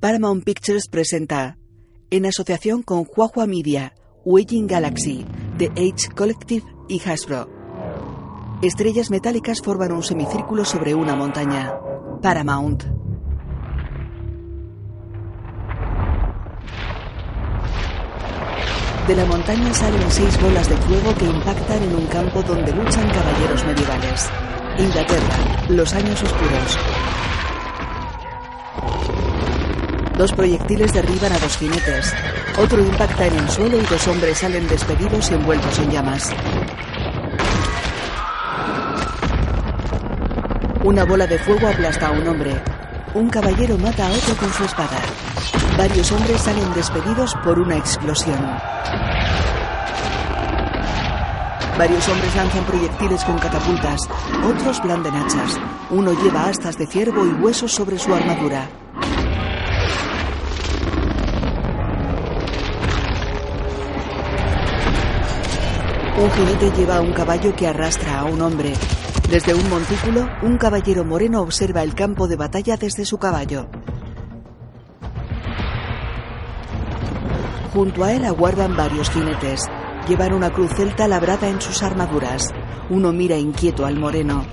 Paramount Pictures presenta, en asociación con Huahua Media, Weijing Galaxy, The Age Collective y Hasbro. Estrellas metálicas forman un semicírculo sobre una montaña. Paramount. De la montaña salen seis bolas de fuego que impactan en un campo donde luchan caballeros medievales. Inglaterra, los años oscuros. Dos proyectiles derriban a dos jinetes. Otro impacta en el suelo y dos hombres salen despedidos y envueltos en llamas. Una bola de fuego aplasta a un hombre. Un caballero mata a otro con su espada. Varios hombres salen despedidos por una explosión. Varios hombres lanzan proyectiles con catapultas, otros blanden hachas. Uno lleva astas de ciervo y huesos sobre su armadura. Un jinete lleva a un caballo que arrastra a un hombre. Desde un montículo, un caballero moreno observa el campo de batalla desde su caballo. Junto a él aguardan varios jinetes. Llevan una cruz celta labrada en sus armaduras. Uno mira inquieto al moreno.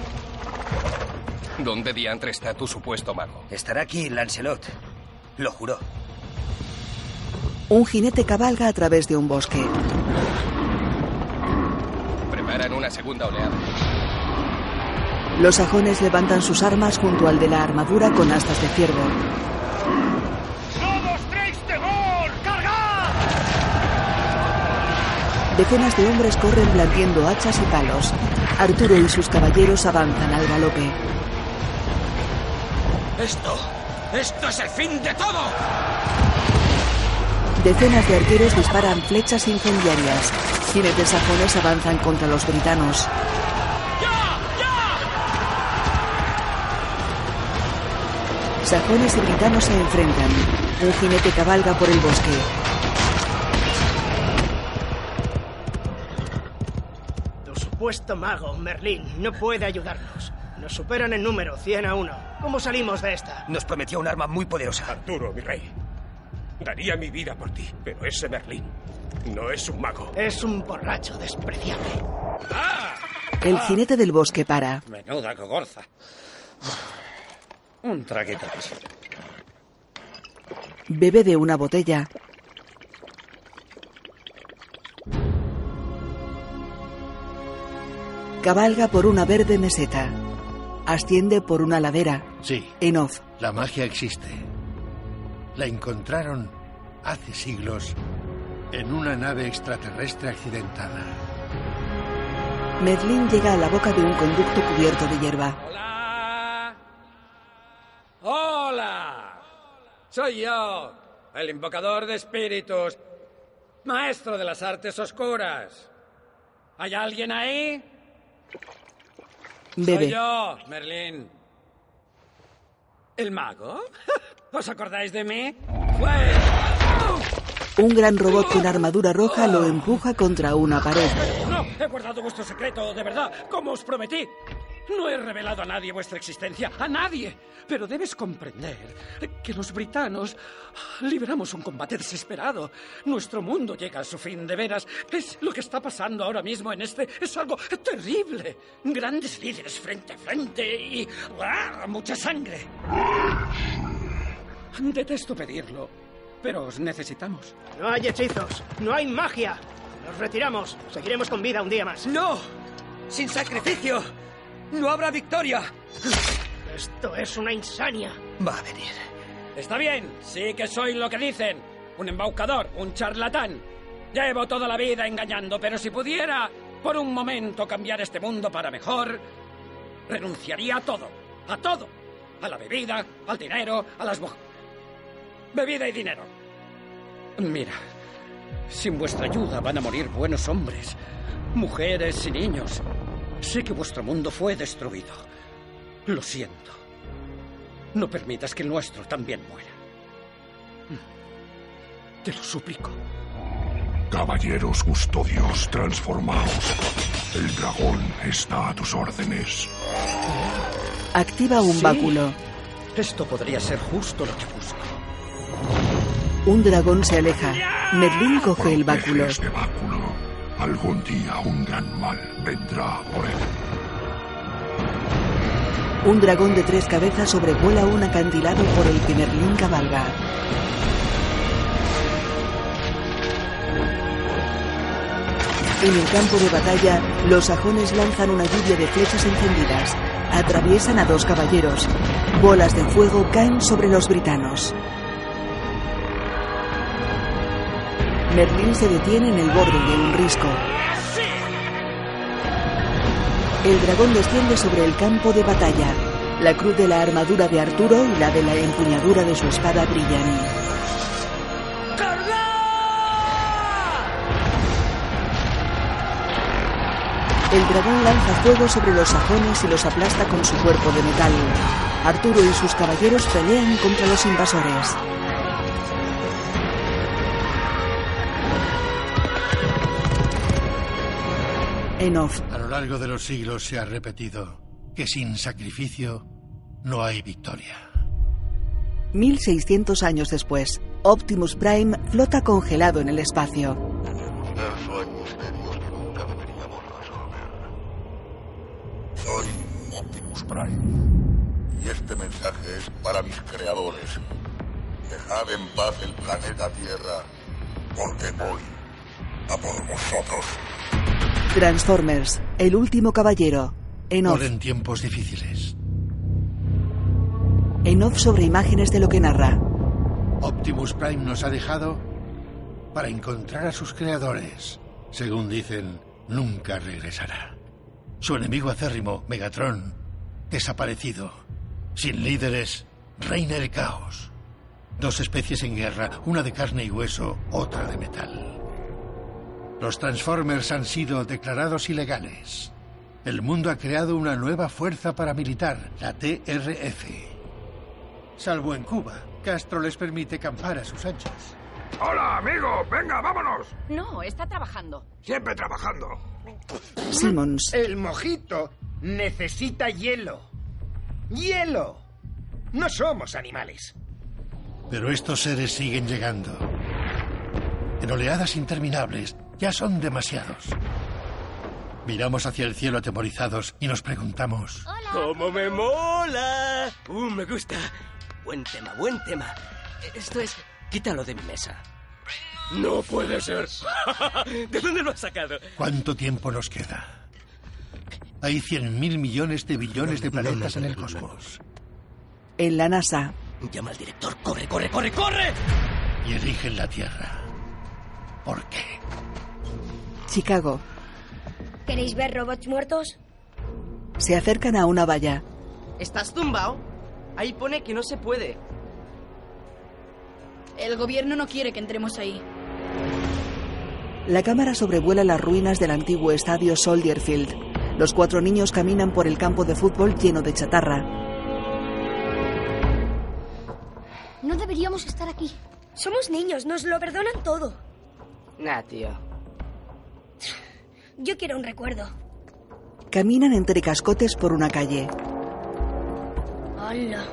¿Dónde diantre está tu supuesto mago? Estará aquí Lancelot. Lo juró. Un jinete cabalga a través de un bosque. Preparan una segunda oleada. Los sajones levantan sus armas junto al de la armadura con astas de ciervo. Decenas de hombres corren blandiendo hachas y palos. Arturo y sus caballeros avanzan al galope. ¡Esto! ¡Esto es el fin de todo! Decenas de arqueros disparan flechas incendiarias. Jinetes sajones avanzan contra los britanos. Sajones y britanos se enfrentan. Un jinete cabalga por el bosque. supuesto mago, Merlín, no puede ayudarnos. Nos superan en número 100 a 1. ¿Cómo salimos de esta? Nos prometió un arma muy poderosa. Arturo, mi rey. Daría mi vida por ti, pero ese Merlín no es un mago. Es un borracho despreciable. El jinete del bosque para. Menuda cogorza. Un traguito. más. Bebe de una botella. Cabalga por una verde meseta. Asciende por una ladera. Sí, En off. la magia existe. La encontraron hace siglos en una nave extraterrestre accidentada. Merlín llega a la boca de un conducto cubierto de hierba. ¡Hola! ¡Hola! Soy yo, el invocador de espíritus, maestro de las artes oscuras. ¿Hay alguien ahí? Soy Bebe. yo, Merlín. ¿El mago? ¿Os acordáis de mí? ¡Pues! Un gran robot con armadura roja lo empuja contra una pared. No, he guardado vuestro secreto, de verdad, como os prometí. No he revelado a nadie vuestra existencia, a nadie. Pero debes comprender que los britanos libramos un combate desesperado. Nuestro mundo llega a su fin, de veras. Es lo que está pasando ahora mismo en este. Es algo terrible. Grandes líderes frente a frente y. ¡Ah! ¡Mucha sangre! Detesto pedirlo, pero os necesitamos. No hay hechizos, no hay magia. Nos retiramos, seguiremos con vida un día más. ¡No! ¡Sin sacrificio! ¡No habrá victoria! Esto es una insania. Va a venir. Está bien, sí que soy lo que dicen. Un embaucador, un charlatán. Llevo toda la vida engañando, pero si pudiera por un momento cambiar este mundo para mejor, renunciaría a todo. A todo. A la bebida, al dinero, a las mujeres. Bebida y dinero. Mira, sin vuestra ayuda van a morir buenos hombres, mujeres y niños. Sé que vuestro mundo fue destruido. Lo siento. No permitas que el nuestro también muera. Te lo suplico. Caballeros custodios, transformaos. El dragón está a tus órdenes. Activa un Sí. báculo. Esto podría ser justo lo que busco. Un dragón se aleja. Merlín coge el báculo. Protege este báculo. Algún día un gran mal vendrá por él. Un dragón de tres cabezas sobrevuela un acantilado por el que Merlín cabalga. En el campo de batalla, los sajones lanzan una lluvia de flechas encendidas. Atraviesan a dos caballeros. Bolas de fuego caen sobre los britanos. Merlín se detiene en el borde de un risco. El dragón desciende sobre el campo de batalla. La cruz de la armadura de Arturo y la de la empuñadura de su espada brillan. El dragón lanza fuego sobre los sajones y los aplasta con su cuerpo de metal. Arturo y sus caballeros pelean contra los invasores. En off. A lo largo de los siglos se ha repetido que sin sacrificio no hay victoria. 1600 años después, Optimus Prime flota congelado en el espacio. Soy Optimus Prime. Y este mensaje es para mis creadores. Dejad en paz el planeta Tierra, porque voy a por vosotros. Transformers, el último caballero. En off. Corren tiempos difíciles. En off sobre imágenes de lo que narra. Optimus Prime nos ha dejado para encontrar a sus creadores. Según dicen, nunca regresará. Su enemigo acérrimo, Megatron, desaparecido. Sin líderes, reina el caos. Dos especies en guerra, una de carne y hueso, otra de metal. Los Transformers han sido declarados ilegales. El mundo ha creado una nueva fuerza paramilitar, la TRF. Salvo en Cuba, Castro les permite campar a sus anchas. ¡Hola, amigo! ¡Venga, vámonos! No, está trabajando. Siempre trabajando. Simmons. El mojito necesita hielo. ¡Hielo! No somos animales. Pero estos seres siguen llegando. En oleadas interminables, ya son demasiados. Miramos hacia el cielo atemorizados y nos preguntamos, ¡Cómo me mola! ¡Uh, me gusta! Buen tema, buen tema. Esto es... Quítalo de mi mesa. No puede ser. ¿De dónde lo has sacado? ¿cuánto tiempo nos queda? Hay 100.000 millones de billones de planetas en el cosmos. En la NASA. Llama al director. ¡Corre, corre, corre, corre! Y eligen la Tierra. ¿Por qué? Chicago. ¿Queréis ver robots muertos? Se acercan a una valla. ¿Estás tumbado? Ahí pone que no se puede. El gobierno no quiere que entremos ahí. La cámara sobrevuela las ruinas del antiguo estadio Soldier Field. Los cuatro niños caminan por el campo de fútbol lleno de chatarra. No deberíamos estar aquí. Somos niños, nos lo perdonan todo. Nah, tío. Yo quiero un recuerdo. Caminan entre cascotes por una calle. ¡Hala!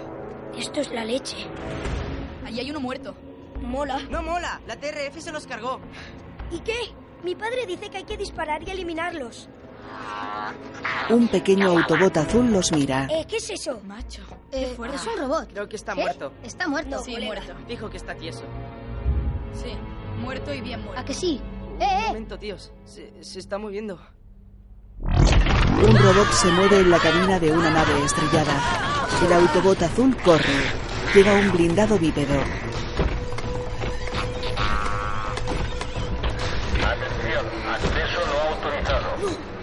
Esto es la leche. Allí hay uno muerto. Mola. No mola, la TRF se los cargó. ¿Y qué? Mi padre dice que hay que disparar y eliminarlos. Un pequeño autobot azul los mira. Eh, ¿Qué es eso? Eh, Macho. es un robot. ¿Eh? Creo que está muerto. Está muerto. Sí, colega. muerto. Dijo que está tieso. Sí, muerto y bien muerto. ¿A que sí? Un ¡Eh, eh! momento, tíos. Se, se está moviendo. Un robot se mueve en la cabina de una nave estrellada. El autobot azul corre. Llega un blindado bípedo. Atención, acceso no autorizado.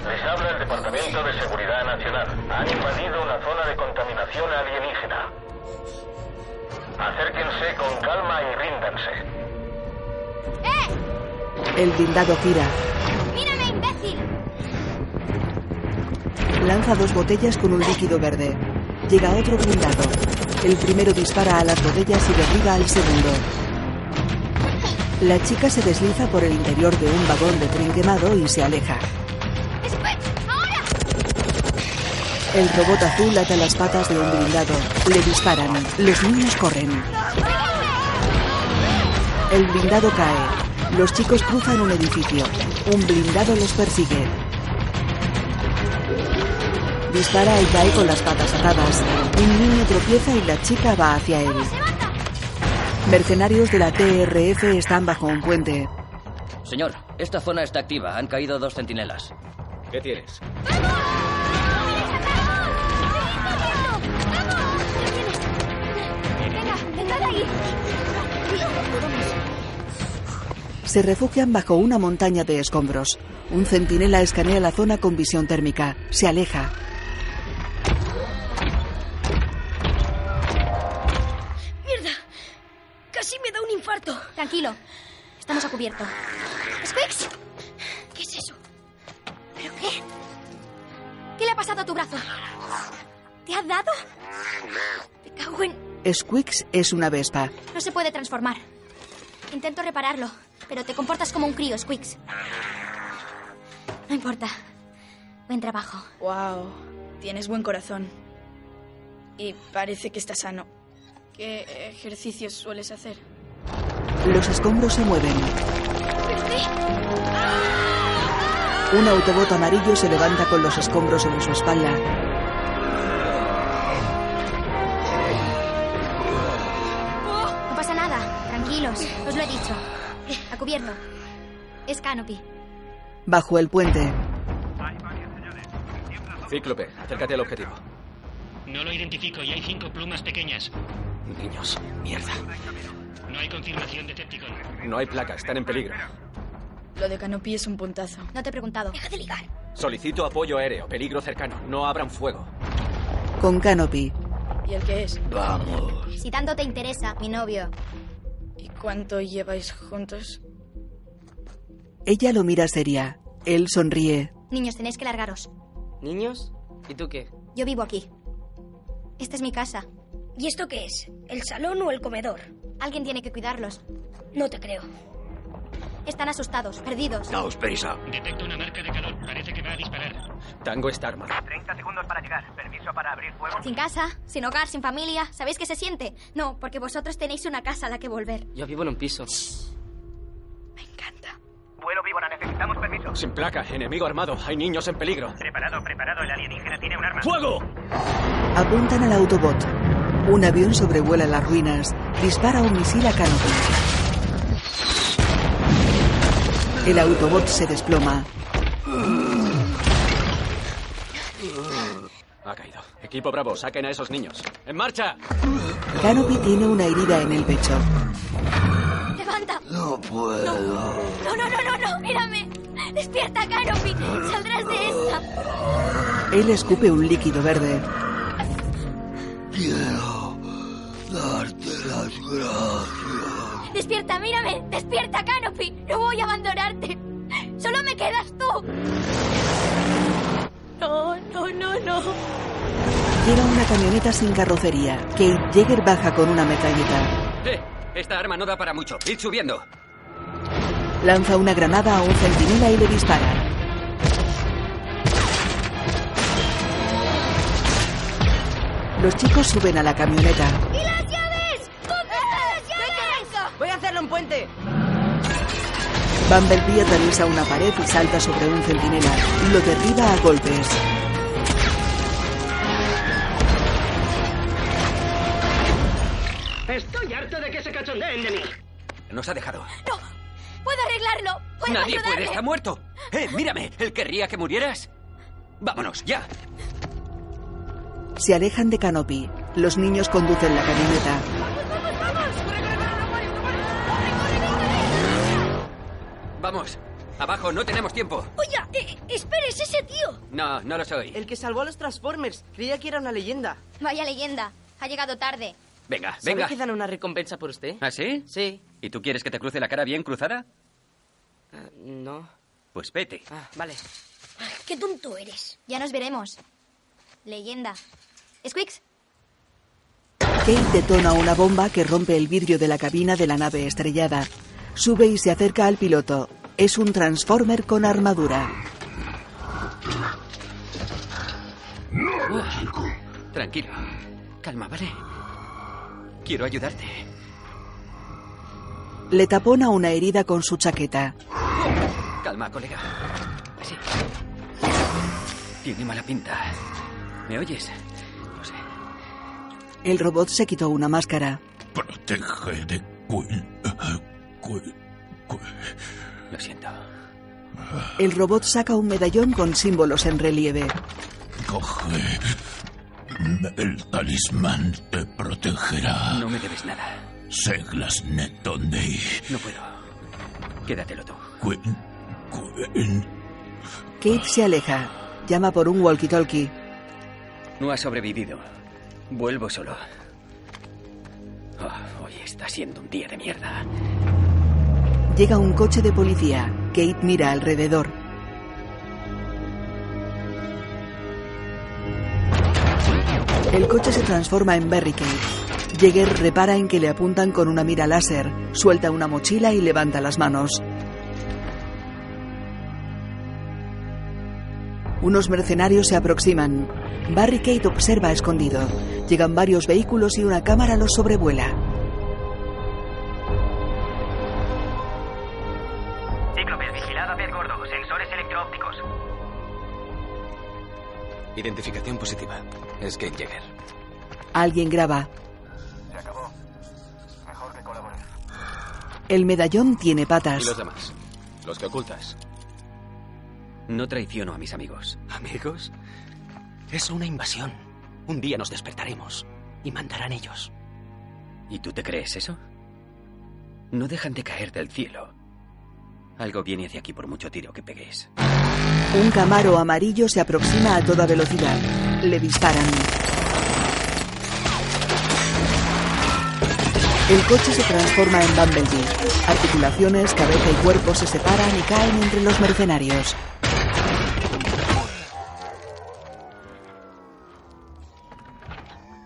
Les habla el Departamento de Seguridad Nacional. Han invadido una zona de contaminación alienígena. Acérquense con calma y ríndanse. El blindado gira. ¡Mírame, imbécil! Lanza dos botellas con un líquido verde. Llega otro blindado. El primero dispara a las botellas y derriba al segundo. La chica se desliza por el interior de un vagón de tren quemado y se aleja. ¡Ahora! El robot azul ata las patas de un blindado. Le disparan. Los niños corren. El blindado cae. Los chicos cruzan un edificio. Un blindado los persigue. Dispara y cae con las patas atadas. Un niño tropieza y la chica va hacia él. Mercenarios de la TRF están bajo un puente. Señor, esta zona está activa. Han caído dos centinelas. ¿Qué tienes? Se refugian bajo una montaña de escombros. Un centinela escanea la zona con visión térmica. Se aleja. ¡Mierda! Casi me da un infarto. Tranquilo. Estamos a cubierto. ¡Spex! ¿Qué es eso? ¿Pero qué? ¿Qué le ha pasado a tu brazo? ¿Te has dado? Me cago en... Squix es una vespa. No se puede transformar. Intento repararlo, pero te comportas como un crío, Squix. No importa. Buen trabajo. Wow, tienes buen corazón. Y parece que está sano. ¿Qué ejercicios sueles hacer? Los escombros se mueven. Este, Un autobot amarillo se levanta con los escombros sobre su espalda. No pasa nada. Tranquilos. Os lo he dicho. A cubierto. Es Canopy. Bajo el puente, Cíclope, acércate al objetivo. No lo identifico y hay cinco plumas pequeñas. Niños, mierda. No hay confirmación de Decepticon. No hay placa, están en peligro. Lo de Canopy es un puntazo. No te he preguntado. Deja de ligar. Solicito apoyo aéreo, peligro cercano. No abran fuego. con Canopy. ¿Y el qué es? Vamos. Si tanto te interesa, mi novio. ¿Y cuánto lleváis juntos? Ella lo mira seria. Él sonríe. Niños, tenéis que largaros. ¿Niños? ¿Y tú qué? Yo vivo aquí. Esta es mi casa. ¿Y esto qué es? ¿El salón o el comedor? Alguien tiene que cuidarlos. No te creo. Están asustados, perdidos. Daos prisa. Detecto una marca de calor. Parece que va a disparar. Tango está armado. 30 segundos para llegar. Permiso para abrir fuego. Sin casa, sin hogar, sin familia. ¿Sabéis qué se siente? No, porque vosotros tenéis una casa a la que volver. Yo vivo en un piso. Vuelo víbora, necesitamos permiso. Sin placa, enemigo armado. Hay niños en peligro. Preparado, preparado. El alienígena tiene un arma. ¡Fuego! Apuntan al Autobot. Un avión sobrevuela las ruinas. Dispara un misil a Canopy. El Autobot se desploma. Ha caído. Equipo Bravo, saquen a esos niños. ¡En marcha! Canopy tiene una herida en el pecho. ¡Levanta! No puedo. No, no, no, no, no. Mírame. Despierta, Canopy. Saldrás de esta. Él escupe un líquido verde. Quiero darte las gracias. Despierta, mírame. Despierta, Canopy. No voy a abandonarte. Solo me quedas tú. No, no, no, no. Llega una camioneta sin carrocería. Kate Jagger baja con una metralleta. ¡Eh! Esta arma no da para mucho. Id subiendo. Lanza una granada a un centinela y le dispara. Los chicos suben a la camioneta. ¡Y las llaves! las llaves! Eh, Voy a hacerle un puente. Bumblebee atraviesa una pared y salta sobre un centinela. Lo derriba a golpes. Estoy harto de que se cachondeen de mí. Nos ha dejado. ¡Puedo arreglarlo! ¡Puedo Nadie ayudarle! puede, está muerto. ¡Eh, mírame! ¿Él querría que murieras? Vámonos, ya. Se alejan de Canopy. Los niños conducen la camioneta. Vamos. Abajo, no tenemos tiempo. ¡Oye! eh, ¡Espera, es ese tío! No, no lo soy. El que salvó a los Transformers. Creía que era una leyenda. Vaya leyenda. Ha llegado tarde. Venga, ¿Sabe venga. que dan una recompensa por usted? ¿Ah, sí? Sí. ¿Y tú quieres que te cruce la cara bien cruzada? Ah, no. Pues vete. Ah, vale. ¡Qué tonto eres! Ya nos veremos. Leyenda. Squeaks, Kate detona una bomba que rompe el vidrio de la cabina de la nave estrellada. Sube y se acerca al piloto. Es un Transformer con armadura. Tranquilo. Calma, ¿vale? Quiero ayudarte. Le tapona una herida con su chaqueta. Calma, colega. Sí. Tiene mala pinta. ¿Me oyes? El robot se quitó una máscara. Protege de Quill. Quill. Lo siento. El robot saca un medallón con símbolos en relieve. Coge. El talismán te protegerá. No me debes nada. Seglas Netondei. No puedo. Quédatelo tú. Quill. Quill. Kate se aleja. Llama por un walkie-talkie. No ha sobrevivido. Vuelvo solo. Oh, hoy está siendo un día de mierda. Llega un coche de policía. Kate mira alrededor. El coche se transforma en Barricade. Jagger repara en que le apuntan con una mira láser, suelta una mochila y levanta las manos. Unos mercenarios se aproximan. Barricade observa escondido. Llegan varios vehículos y una cámara los sobrevuela. Cíclopes, vigilad a Pez Gordo. Sensores electróopticos. Identificación positiva. Es Kate Jagger. Alguien graba. Se acabó. Mejor que colabores. El medallón tiene patas. ¿Y los demás? Los que ocultas. No traiciono a mis amigos. ¿Amigos? Es una invasión. Un día nos despertaremos y mandarán ellos. ¿Y tú te crees eso? No dejan de caer del cielo. Algo viene hacia aquí por mucho tiro que pegues. Un camaro amarillo se aproxima a toda velocidad. Le disparan. El coche se transforma en Bumblebee. Articulaciones, cabeza y cuerpo se separan y caen entre los mercenarios.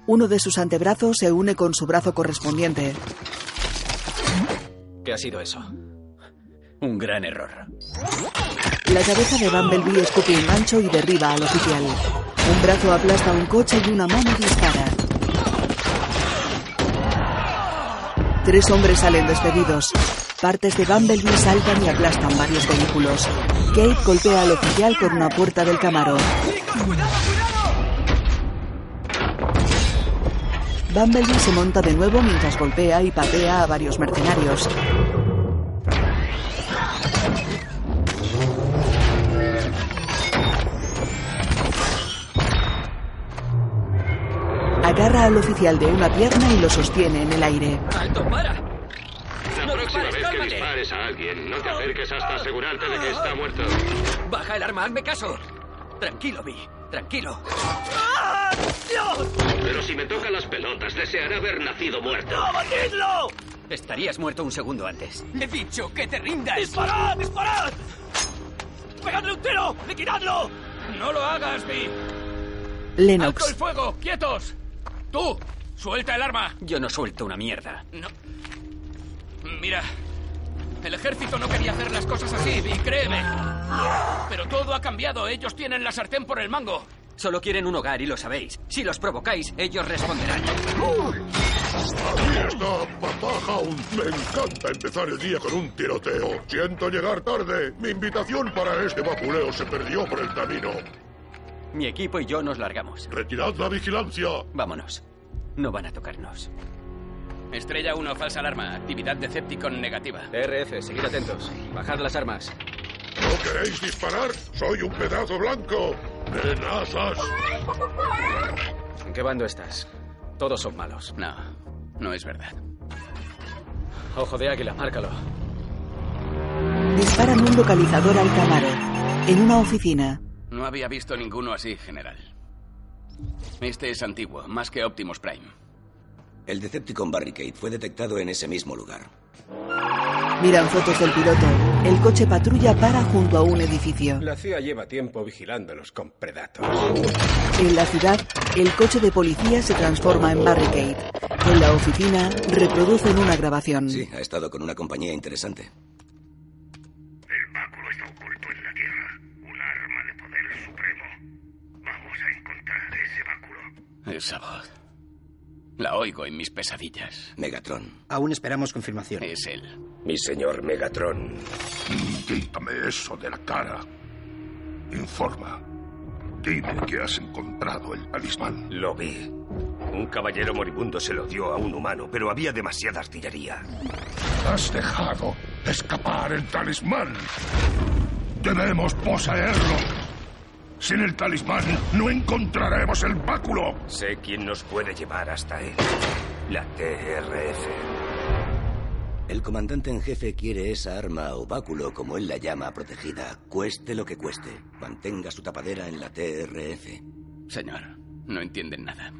Uno de sus antebrazos se une con su brazo correspondiente. ¿Qué ha sido eso? Un gran error. La cabeza de Bumblebee escupe un gancho y derriba al oficial. Un brazo aplasta un coche y una mano dispara. Tres hombres salen despedidos. Partes de Bumblebee saltan y aplastan varios vehículos. Kate golpea al oficial con una puerta del camaro. Bumblebee se monta de nuevo mientras golpea y patea a varios mercenarios. Agarra al oficial de una pierna y lo sostiene en el aire. ¡Alto, para! La próxima vez que dispares a alguien, no te acerques Ah, hasta asegurarte de que está muerto. Baja el arma, hazme caso. Tranquilo, Vi. Tranquilo. Pero si me toca las pelotas, deseará haber nacido muerto. ¡Abatidlo! Estarías muerto un segundo antes. ¡He dicho que te rindas! ¡Disparad, disparad! ¡Pegadle un tiro! ¡Liquidadlo! ¡No lo hagas, Vi! ¡Alto el Lennox. fuego! ¡Quietos! ¡Tú! ¡Suelta el arma! Yo no suelto una mierda. No. Mira, el ejército no quería hacer las cosas así, y créeme. Pero todo ha cambiado. Ellos tienen la sartén por el mango. Solo quieren un hogar y lo sabéis. Si los provocáis, ellos responderán. Aquí está, Papahound. Me encanta empezar el día con un tiroteo. Siento llegar tarde. Mi invitación para este vapuleo se perdió por el camino. Mi equipo y yo nos largamos. Retirad la vigilancia. Vámonos. No van a tocarnos. Estrella 1, falsa alarma. Actividad Decepticon negativa. RF, seguid atentos. Bajad las armas. ¿No queréis disparar? Soy un pedazo blanco. Menazas. ¿En qué bando estás? Todos son malos. No, no es verdad. Ojo de águila, márcalo. Disparan un localizador al camaro. En una oficina. No había visto ninguno así, general. Este es antiguo, más que Optimus Prime. El Decepticon Barricade fue detectado en ese mismo lugar. Miran fotos del piloto. El coche patrulla para junto a un edificio. La CIA lleva tiempo vigilándonos con Predator. En la ciudad, el coche de policía se transforma en Barricade. En la oficina, reproducen una grabación. Sí, ha estado con una compañía interesante. El báculo está oculto en la Tierra. Un arma de poder supremo. Vamos a encontrar ese báculo. Esa voz. La oigo en mis pesadillas. Megatron. Aún esperamos confirmación. Es él. Mi señor Megatron. Quítame eso de la cara. Informa. Dime que has encontrado el talismán. Lo vi. Un caballero moribundo se lo dio a un humano, pero había demasiada artillería. Has dejado escapar el talismán. Debemos poseerlo. Sin el talismán no encontraremos el báculo. Sé quién nos puede llevar hasta él. La TRF. El comandante en jefe quiere esa arma o báculo, como él la llama, protegida, cueste lo que cueste. Mantenga su tapadera en la TRF. Señor, no entienden nada.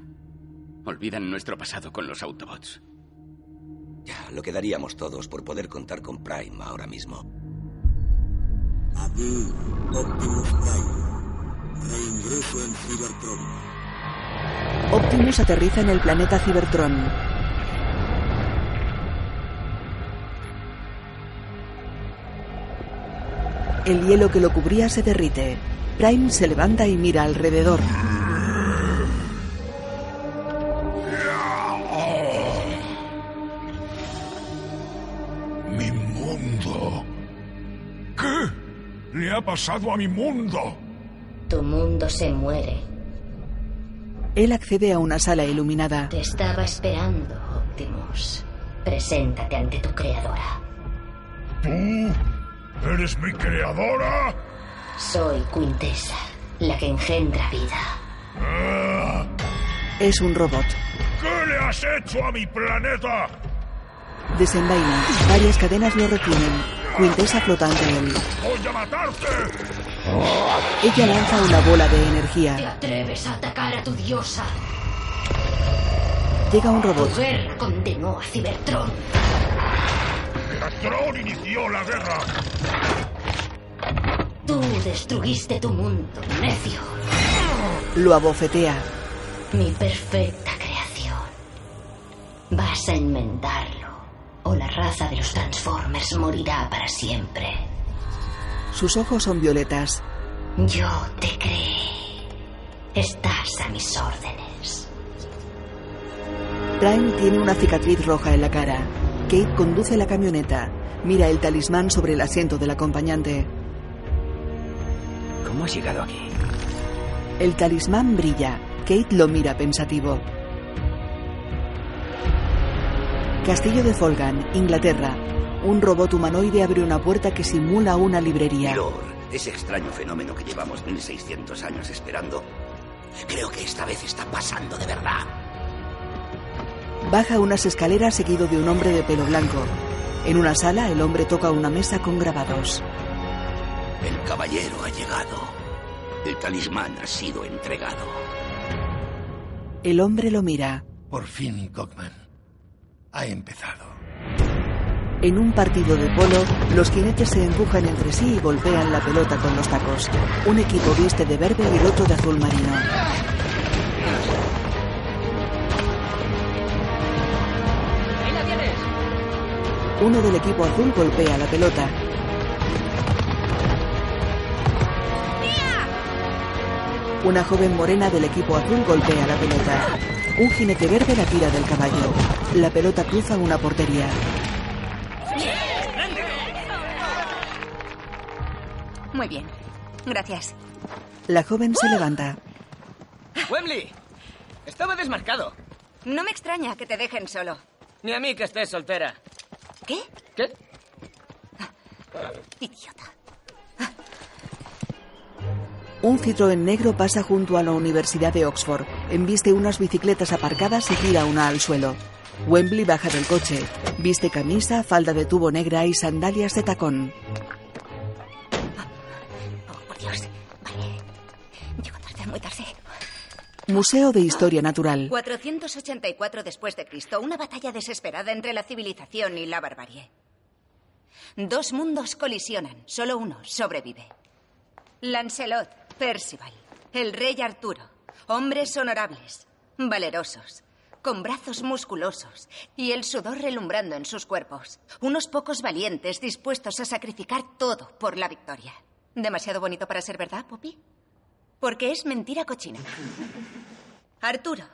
Olvidan nuestro pasado con los Autobots. Ya, lo quedaríamos todos por poder contar con Prime ahora mismo. A ti, Optimus Prime. Reingreso en Cybertron. Optimus aterriza en el planeta Cybertron. El hielo que lo cubría se derrite. Prime se levanta y mira alrededor. Mi mundo. ¿Qué? Le ha pasado a mi mundo. Tu mundo se muere. Él accede a una sala iluminada. Te estaba esperando, Optimus. Preséntate ante tu creadora. ¿Tú eres mi creadora? Soy Quintessa, la que engendra vida. Ah, Es un robot. ¿Qué le has hecho a mi planeta? Desenvaina. Varias cadenas lo retienen. Quintessa flota ante él. ¡Voy a matarte! Ella lanza una bola de ¿Te energía. atreves a atacar a tu diosa? Llega un robot. Tu guerra condenó a Cybertron. Megatron inició la guerra. Tú destruiste tu mundo, necio. Lo abofetea. Mi perfecta creación. Vas a enmendarlo. O la raza de los Transformers morirá para siempre. Sus ojos son violetas. Yo te creé. Estás a mis órdenes. Prime tiene una cicatriz roja en la cara. Kate conduce la camioneta. Mira el talismán sobre el asiento del acompañante. ¿Cómo has llegado aquí? El talismán brilla. Kate lo mira pensativo. Castillo de Folgan, Inglaterra. Un robot humanoide abre una puerta que simula una librería. Lord, ese extraño fenómeno que llevamos 1600 años esperando. Creo que esta vez está pasando de verdad. Baja unas escaleras seguido de un hombre de pelo blanco. En una sala, el hombre toca una mesa con grabados. El caballero ha llegado. El talismán ha sido entregado. El hombre lo mira. Por fin, Cockman. Ha empezado. En un partido de polo, los jinetes se empujan entre sí y golpean la pelota con los tacos. Un equipo viste de verde y el otro de azul marino. Ahí la tienes. Uno del equipo azul golpea la pelota. Una joven morena del equipo azul golpea la pelota. Un jinete verde la tira del caballo. La pelota cruza una portería. Muy bien. Gracias. La joven se levanta. ¡Wembley! Estaba desmarcado. No me extraña que te dejen solo. Ni a mí que estés soltera. ¿Qué? ¿Qué? Un Citroën negro pasa junto a la Universidad de Oxford, embiste unas bicicletas aparcadas y tira una al suelo. Wembley baja del coche, viste camisa, falda de tubo negra y sandalias de tacón. Por Dios. Vale. Llego tarde, muy tarde. Museo de Historia Natural. 484 después de Cristo, una batalla desesperada entre la civilización y la barbarie. Dos mundos colisionan, solo uno sobrevive. Lancelot, Percival, el rey Arturo, hombres honorables, valerosos, con brazos musculosos y el sudor relumbrando en sus cuerpos, unos pocos valientes dispuestos a sacrificar todo por la victoria. Demasiado bonito para ser verdad, Poppy. Porque es mentira cochina. Arturo,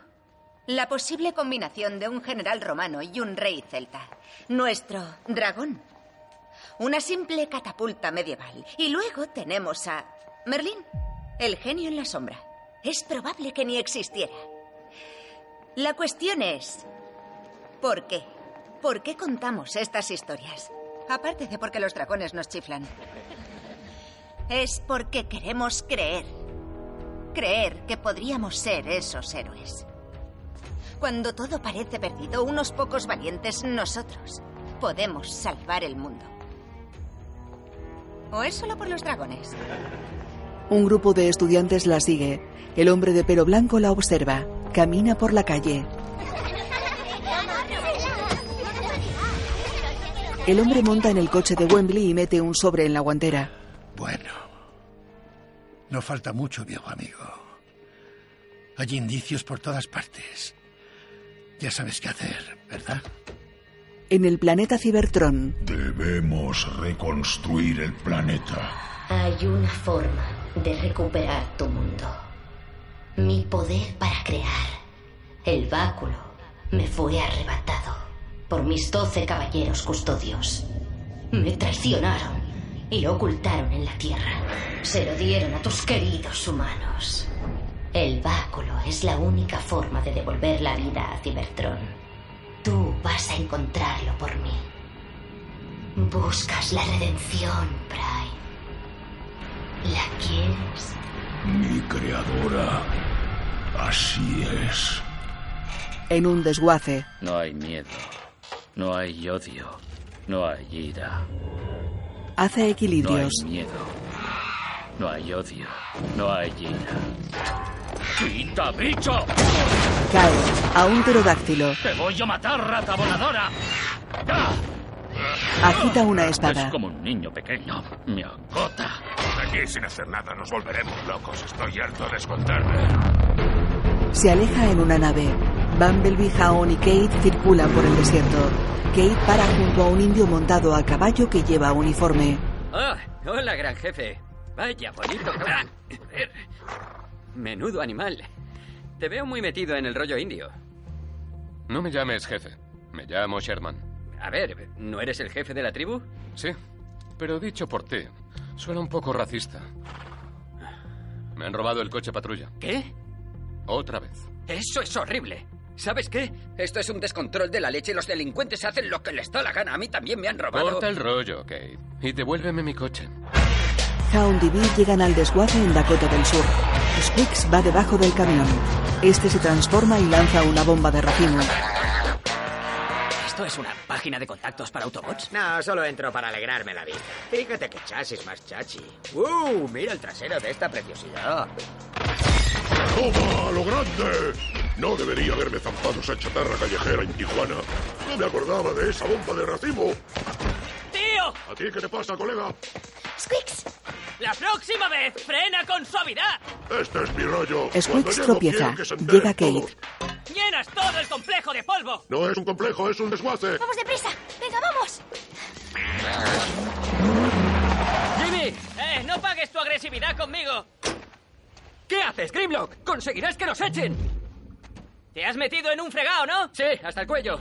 La posible combinación de un general romano y un rey celta. Nuestro dragón. Una simple catapulta medieval. Y luego tenemos a Merlín, el genio en la sombra. Es probable que ni existiera. La cuestión es, ¿por qué? ¿Por qué contamos estas historias? Aparte de porque los dragones nos chiflan. Es porque queremos creer. Creer que podríamos ser esos héroes. Cuando todo parece perdido, unos pocos valientes, nosotros, podemos salvar el mundo. ¿O es solo por los dragones? Un grupo de estudiantes la sigue. El hombre de pelo blanco la observa. Camina por la calle. El hombre monta en el coche de Wembley y mete un sobre en la guantera. Bueno, no falta mucho, viejo amigo. Hay indicios por todas partes. Ya sabes qué hacer, ¿verdad? En el planeta Cybertron, Debemos reconstruir el planeta. Hay una forma de recuperar tu mundo. Mi poder para crear. El báculo me fue arrebatado por mis doce caballeros custodios. Me traicionaron y lo ocultaron en la tierra. Se lo dieron a tus queridos humanos. El báculo es la única forma de devolver la vida a Cybertron. Tú vas a encontrarlo por mí. Buscas la redención, Prime. ¿La quieres? Mi creadora. Así es. en un desguace, No hay miedo. No hay odio. No hay ira. hace No hay equilibrios. miedo. No hay odio. No hay ira. ¡Quita, bicho! Cae a un pterodáctilo. ¡Te voy a matar, rata voladora! Agita una espada. Es como un niño pequeño. Me agota. Aquí sin hacer nada nos volveremos locos. Estoy harto de esconderme. Se aleja en una nave. Bumblebee, Jaon y Kate circulan por el desierto. Kate para junto a un indio montado a caballo que lleva uniforme. Ah, hola, gran jefe. Vaya, bonito. clan. Joder. Menudo animal. Te veo muy metido en el rollo indio. No me llames jefe. Me llamo Sherman. A ver, ¿no eres el jefe de la tribu? Sí, pero dicho por ti, suena un poco racista. Me han robado el coche patrulla. ¿Qué? Otra vez. Eso es horrible. ¿Sabes qué? Esto es un descontrol de la leche y los delincuentes hacen lo que les da la gana. A mí también me han robado. Corta el rollo, Kate. Y devuélveme mi coche. Hound y Bee llegan al desguace en Dakota del Sur. Squeaks va debajo del camión. Este se transforma y lanza una bomba de racimo. ¿Esto es una página de contactos para Autobots? No, solo entro para alegrarme la vida. Fíjate qué chasis más chachi. ¡Uh! Mira el trasero de esta preciosidad. ¡Toma, a lo grande! No debería haberme zampado esa chatarra callejera en Tijuana. No me acordaba de esa bomba de racimo. ¡Tío! ¿A ti qué te pasa, colega? ¡Squeaks! La próxima vez, frena con suavidad. Este es mi rollo. Cuando Squeaks llego, tropieza. quiero que se enteren Llega Kate. todos. Llenas todo el complejo de polvo. No es un complejo, es un desguace. ¡Vamos deprisa! ¡Venga, vamos! ¡Jimmy! ¡Eh, no pagues tu agresividad conmigo! ¿Qué haces, Grimlock? ¡Conseguirás que nos echen! ¿Te has metido en un fregado, no? Sí, hasta el cuello.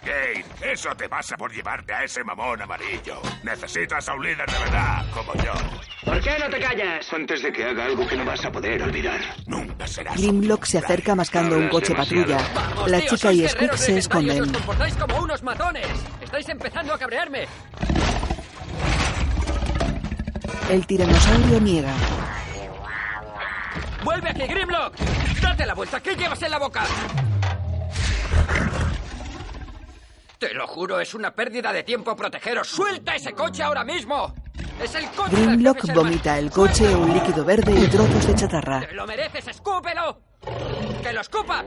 Kate, eso te pasa por llevarte a ese mamón amarillo. Necesitas a un líder de verdad, como yo. ¿Por qué no te callas? Antes de que haga algo que no vas a poder olvidar. Nunca serás. Grimlock se acerca mascando un coche patrulla. La tío, chica sois y Squeaks guerreros se legendarios y esconden. Os comportáis como unos matones. Estáis empezando a cabrearme. El tiranosaurio niega. ¡Vuelve aquí, Grimlock! ¡Date la vuelta! ¿Qué llevas en la boca? Te lo juro, es una pérdida de tiempo protegeros. ¡Suelta ese coche ahora mismo! ¡Es el coche! del Grimlock vomita el coche, un líquido verde y trozos de chatarra. ¡Te lo mereces! ¡Escúpelo! ¡Que lo escupas!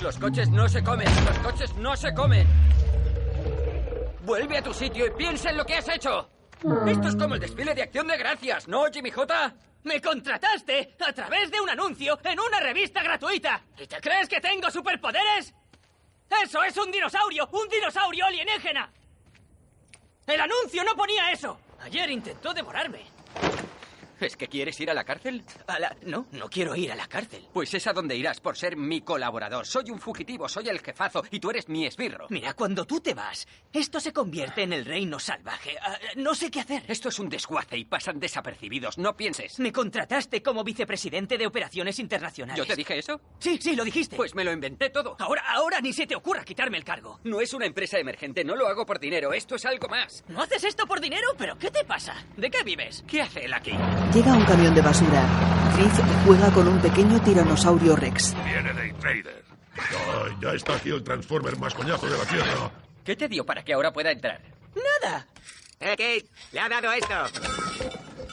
Los coches no se comen, los coches no se comen. Vuelve a tu sitio y piensa en lo que has hecho. Esto es como el desfile de acción de gracias, ¿no, Jimmy J? ¡Me contrataste a través de un anuncio en una revista gratuita! ¿Y te crees que tengo superpoderes? ¡Eso es un dinosaurio! ¡Un dinosaurio alienígena! ¡El anuncio no ponía eso! Ayer intentó devorarme. ¿Es que quieres ir a la cárcel? A la- No, no quiero ir a la cárcel. Pues es a donde irás por ser mi colaborador. Soy un fugitivo, soy el jefazo y tú eres mi esbirro. Mira, cuando tú te vas, esto se convierte en el reino salvaje. Ah, no sé qué hacer. Esto es un desguace y pasan desapercibidos. No pienses. Me contrataste como vicepresidente de operaciones ¿Yo internacionales. te dije eso? Sí, sí, lo dijiste. Pues me lo inventé todo. Ahora, ahora ni se te ocurra quitarme el cargo. No es una empresa emergente, no lo hago por dinero. Esto es algo más. ¿No haces esto por dinero? ¿Pero qué te pasa? ¿De qué vives? ¿Qué hace él aquí? Llega un camión de basura. Cliff juega con un pequeño tiranosaurio Rex. Viene de Trader. Ay, ya está aquí el Transformer más coñazo de la Tierra. ¿Qué te dio para que ahora pueda entrar? Nada. Eh, Kate, le ha dado esto.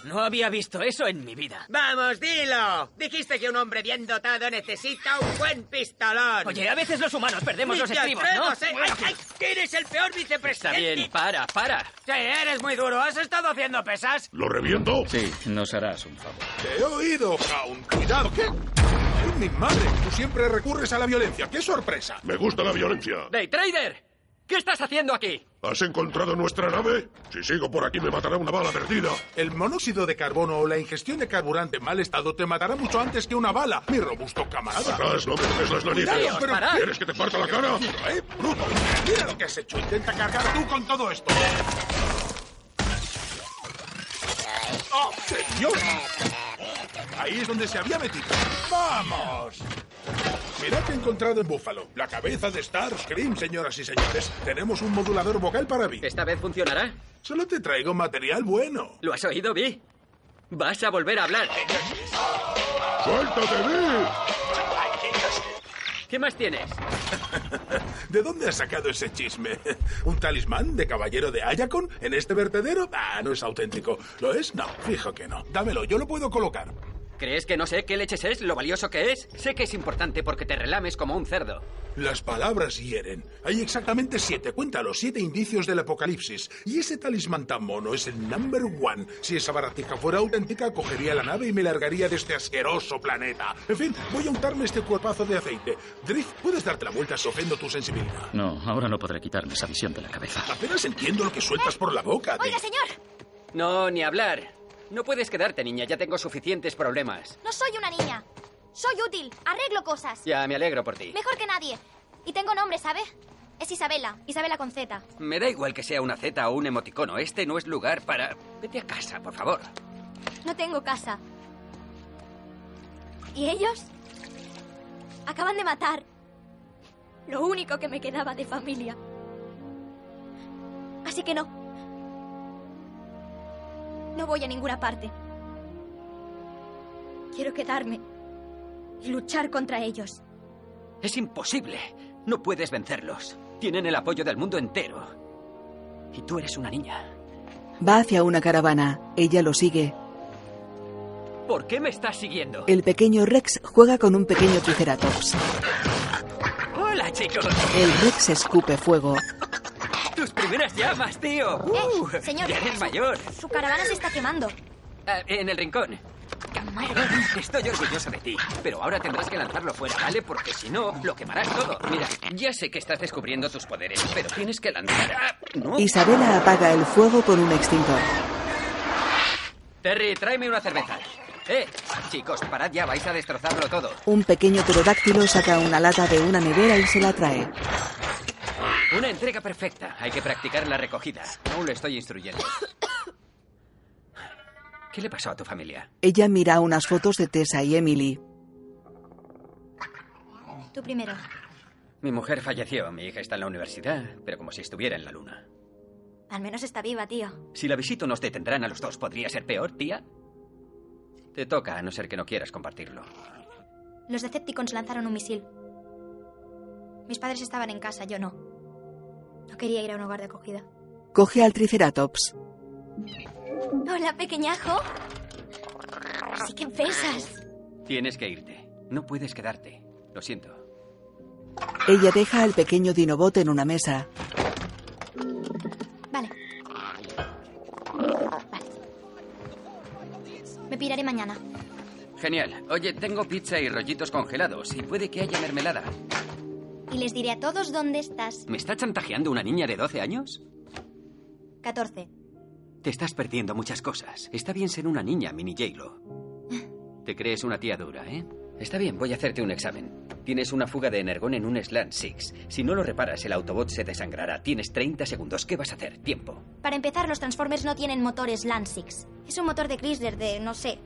No había visto eso en mi vida. Vamos, dilo. Dijiste que un hombre bien dotado necesita un buen pistolón. Oye, a veces los humanos perdemos Ni los te estribos, ¿no? atrevas, ¿eh? Ay, ay, eres el peor Está vicepresidente. bien, para, para. Sí, eres muy duro. ¿Has estado haciendo pesas? ¿Lo reviento? Sí, nos harás un favor. Te he oído, Hound. Cuidado, ¿qué? Ay, mi madre, tú siempre recurres a la violencia. ¡Qué sorpresa! Me gusta la violencia. Day Trader, ¿qué estás haciendo aquí? ¿Has encontrado nuestra nave? Si sigo por aquí me matará una bala perdida. El monóxido de carbono o la ingestión de carburante en mal estado te matará mucho antes que una bala, mi robusto camarada. Atrás, no me dejes las Cuidado, narices. pero- ¿Quieres que te parta la cara? ¿Eh, bruto? Mira lo que has hecho. Intenta cargar tú con todo esto. ¡Oh, señor! Ahí es donde se había metido. ¡Vamos! Mirad que he encontrado en Búfalo. La cabeza de Starscream, señoras y señores. Tenemos un modulador vocal para Vi. ¿Esta vez funcionará? Solo te traigo material bueno. ¿Lo has oído, Vi? Vas a volver a hablar. ¡Suéltate, Vi! ¿Qué más tienes? ¿De dónde has sacado ese chisme? ¿Un talismán de caballero de Ayacon en este vertedero? Ah, no es auténtico. ¿Lo es? No, fijo que no. Dámelo, yo lo puedo colocar. ¿Crees que no sé qué leches es, lo valioso que es? Sé que es importante porque te relames como un cerdo. Las palabras hieren. Hay exactamente siete. Cuenta los siete indicios del apocalipsis. Y ese talismán tan mono es el number one. Si esa baratija fuera auténtica, cogería la nave y me largaría de este asqueroso planeta. En fin, voy a untarme este cuerpazo de aceite. Drift, puedes darte la vuelta si ofendo tu sensibilidad. No, ahora no podré quitarme esa visión de la cabeza. Apenas entiendo lo que sueltas por la boca. Dave. Oiga, señor, No, ni hablar. No puedes quedarte, niña, ya tengo suficientes problemas. no soy una niña. Soy útil, arreglo cosas. Ya me alegro por ti. Mejor que nadie. Y tengo nombre, ¿sabe? Es Isabela, Isabela con Z. Me da igual que sea una Z o un emoticono, este no es lugar para... Vete a casa, por favor. No tengo casa. ¿Y ellos? Acaban de matar. Lo único que me quedaba de familia. Así que no. No voy a ninguna parte. Quiero quedarme y luchar contra ellos. Es imposible. No puedes vencerlos. Tienen el apoyo del mundo entero. Y tú eres una niña. Va hacia una caravana. Ella lo sigue. ¿Por qué me estás siguiendo? El pequeño Rex juega con un pequeño triceratops. Hola, chicos. El Rex escupe fuego. Tus primeras llamas, tío. Uh, Eh, señor, ya eres mayor. Su caravana se está quemando. Ah, en el rincón. Estoy orgulloso de ti, pero ahora tendrás que lanzarlo fuera, ¿vale? Porque si no, lo quemarás todo. Mira, ya sé que estás descubriendo tus poderes, pero tienes que lanzar. Ah, no. Isabela apaga el fuego con un extintor. Terry, tráeme una cerveza. Eh, chicos, parad ya, vais a destrozarlo todo. Un pequeño pterodáctilo saca una lata de una nevera y se la trae. Una entrega perfecta. Hay que practicar la recogida. Aún lo estoy instruyendo. ¿Qué le pasó a tu familia? Ella mira unas fotos de Tessa y Emily. Tú primero. Mi mujer falleció, mi hija está en la universidad, pero como si estuviera en la luna. Al menos está viva, tío. Si la visito nos detendrán a los dos, ¿podría ser peor, tía? Te toca, a no ser que no quieras compartirlo. Los Decepticons lanzaron un misil. Mis padres estaban en casa, yo no. No quería ir a un hogar de acogida. Coge al triceratops. Hola, pequeñajo. Sí que pesas. Tienes que irte. No puedes quedarte. Lo siento. Ella deja al pequeño dinobot en una mesa. Vale. Vale. Me piraré mañana. Genial. Oye, tengo pizza y rollitos congelados y puede que haya mermelada. Y les diré a todos dónde estás. ¿Me está chantajeando una niña de 12 años? 14. Te estás perdiendo muchas cosas. Está bien ser una niña, mini J-Lo. Te crees una tía dura, ¿eh? Está bien, voy a hacerte un examen. Tienes una fuga de energón en un Slant 6. Si no lo reparas, el Autobot se desangrará. Tienes 30 segundos. ¿Qué vas a hacer? Tiempo. Para empezar, los Transformers no tienen motores Land 6. Es un motor de Chrysler de, no sé,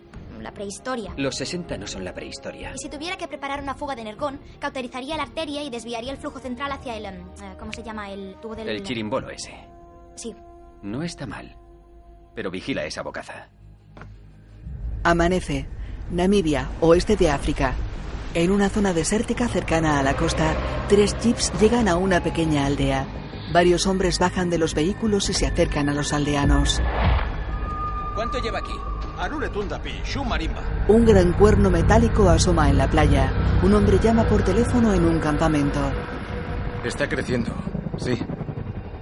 la prehistoria. Los 60 no son la prehistoria. Y si tuviera que preparar una fuga de energón, cauterizaría la arteria y desviaría el flujo central hacia el... em, eh, ¿Cómo se llama? El tubo del... El chirimbolo ese. Sí. No está mal. Pero vigila esa bocaza. Amanece. Namibia, oeste de África. En una zona desértica cercana a la costa, tres jeeps llegan a una pequeña aldea. Varios hombres bajan de los vehículos y se acercan a los aldeanos. ¿Cuánto lleva aquí? Arure Tundapi, Shu Marimba. Un gran cuerno metálico asoma en la playa. Un hombre llama por teléfono en un campamento. Está creciendo, sí.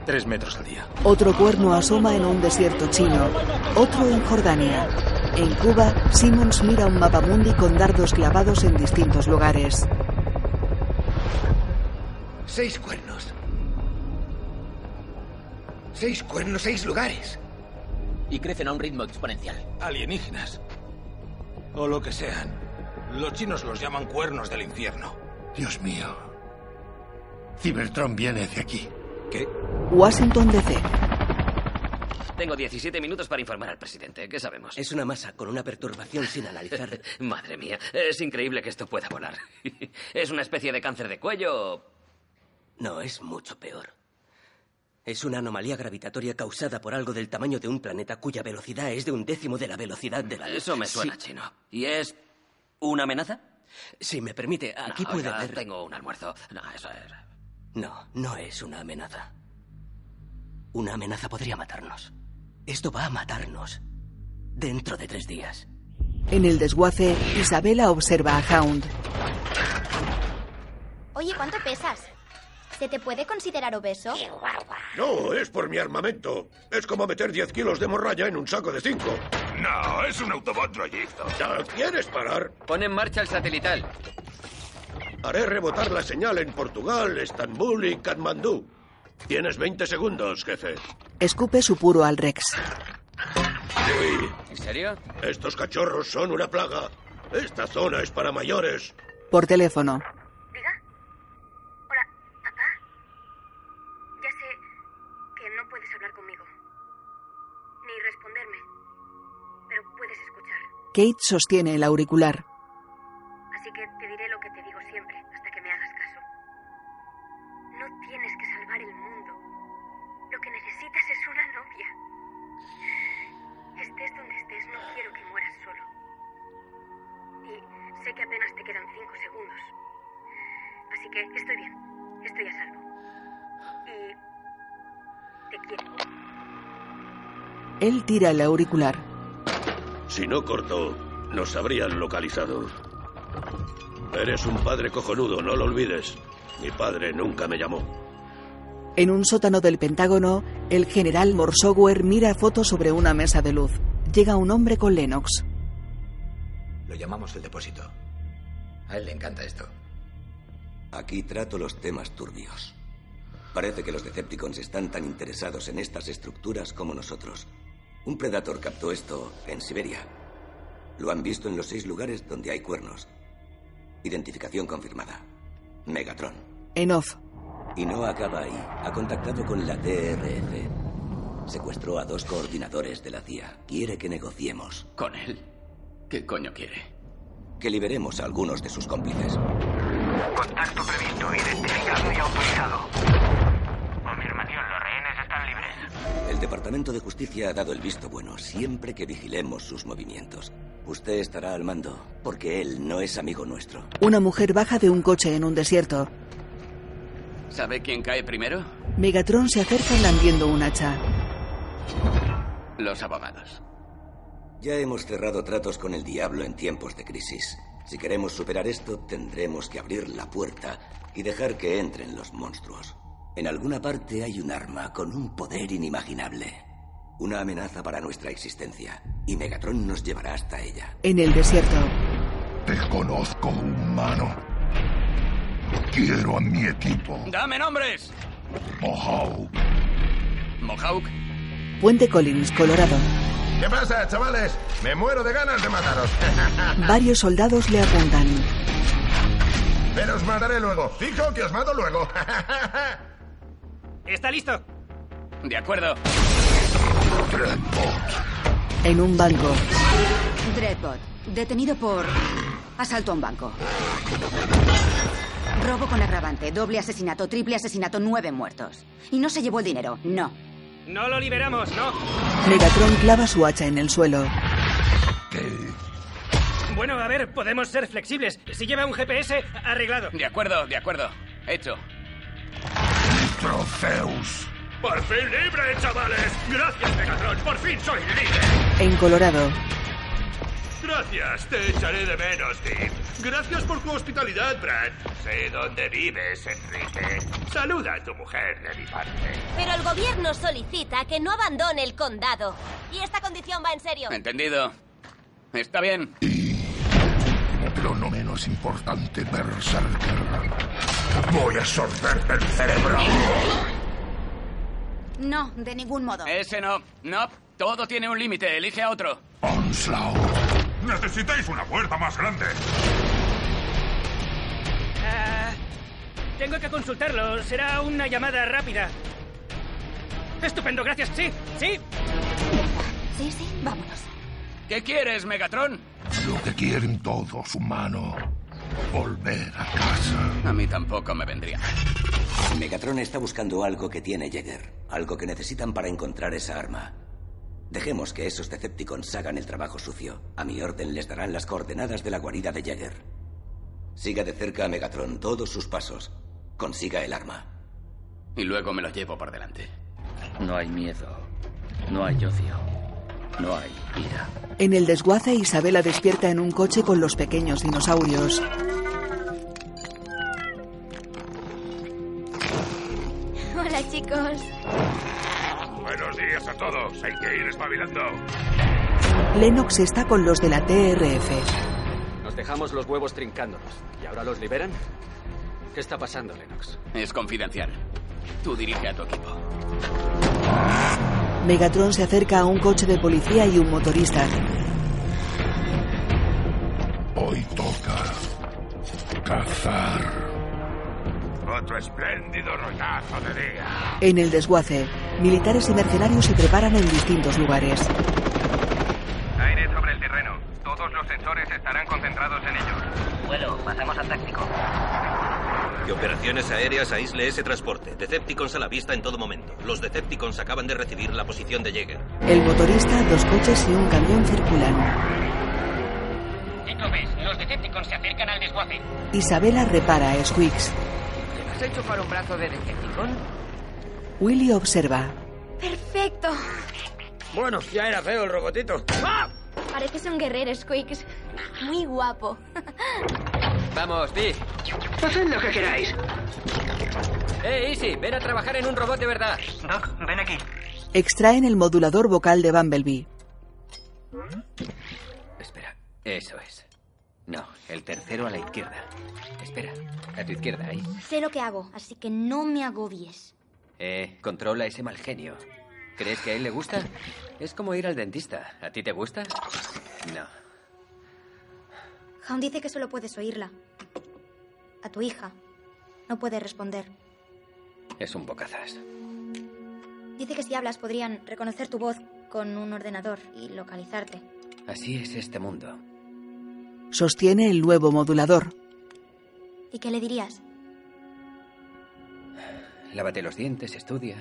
Tres metros al día. Otro cuerno asoma en un desierto chino, otro en Jordania. En Cuba, Simmons mira un mapamundi con dardos clavados en distintos lugares. Seis cuernos. Seis cuernos, seis lugares. Y crecen a un ritmo exponencial. Alienígenas. O lo que sean. Los chinos los llaman cuernos del infierno. Dios mío. Cybertron viene hacia aquí. ¿Qué? Washington DC. Tengo 17 minutos para informar al presidente. ¿Qué sabemos? Es una masa con una perturbación sin analizar. Madre mía, es increíble que esto pueda volar. ¿Es una especie de cáncer de cuello? o- No, es mucho peor. Es una anomalía gravitatoria causada por algo del tamaño de un planeta cuya velocidad es de un décimo de la velocidad de la luz. Eso me suena Sí. chino. ¿Y es una amenaza? Si me permite, aquí No, puede oiga, haber... Tengo un almuerzo. No, eso es. No, no es una amenaza. Una amenaza podría matarnos. Esto va a matarnos. Dentro de tres días. En el desguace, Isabela observa a Hound. Oye, ¿cuánto pesas? ¿Se te puede considerar obeso? No, es por mi armamento. Es como meter 10 kilos de morralla en un saco de 5. No, es un autobot rollizo. ¿Quieres parar? Pon en marcha el satelital. Haré rebotar la señal en Portugal, Estambul y Katmandú. Tienes 20 segundos, jefe. Escupe su puro al Rex. ¿En serio? Estos cachorros son una plaga. Esta zona es para mayores. Por teléfono. Ya sé que no puedes hablar conmigo, ni responderme, pero puedes escuchar. Kate sostiene el auricular. Así que te diré lo que te digo siempre, hasta que me hagas caso. No tienes que salvar el mundo. Lo que necesitas es una novia. Estés donde estés, no quiero que mueras solo. Y sé que apenas te quedan cinco segundos. Así que estoy bien, estoy a salvo. Y te quiero. Él tira el auricular. Si no corto, nos habrían localizado. Eres un padre cojonudo, no lo olvides. Mi padre nunca me llamó. En un sótano del Pentágono, el general Morsower mira fotos sobre una mesa de luz. Llega un hombre con Lennox. Lo llamamos el depósito. A él le encanta esto. Aquí trato los temas turbios. Parece que los Decepticons están tan interesados en estas estructuras como nosotros. Un Predator captó esto en Siberia. Lo han visto en los seis lugares donde hay cuernos. Identificación confirmada. Megatron. En off. Y no acaba ahí. Ha contactado con la TRF. Secuestró a dos coordinadores de la CIA. Quiere que negociemos. ¿Con él? ¿Qué coño quiere? Que liberemos a algunos de sus cómplices. Contacto previsto, identificado y autorizado. Confirmación, los rehenes están libres. El Departamento de Justicia ha dado el visto bueno siempre que vigilemos sus movimientos. Usted estará al mando, porque él no es amigo nuestro. Una mujer baja de un coche en un desierto. ¿Sabe quién cae primero? Megatron se acerca blandiendo un hacha. Los abogados. Ya hemos cerrado tratos con el diablo en tiempos de crisis. Si queremos superar esto, tendremos que abrir la puerta y dejar que entren los monstruos. En alguna parte hay un arma con un poder inimaginable. Una amenaza para nuestra existencia. Y Megatron nos llevará hasta ella. En el desierto, Te conozco, humano. Quiero a mi equipo. ¡Dame nombres! Mohawk, Mohawk, Puente Collins, Colorado. ¿Qué pasa, chavales? Me muero de ganas de mataros. Varios soldados le apuntan. Pero os mataré luego. Fijo que os mato luego. ¿Está listo? De acuerdo. En un banco, Dreadbot, detenido por asalto a un banco. Robo con agravante, doble asesinato, triple asesinato, nueve muertos. Y no se llevó el dinero, no. No lo liberamos, ¿no? Megatron clava su hacha en el suelo. Bueno, a ver, podemos ser flexibles. Si lleva un GPS, arreglado. De acuerdo, de acuerdo. Hecho. Trofeus. ¡Por fin libre, chavales! ¡Gracias, Megatron! ¡Por fin soy libre! En Colorado, Gracias, te echaré de menos, Tim. Gracias por tu hospitalidad, Brad. Sé dónde vives, Enrique. Saluda a tu mujer de mi parte. Pero el gobierno solicita que no abandone el condado. Y esta condición va en serio. Entendido. Está bien. Pero no menos importante, Berserker. Voy a sorberte el cerebro. No, de ningún modo. Ese no. No, todo tiene un límite. Elige a otro. Necesitáis una puerta más grande. Ah, tengo que consultarlo. Será una llamada rápida. Estupendo, gracias. Sí, sí. Sí, sí, vámonos. ¿Qué quieres, Megatron? Lo que quieren todos, humano. Volver a casa. A mí tampoco me vendría. Megatron está buscando algo que tiene Jäger, algo que necesitan para encontrar esa arma. Dejemos que esos Decepticons hagan el trabajo sucio. A mi orden les darán las coordenadas de la guarida de Jäger. Siga de cerca a Megatron todos sus pasos. Consiga el arma. Y luego me lo llevo por delante. No hay miedo. No hay odio. No hay ira. en el desguace, Isabela despierta en un coche con los pequeños dinosaurios. Hola, chicos. Buenos días a todos. Hay que ir espabilando. Lennox está con los de la TRF. Nos dejamos los huevos trincándonos. ¿Y ahora los liberan? ¿Qué está pasando, Lennox? Es confidencial. Tú dirige a tu equipo. Megatron se acerca a un coche de policía y un motorista. Hoy toca cazar. Otro espléndido rollazo de día. En el desguace, militares y mercenarios se preparan en distintos lugares. Aire sobre el terreno. Todos los sensores estarán concentrados en ellos. Vuelo, pasamos al táctico. Y operaciones aéreas aísle ese transporte. Decepticons a la vista en todo momento. Los Decepticons acaban de recibir la posición de Jäger. El motorista, dos coches y un camión circulan. ¿Lo ves? Los Decepticons se acercan al desguace. Isabela repara a Squeaks. ¿Te has hecho para un brazo de Decepticon? Willy observa. Perfecto. Bueno, ya era feo el robotito. Pareces un guerrero, Squeaks. Muy guapo. Vamos, Pi. Haced lo que queráis. ¡Eh, Easy! Ven a trabajar en un robot de verdad. Doc, ven aquí. Extraen el modulador vocal de Bumblebee. Espera, eso es. No, el tercero a la izquierda. Espera, a tu izquierda, ahí. Sé lo que hago, así que no me agobies. Eh, controla ese mal genio. ¿Crees que a él le gusta? Es como ir al dentista. ¿A ti te gusta? No. Hound dice que solo puedes oírla. A tu hija. No puede responder. Es un bocazas. Dice que si hablas podrían reconocer tu voz con un ordenador y localizarte. Así es este mundo. Sostiene el nuevo modulador. ¿Y qué le dirías? Lávate los dientes, estudia.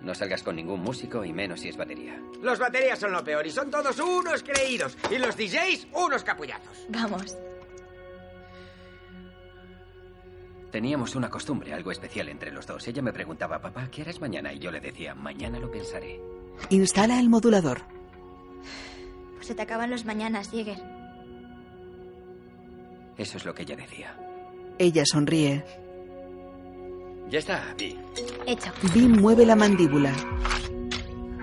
No salgas con ningún músico y menos si es batería. Los baterías son lo peor y son todos unos creídos. Y los DJs, unos capulazos. Vamos. Teníamos una costumbre, algo especial entre los dos. Ella me preguntaba, papá, ¿qué harás mañana? Y yo le decía, mañana lo pensaré. Instala el modulador. Pues se te acaban los mañanas, Jäger. Eso es lo que ella decía. Ella sonríe. Ya está, Vi. Hecho. Beam mueve la mandíbula.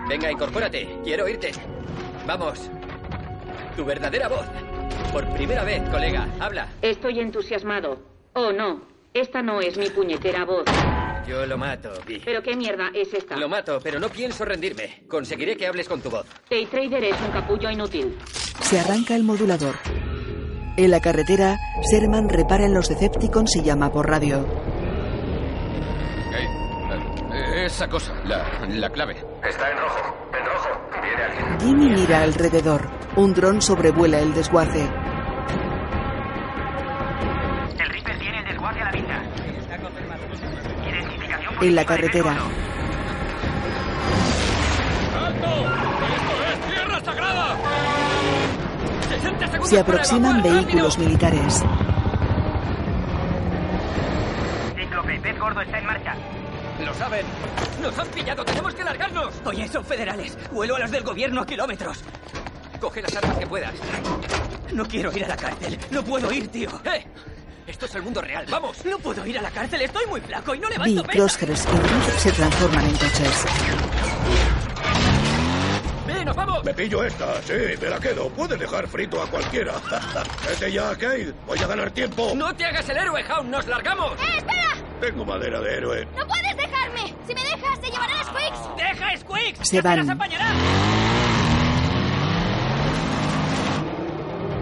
Venga, incorpórate. Quiero oírte. Vamos. Tu verdadera voz. Por primera vez, colega. Habla. Estoy entusiasmado. Oh, no. Esta no es mi puñetera voz. Yo lo mato, Vi. ¿Pero qué mierda es esta? Lo mato, pero no pienso rendirme. Conseguiré que hables con tu voz. Trader es un capullo inútil. Se arranca el modulador. En la carretera, Sherman repara en los Decepticons y llama por radio. eh, Esa cosa, la, la clave. Está en rojo, en rojo. Viene alguien. Jimmy mira alrededor. Un dron sobrevuela el desguace. El Reaper tiene el desguace a la vista. En la carretera, ¡Tierra sagrada! se aproximan vehículos militares. Cíclope, pez gordo está en marcha. ¡Lo saben! ¡Nos han pillado! ¡Tenemos que largarnos! Oye, son federales. Huelo a los del gobierno a kilómetros. Coge las armas que puedas. No quiero ir a la cárcel. No puedo ir, tío. ¡Eh! Esto es el mundo real. ¡Vamos! No puedo ir a la cárcel. Estoy muy flaco y no Dee, levanto pesas. Crosshairs y Ruth se transforman en coches. ¡Eh, nos vamos! Me pillo esta, sí, me la quedo. Puedes dejar frito a cualquiera. Vete ya, Kate. Voy a ganar tiempo. ¡No te hagas el héroe, Hound! ¡Nos largamos! ¡Eh, espera! Tengo madera de héroe. ¡No puedes dejarme! ¡Si me dejas, te llevarán a Squeaks! ¡Deja, Squeaks! Se van.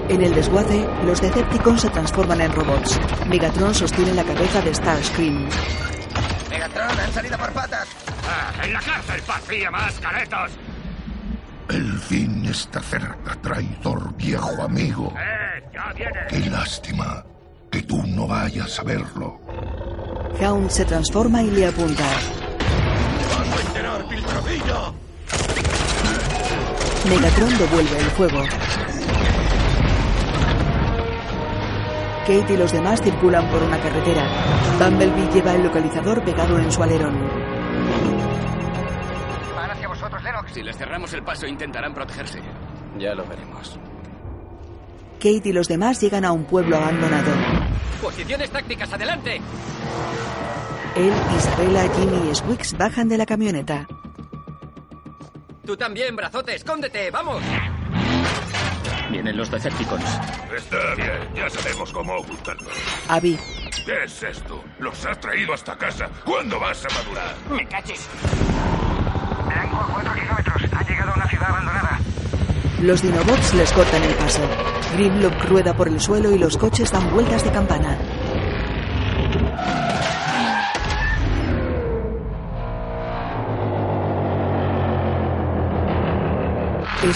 En el desguace, los Decepticons se transforman en robots. Megatron sostiene la cabeza de Starscream. ¡Megatron, han salido por patas! Ah, ¡En la cárcel, patria más caretos! El fin está cerca, traidor viejo amigo. ¡Eh, ya viene! Qué lástima que tú no vayas a verlo. Hound se transforma y le apunta. ¡Vas a enterar, piltrafilla! Megatron devuelve el fuego. Kate y los demás circulan por una carretera. Bumblebee lleva el localizador pegado en su alerón. Van hacia vosotros, Lennox. Si les cerramos el paso, intentarán protegerse. Ya lo veremos. Kate y los demás llegan a un pueblo abandonado. Posiciones tácticas, adelante. Él, Isabela, Jimmy y Squix bajan de la camioneta. Tú también, brazote, escóndete, vamos. Vienen los Decepticons. Está bien, ya sabemos cómo ocultarlo. Abby, ¿Qué es esto? Los has traído hasta casa. ¿Cuándo vas a madurar? ¡Me caches! Blanco a 4 kilómetros. Ha llegado a una ciudad abandonada. los Dinobots les cortan el paso. Grimlock rueda por el suelo y los coches dan vueltas de campana.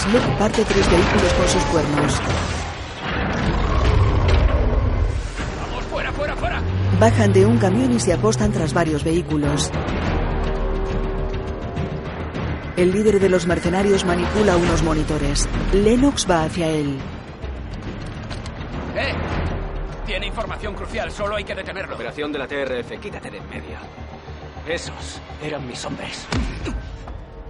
Slug parte tres vehículos con sus cuernos. ¡Vamos, fuera, fuera, fuera! Bajan de un camión y se apostan tras varios vehículos. El líder de los mercenarios manipula unos monitores. Lennox va hacia él. ¡Eh! Tiene información crucial, solo hay que detenerlo. Operación de la TRF, quítate de en medio. Esos eran mis hombres.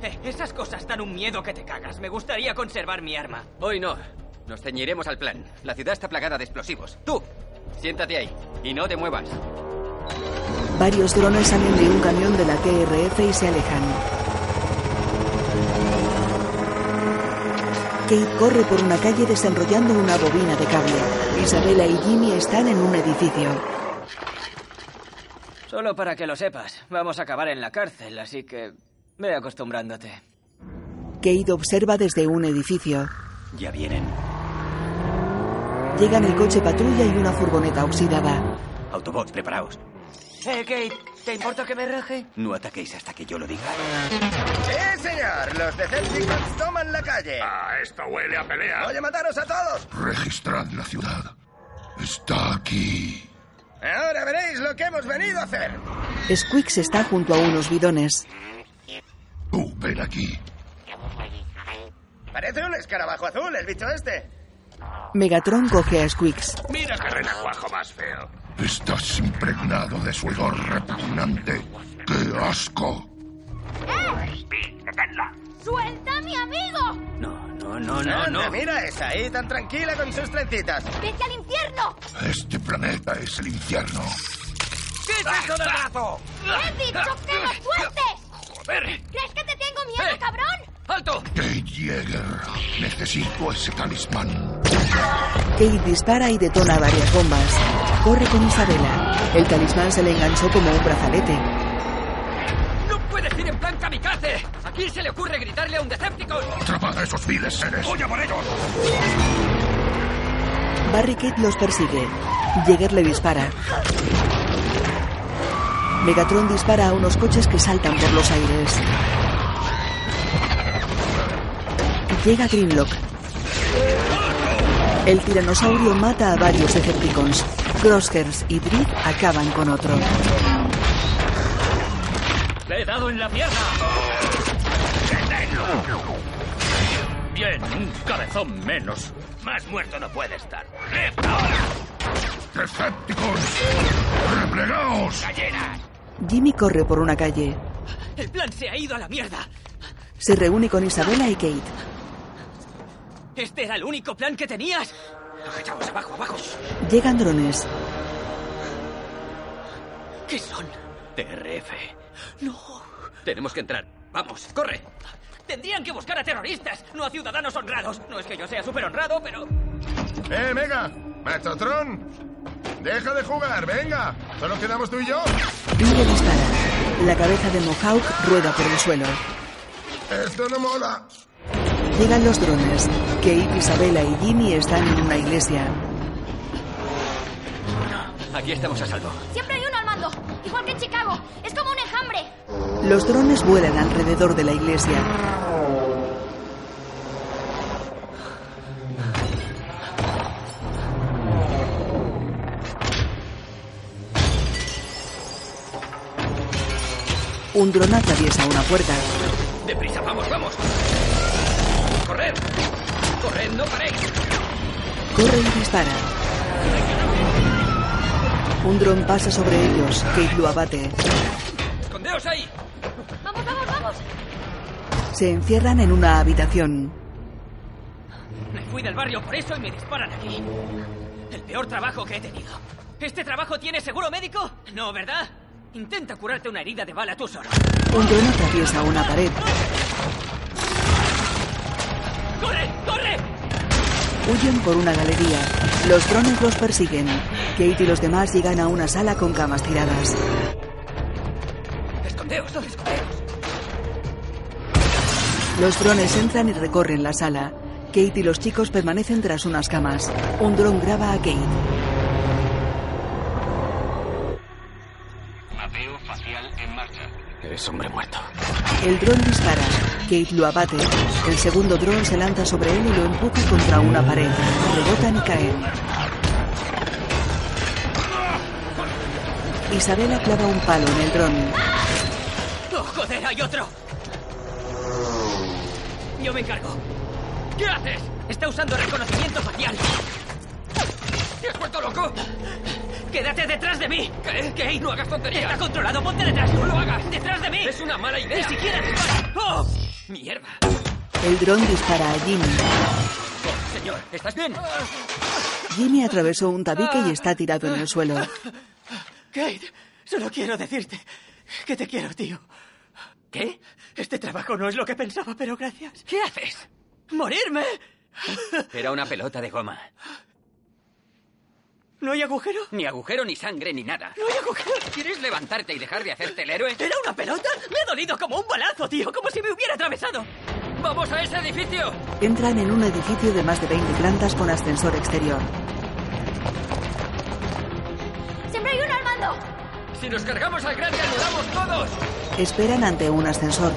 Eh, esas cosas dan un miedo que te cagas. Me gustaría conservar mi arma. Hoy no. Nos ceñiremos al plan. La ciudad está plagada de explosivos. Tú, siéntate ahí y no te muevas. Varios drones salen de un camión de la TRF y se alejan. Kate corre por una calle desenrollando una bobina de cable. Isabela y Jimmy están en un edificio. Solo para que lo sepas, vamos a acabar en la cárcel, así que ve acostumbrándote. Kate observa desde un edificio. Ya vienen. Llegan el coche patrulla y una furgoneta oxidada. Autobots, preparaos. Eh, Kate, ¿te importa que me raje? No ataquéis hasta que yo lo diga. ¡Sí, señor! Los Decepticons toman la calle. Ah, eh. esto huele a pelea. ¡Voy a mataros a todos! Registrad la ciudad. Está aquí. Ahora veréis lo que hemos venido a hacer. Squeaks está junto a unos bidones. Tú, ven aquí. Parece un escarabajo azul el bicho este. Megatron coge a Squeaks. Mira qué renacuajo más feo. Estás impregnado de su hedor repugnante. ¡Qué asco! ¡Suelta a mi amigo! No, no, Anda, no, no. Mira esa ahí tan tranquila con sus trencitas. ¡Vete al infierno! Este planeta es el infierno. ¡Quítate del brazo! ¡He dicho que lo sueltes! ¡Joder! ¿Crees que te tengo miedo, cabrón? ¡Alto! Kate Jäger, necesito ese talismán. Kate dispara y detona varias bombas. Corre con Isabela. El talismán se le enganchó como un brazalete. ¡Y se le ocurre gritarle a un Decepticon! ¡Atrapad a esos viles seres! ¡Oye por ellos! Barry Kid los persigue. Jagger le dispara. Megatron dispara a unos coches que saltan por los aires. Llega Greenlock. El tiranosaurio mata a varios Decepticons. Crosshairs y Drift acaban con otro. ¡Le he dado en la pierna! Bien, un cabezón menos. Más muerto no puede estar. ¡Decepticons! ¡Replegaos! ¡Gallinas! Jimmy corre por una calle. El plan se ha ido a la mierda. Se reúne con Isabella y Kate. ¿Este era el único plan que tenías? Abajo, abajo, abajo. Llegan drones. ¿Qué son? TRF. No. Tenemos que entrar. Vamos, corre. Tendrían que buscar a terroristas, no a ciudadanos honrados. No es que yo sea súper honrado, pero... ¡Eh, Mega! ¡Machotron! ¡Deja de jugar, venga! ¿Solo quedamos tú y yo? Vive dispara. La cabeza de Mohawk rueda por el suelo. ¡Esto no mola! Llegan los drones. Kate, Isabela y Jimmy están en una iglesia. Bueno, aquí estamos a salvo. Siempre hay uno al mando, igual que en Chicago. Es como un enjambre. Los drones vuelan alrededor de la iglesia. Un dron atraviesa una puerta. ¡Deprisa, vamos, vamos! ¡Corred! ¡Corred, no paréis! Corre y dispara. Un dron pasa sobre ellos. Kate lo abate. ¡Escondeos ahí! Vamos, vamos, vamos. Se encierran en una habitación. Me fui del barrio por eso y me disparan aquí. El peor trabajo que he tenido. ¿Este trabajo tiene seguro médico? No, ¿verdad? Intenta curarte una herida de bala tú solo. Un dron atraviesa una pared. ¡Corre! ¡Corre! Huyen por una galería. Los drones los persiguen. Kate y los demás llegan a una sala con camas tiradas. ¡Escondeos! ¿Dónde escondeos? Los drones entran y recorren la sala. Kate y los chicos permanecen tras unas camas. Un dron graba a Kate. Mapeo facial en marcha. Es hombre muerto. El dron dispara. Kate lo abate. El segundo dron se lanza sobre él y lo empuja contra una pared. Rebotan y caen. Isabela clava un palo en el dron. ¡Oh, joder! ¡Hay otro! Yo me encargo. ¿Qué haces? Está usando reconocimiento facial. ¿Te has vuelto loco? ¡Quédate detrás de mí! ¿Qué? ¿Qué? No hagas tonterías. Está controlado, ponte detrás. No lo hagas. ¡Detrás de mí! Es una mala idea. ¡Ni siquiera dispara! ¡Oh! Mierda. El dron dispara a Jimmy. Oh, señor, ¿estás bien? Ah. Jimmy atravesó un tabique y está tirado en el suelo. Kate, solo quiero decirte que te quiero, tío. ¿Qué? Este trabajo no es lo que pensaba, pero gracias. ¿Qué haces? ¡Morirme! Era una pelota de goma. ¿No hay agujero? Ni agujero, ni sangre, ni nada. ¿No hay agujero? ¿Quieres levantarte y dejar de hacerte el héroe? ¿Era una pelota? Me ha dolido como un balazo, tío, como si me hubiera atravesado. ¡Vamos a ese edificio! Entran en un edificio de más de 20 plantas con ascensor exterior. ¡Siempre hay uno al mando! Si nos cargamos al grande, anulamos todos. Esperan ante un ascensor.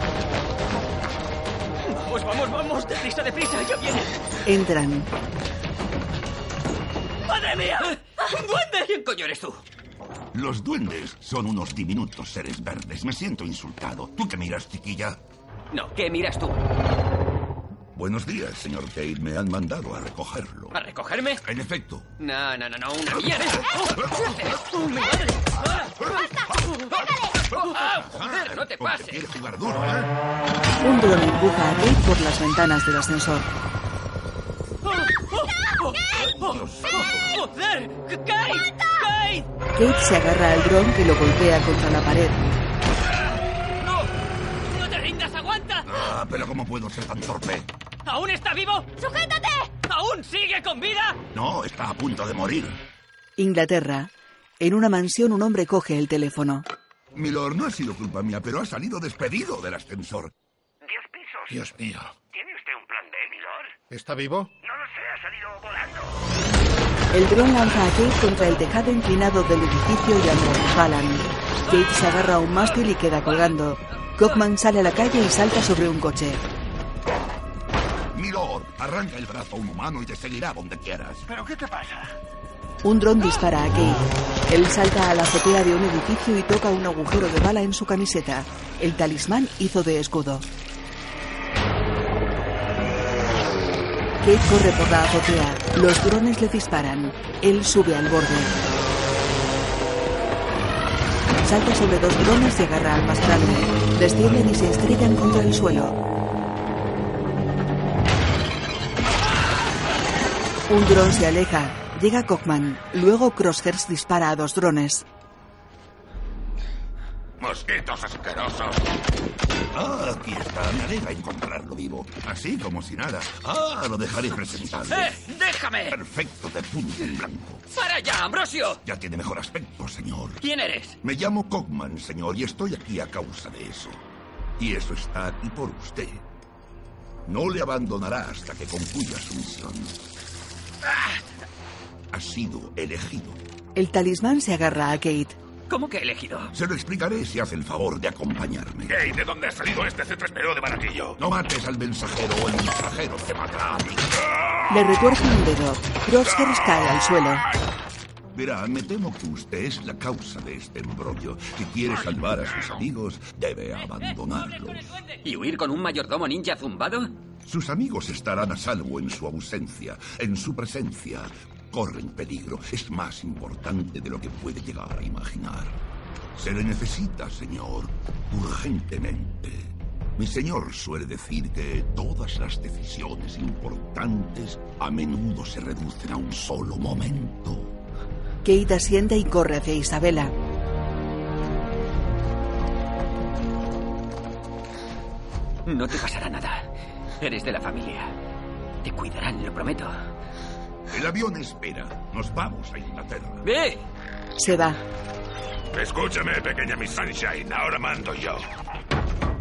Vamos, vamos, vamos, deprisa, deprisa, ya viene. Entran. ¡Madre mía! ¡Un duende! ¿Eh? ¿Quién coño eres tú? Los duendes son unos diminutos seres verdes. Me siento insultado. ¿Tú qué miras, chiquilla? No, ¿qué miras tú? Buenos días, señor Kate. Me han mandado a recogerlo. ¿A recogerme? En efecto. No, no, no, no, una eh! mierda. ¡Joder, no te pases! Quieres jugar duro, ¿eh? Un dron empuja a Kate por las ventanas del ascensor. ¡Joder! ¡Kate! ¡Kate! Kate se agarra al dron que lo golpea contra la pared. ¡No! ¡No te rindas! ¡Aguanta! Ah, pero ¿cómo puedo ser tan torpe? ¿Aún está vivo? ¡Sujétate! ¿Aún sigue con vida? No, está a punto de morir. Inglaterra. En una mansión un hombre coge el teléfono. Milord, no ha sido culpa mía, pero ha salido despedido del ascensor. Dios Dios mío. ¿Tiene usted Este un plan B, milord? ¿Está vivo? No lo sé, ha salido volando. El dron lanza a Kate contra el tejado inclinado del edificio y ambos balan. Kate se agarra a un mástil y queda colgando. Cockman sale a la calle y salta sobre un coche. Milord, arranca el brazo a un humano y te seguirá donde quieras. ¿Pero qué te pasa? Un dron dispara a Kate. Él salta a la azotea de un edificio y toca un agujero de bala en su camiseta. El talismán hizo de escudo. Kate corre por la azotea. Los drones le disparan. Él sube al borde. Salta sobre dos drones y agarra al más grande. Descienden y se estrellan contra el suelo. Un dron se aleja. Llega Cockman. Luego Crosshairs dispara a dos drones. ¡Mosquitos asquerosos! Ah, aquí está. Me alegra encontrarlo vivo. Así como si nada. Ah, lo dejaré presentable. ¡Eh! ¡Déjame! Perfecto de punto en blanco. ¡Para ya, Ambrosio! Ya tiene mejor aspecto, señor. ¿Quién eres? Me llamo Cockman, señor, y estoy aquí a causa de eso. Y eso está aquí por usted. No le abandonará hasta que concluya su misión. Ha sido elegido. El talismán se agarra a Kate. ¿Cómo que elegido? Se lo explicaré si hace el favor de acompañarme. Gay, ¿de dónde ha salido este C3PO de baratillo? No mates al mensajero o el mensajero te matará a mí. Le retuerce un dedo. Crosshairs cae al suelo. Verá, me temo que usted es la causa de este embrollo. Si quiere salvar a sus amigos, debe Eh, abandonarlos. ¿Y huir con un mayordomo ninja zumbado? Sus amigos estarán a salvo en su ausencia. En su presencia, corren peligro. Es más importante de lo que puede llegar a imaginar. Se le necesita, señor, urgentemente. Mi señor suele decir que todas las decisiones importantes a menudo se reducen a un solo momento. Kate asciende y corre hacia Isabela. No te pasará nada. Eres de la familia. Te cuidarán, lo prometo. El avión espera. Nos vamos a Inglaterra. ¡Ve! Se va. Escúchame, pequeña Miss Sunshine, ahora mando yo.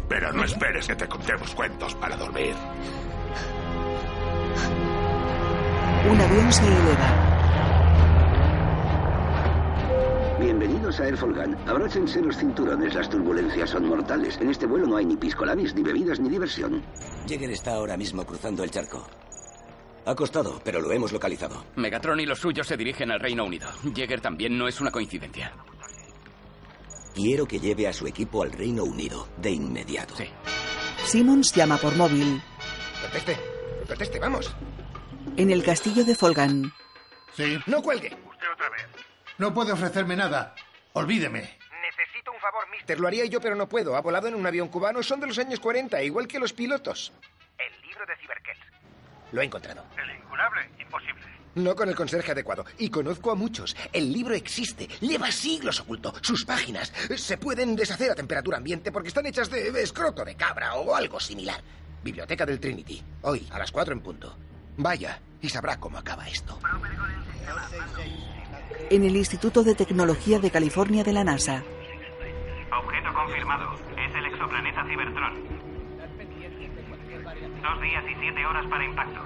Pero no esperes que te contemos cuentos para dormir. Un avión se eleva. Bienvenidos a Air Folgan. Abróchense los cinturones, las turbulencias son mortales. En este vuelo no hay ni piscolamis, ni bebidas, ni diversión. Jagger está ahora mismo cruzando el charco. Ha costado, pero lo hemos localizado. Megatron y los suyos se dirigen al Reino Unido. Jäger también no es una coincidencia. Quiero que lleve a su equipo al Reino Unido de inmediato. Sí. Simmons llama por móvil. Conteste, conteste, vamos. En el castillo de Folgan. Sí. No cuelgue. Usted otra vez. No puede ofrecerme nada. Olvídeme. Necesito un favor, mister. Te lo haría yo, pero no puedo. Ha volado en un avión cubano. Son de los años 40, igual que los pilotos. El libro de Ciberkent. Lo he encontrado. El incurable, imposible. No con el conserje adecuado. Y conozco a muchos. El libro existe. Lleva siglos oculto. Sus páginas se pueden deshacer a temperatura ambiente porque están hechas de escroto de cabra o algo similar. Biblioteca del Trinity. Hoy, a las 4 en punto. Vaya, y sabrá cómo acaba esto. En el Instituto de Tecnología de California de la NASA. Objeto confirmado. Es el exoplaneta Cybertron. Dos días y siete horas para impacto.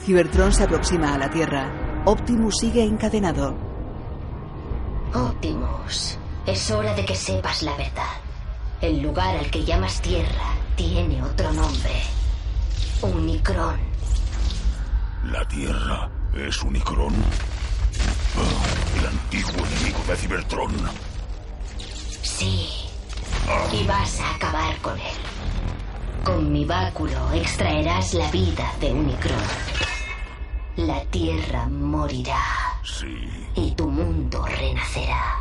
Cybertron se aproxima a la Tierra. Optimus sigue encadenado. eh. Optimus, es hora de que sepas la verdad. El lugar al que llamas Tierra tiene otro nombre. Unicron. La Tierra es Unicron. Ah, el antiguo enemigo de Cybertron. Sí. Y vas a acabar con él. Con mi báculo extraerás la vida de Unicron. La Tierra morirá. Sí. Y tu mundo renacerá.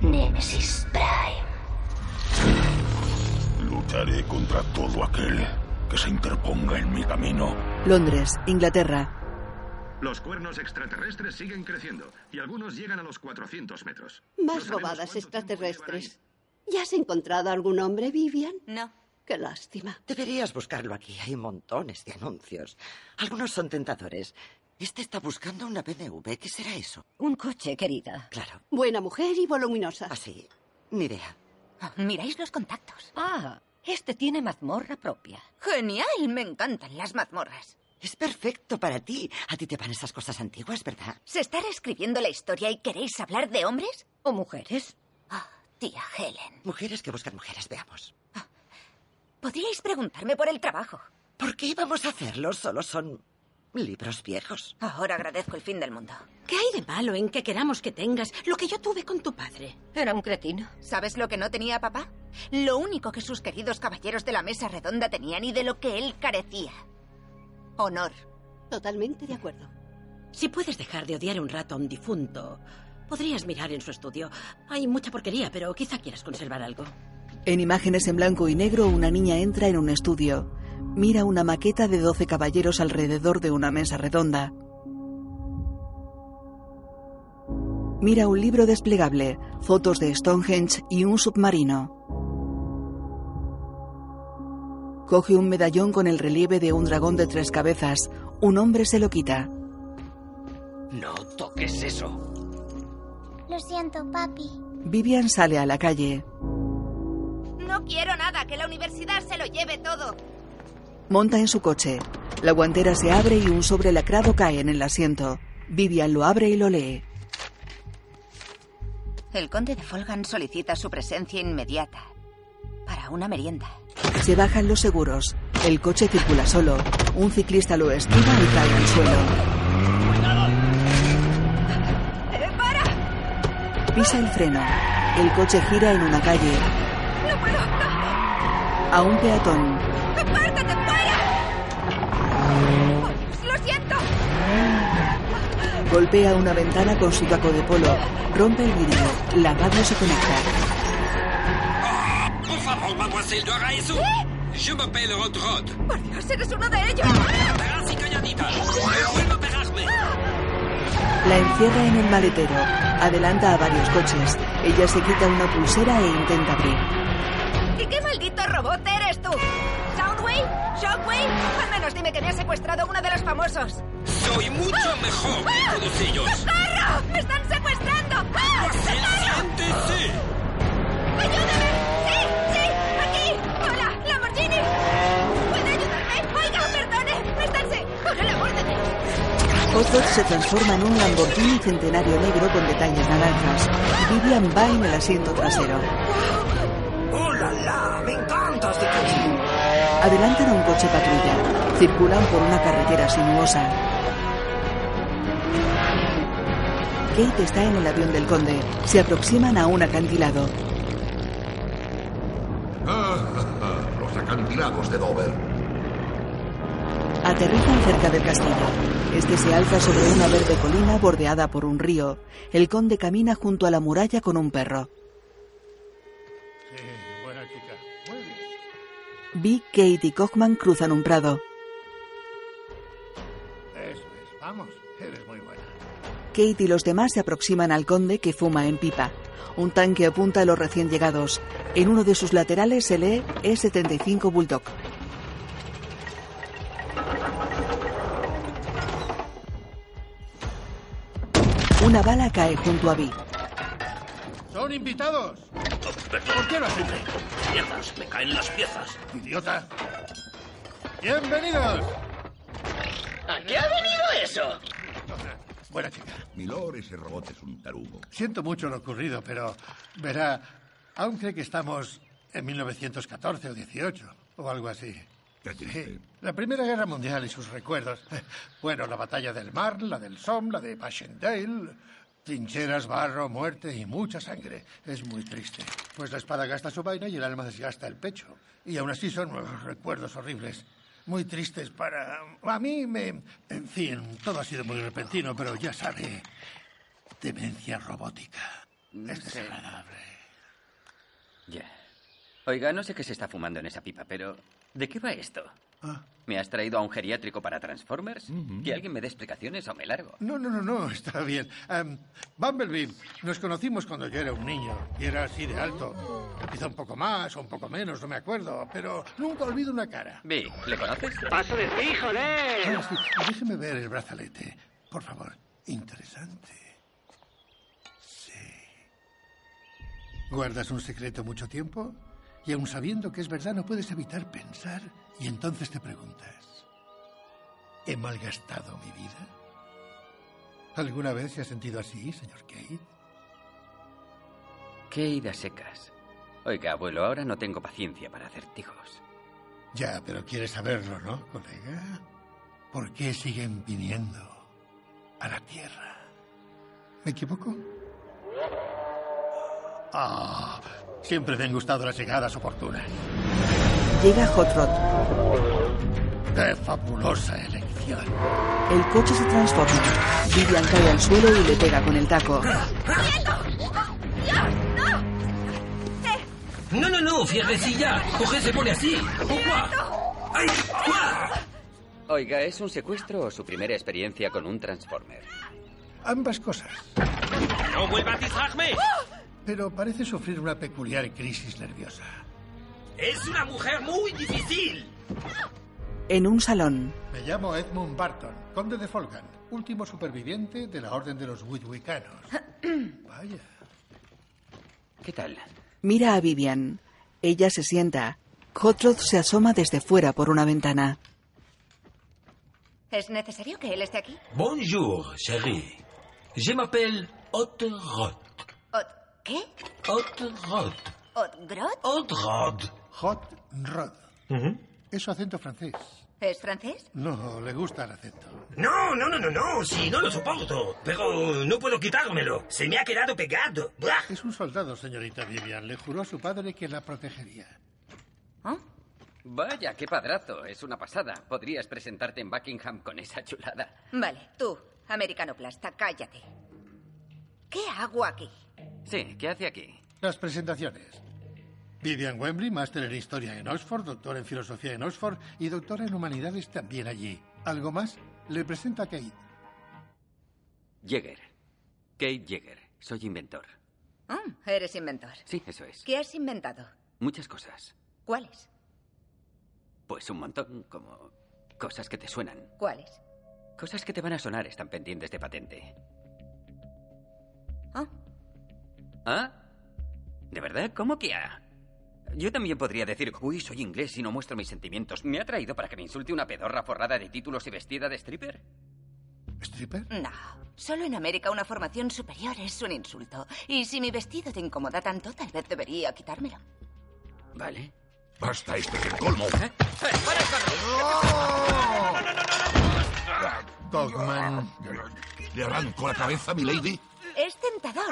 Nemesis Prime. Lucharé contra todo aquel que se interponga en mi camino. Londres, Inglaterra. Los cuernos extraterrestres siguen creciendo y algunos llegan a los 400 metros. Más no bobadas extraterrestres. ¿Ya has encontrado algún hombre, Vivian? No. Qué lástima. Deberías buscarlo aquí. Hay montones de anuncios. Algunos son tentadores. Este está buscando una BMW. ¿Qué será eso? Un coche, querida. Claro. Ah, Buena mujer y voluminosa. Así. Ni idea. Miráis los contactos. Ah, Este tiene mazmorra propia. Genial, me encantan las mazmorras. Es perfecto para ti. A ti te van esas cosas antiguas, ¿verdad? ¿Se está reescribiendo la historia y queréis hablar de hombres o mujeres? Ah, tía Helen, Ah, Mujeres que buscan mujeres, veamos. podríais preguntarme por el trabajo. ¿Por qué íbamos a hacerlo? Solo son libros viejos. Ahora agradezco el fin del mundo. ¿Qué hay de malo en que queramos que tengas lo que yo tuve con tu padre? Era un cretino. ¿Sabes lo que no tenía papá? Lo único que sus queridos caballeros de la mesa redonda tenían y de lo que él carecía. Honor. Totalmente de acuerdo. Si puedes dejar de odiar un rato a un difunto, podrías mirar en su estudio. Hay mucha porquería, pero quizá quieras conservar algo. En imágenes en blanco y negro, una niña entra en un estudio. Mira una maqueta de 12 caballeros alrededor de una mesa redonda. Mira un libro desplegable, fotos de Stonehenge y un submarino. Coge un medallón con el relieve de un dragón de tres cabezas. Un hombre se lo quita. No toques eso. Lo siento, papi. Vivian sale a la calle. No quiero nada, que la universidad se lo lleve todo. Monta en su coche. La guantera se abre y un sobre lacrado cae en el asiento. Vivian lo abre y lo lee. El conde de Folgan solicita su presencia inmediata para una merienda. Se bajan los seguros. El coche circula solo. Un ciclista lo esquiva y cae al suelo. Eh, Pisa el freno. El coche gira en una calle. A un peatón. ¡Apártate, para! ¡Oh, Dios, ¡Lo siento! Golpea una ventana con su taco de polo. Rompe el vidrio. La radio se conecta. Por favor, mademoiselle, no haga eso. ¿Eh? Yo me pelo Rod Rod. ¡Por Dios, eres uno de ellos! Así calladita. No vuelva a pegarme. La encierra en el maletero. Adelanta a varios coches. Ella se quita una pulsera e intenta abrir. ¿Y qué maldito robot eres tú? ¿Soundwave? ¿Shockwave? Al menos dime que me ha secuestrado uno de los famosos. ¡Ah! Soy mucho mejor que todos ellos. Pues ¡Socorro! ¡Me están secuestrando! ¡Ah! ¡Socorro! ¡Ayúdame! ¡Sí! ¡Sí! ¡Aquí! ¡Hola! ¡Lamborghini! ¿Puede ayudarme? ¡Oiga! ¡Perdone! ¡Me están se... ¡Por el amor de Dios! Otros se transforma en un Lamborghini centenario negro con detalles naranjas. Vivian va en el asiento trasero. ¡Hola, la! ¡Me encanta este Adelantan a un coche patrulla. Circulan por una carretera sinuosa. Kate está en el avión del conde. Se aproximan a un acantilado. Los acantilados de Dover. Aterrizan cerca del castillo. Este se alza sobre una verde colina bordeada por un río. El conde camina junto a la muralla con un perro. buena chica. Muy bien. Vi, Kate y Kochman cruzan un prado. Eso es. Vamos. Eres muy buena. Kate y los demás se aproximan al conde que fuma en pipa. Un tanque apunta a los recién llegados. En uno de sus laterales se lee E E75 Bulldog. Una bala cae junto a Vi. ¡Son invitados! ¿Por qué lo has hecho? Mierdas, me caen las piezas. ¡Idiota! ¡Bienvenidos! ¿A qué ha venido eso? Buena chica. Milord, ese robot es un tarugo. Siento mucho lo ocurrido, pero verá, aún cree que estamos en 1914 o 18 o algo así. Sí, la Primera Guerra Mundial y sus recuerdos. Bueno, la batalla del Mar, la del Somme, la de Passchendaele, trincheras, barro, muerte y mucha sangre. Es muy triste. Pues la espada gasta su vaina y el alma desgasta el pecho. Y aún así son unos recuerdos horribles. Muy tristes para... A mí me... En fin, todo ha sido muy repentino, pero ya sabe... Demencia robótica. Este Es desagradable. Ya. Oiga, no sé qué se está fumando en esa pipa, pero ¿de qué va esto? Ah. ¿Me has traído a un geriátrico para Transformers? Que alguien me dé explicaciones o me largo. No, no, no, no, está bien. Em, Bumblebee, nos conocimos cuando yo era un niño y era así de alto. Quizá un poco más o un poco menos, no me acuerdo, pero nunca olvido una cara. Vi, ¿le conoces? ¡Paso de ti, joder! déjeme ver el brazalete, por favor. Interesante. Sí. ¿Guardas un secreto mucho tiempo? Y aun sabiendo que es verdad, no puedes evitar pensar y entonces te preguntas, ¿he malgastado mi vida? ¿Alguna vez se ha sentido así, señor Kate? Kate a secas. Oiga, abuelo, ahora no tengo paciencia para acertijos. Ya, pero quieres saberlo, ¿no, colega? ¿Por qué siguen viniendo a la Tierra? ¿Me equivoco? Ah, siempre me han gustado las llegadas oportunas. Llega Hot Rod. ¡Qué fabulosa elección! El coche se transforma. Vivian cae al suelo y le pega con el taco. No, no, no, fierrecilla. Coge, se pone así. ¡Opa! ¡Ay! ¡Guau! Oiga, ¿es un secuestro o su primera experiencia con un Transformer? Ambas cosas. ¡No vuelva a atizarme! ¡Ah! Pero parece sufrir una peculiar crisis nerviosa. ¡Es una mujer muy difícil! En un salón, Me llamo Edmund Barton, conde de Folgan, último superviviente de la Orden de los Whitwicanos. Vaya. ¿Qué tal? mira a Vivian. Ella se sienta. Hot Rod se asoma desde fuera por una ventana. ¿Es necesario que él esté aquí? Bonjour, chérie. Je m'appelle Otto Roth. Ot- ¿Qué? Otto Roth. ¿Otgrot? Rod. Hot Rod. Es su acento francés. ¿Es francés? No, le gusta el acento. No, no, no, no, no, sí, no lo soporto. Pero no puedo quitármelo. Se me ha quedado pegado. Buah. Es un soldado, señorita Vivian. Le juró a su padre que la protegería. Vaya, qué padrazo. Es una pasada. Podrías presentarte en Buckingham con esa chulada. Vale, tú, americano plasta, cállate. ¿Qué hago aquí? Sí, ¿qué hace aquí? Las presentaciones. Vivian Wembley, máster en historia en Oxford, doctor en filosofía en Oxford y doctora en humanidades también allí. ¿Algo más? Le presento a Kate. Jäger. Kate Jäger. Soy inventor. Ah, eres inventor. Sí, eso es. ¿Qué has inventado? Muchas cosas. ¿Cuáles? Pues un montón, como cosas que te suenan. ¿Cuáles? Cosas que te van a sonar están pendientes de patente. Ah. ¿Ah? ¿De verdad? ¿Cómo que ah? Yo también podría decir, uy, soy inglés y no muestro mis sentimientos. ¿Me ha traído para que me insulte una pedorra forrada de títulos y vestida de stripper? ¿Stripper? No. Solo en América una formación superior es un insulto. Y si mi vestido te incomoda tanto, tal vez debería quitármelo. Vale. Basta, este es el colmo. ¿Eh? Dogman. ¿Le arranco la cabeza, mi lady? Es tentador,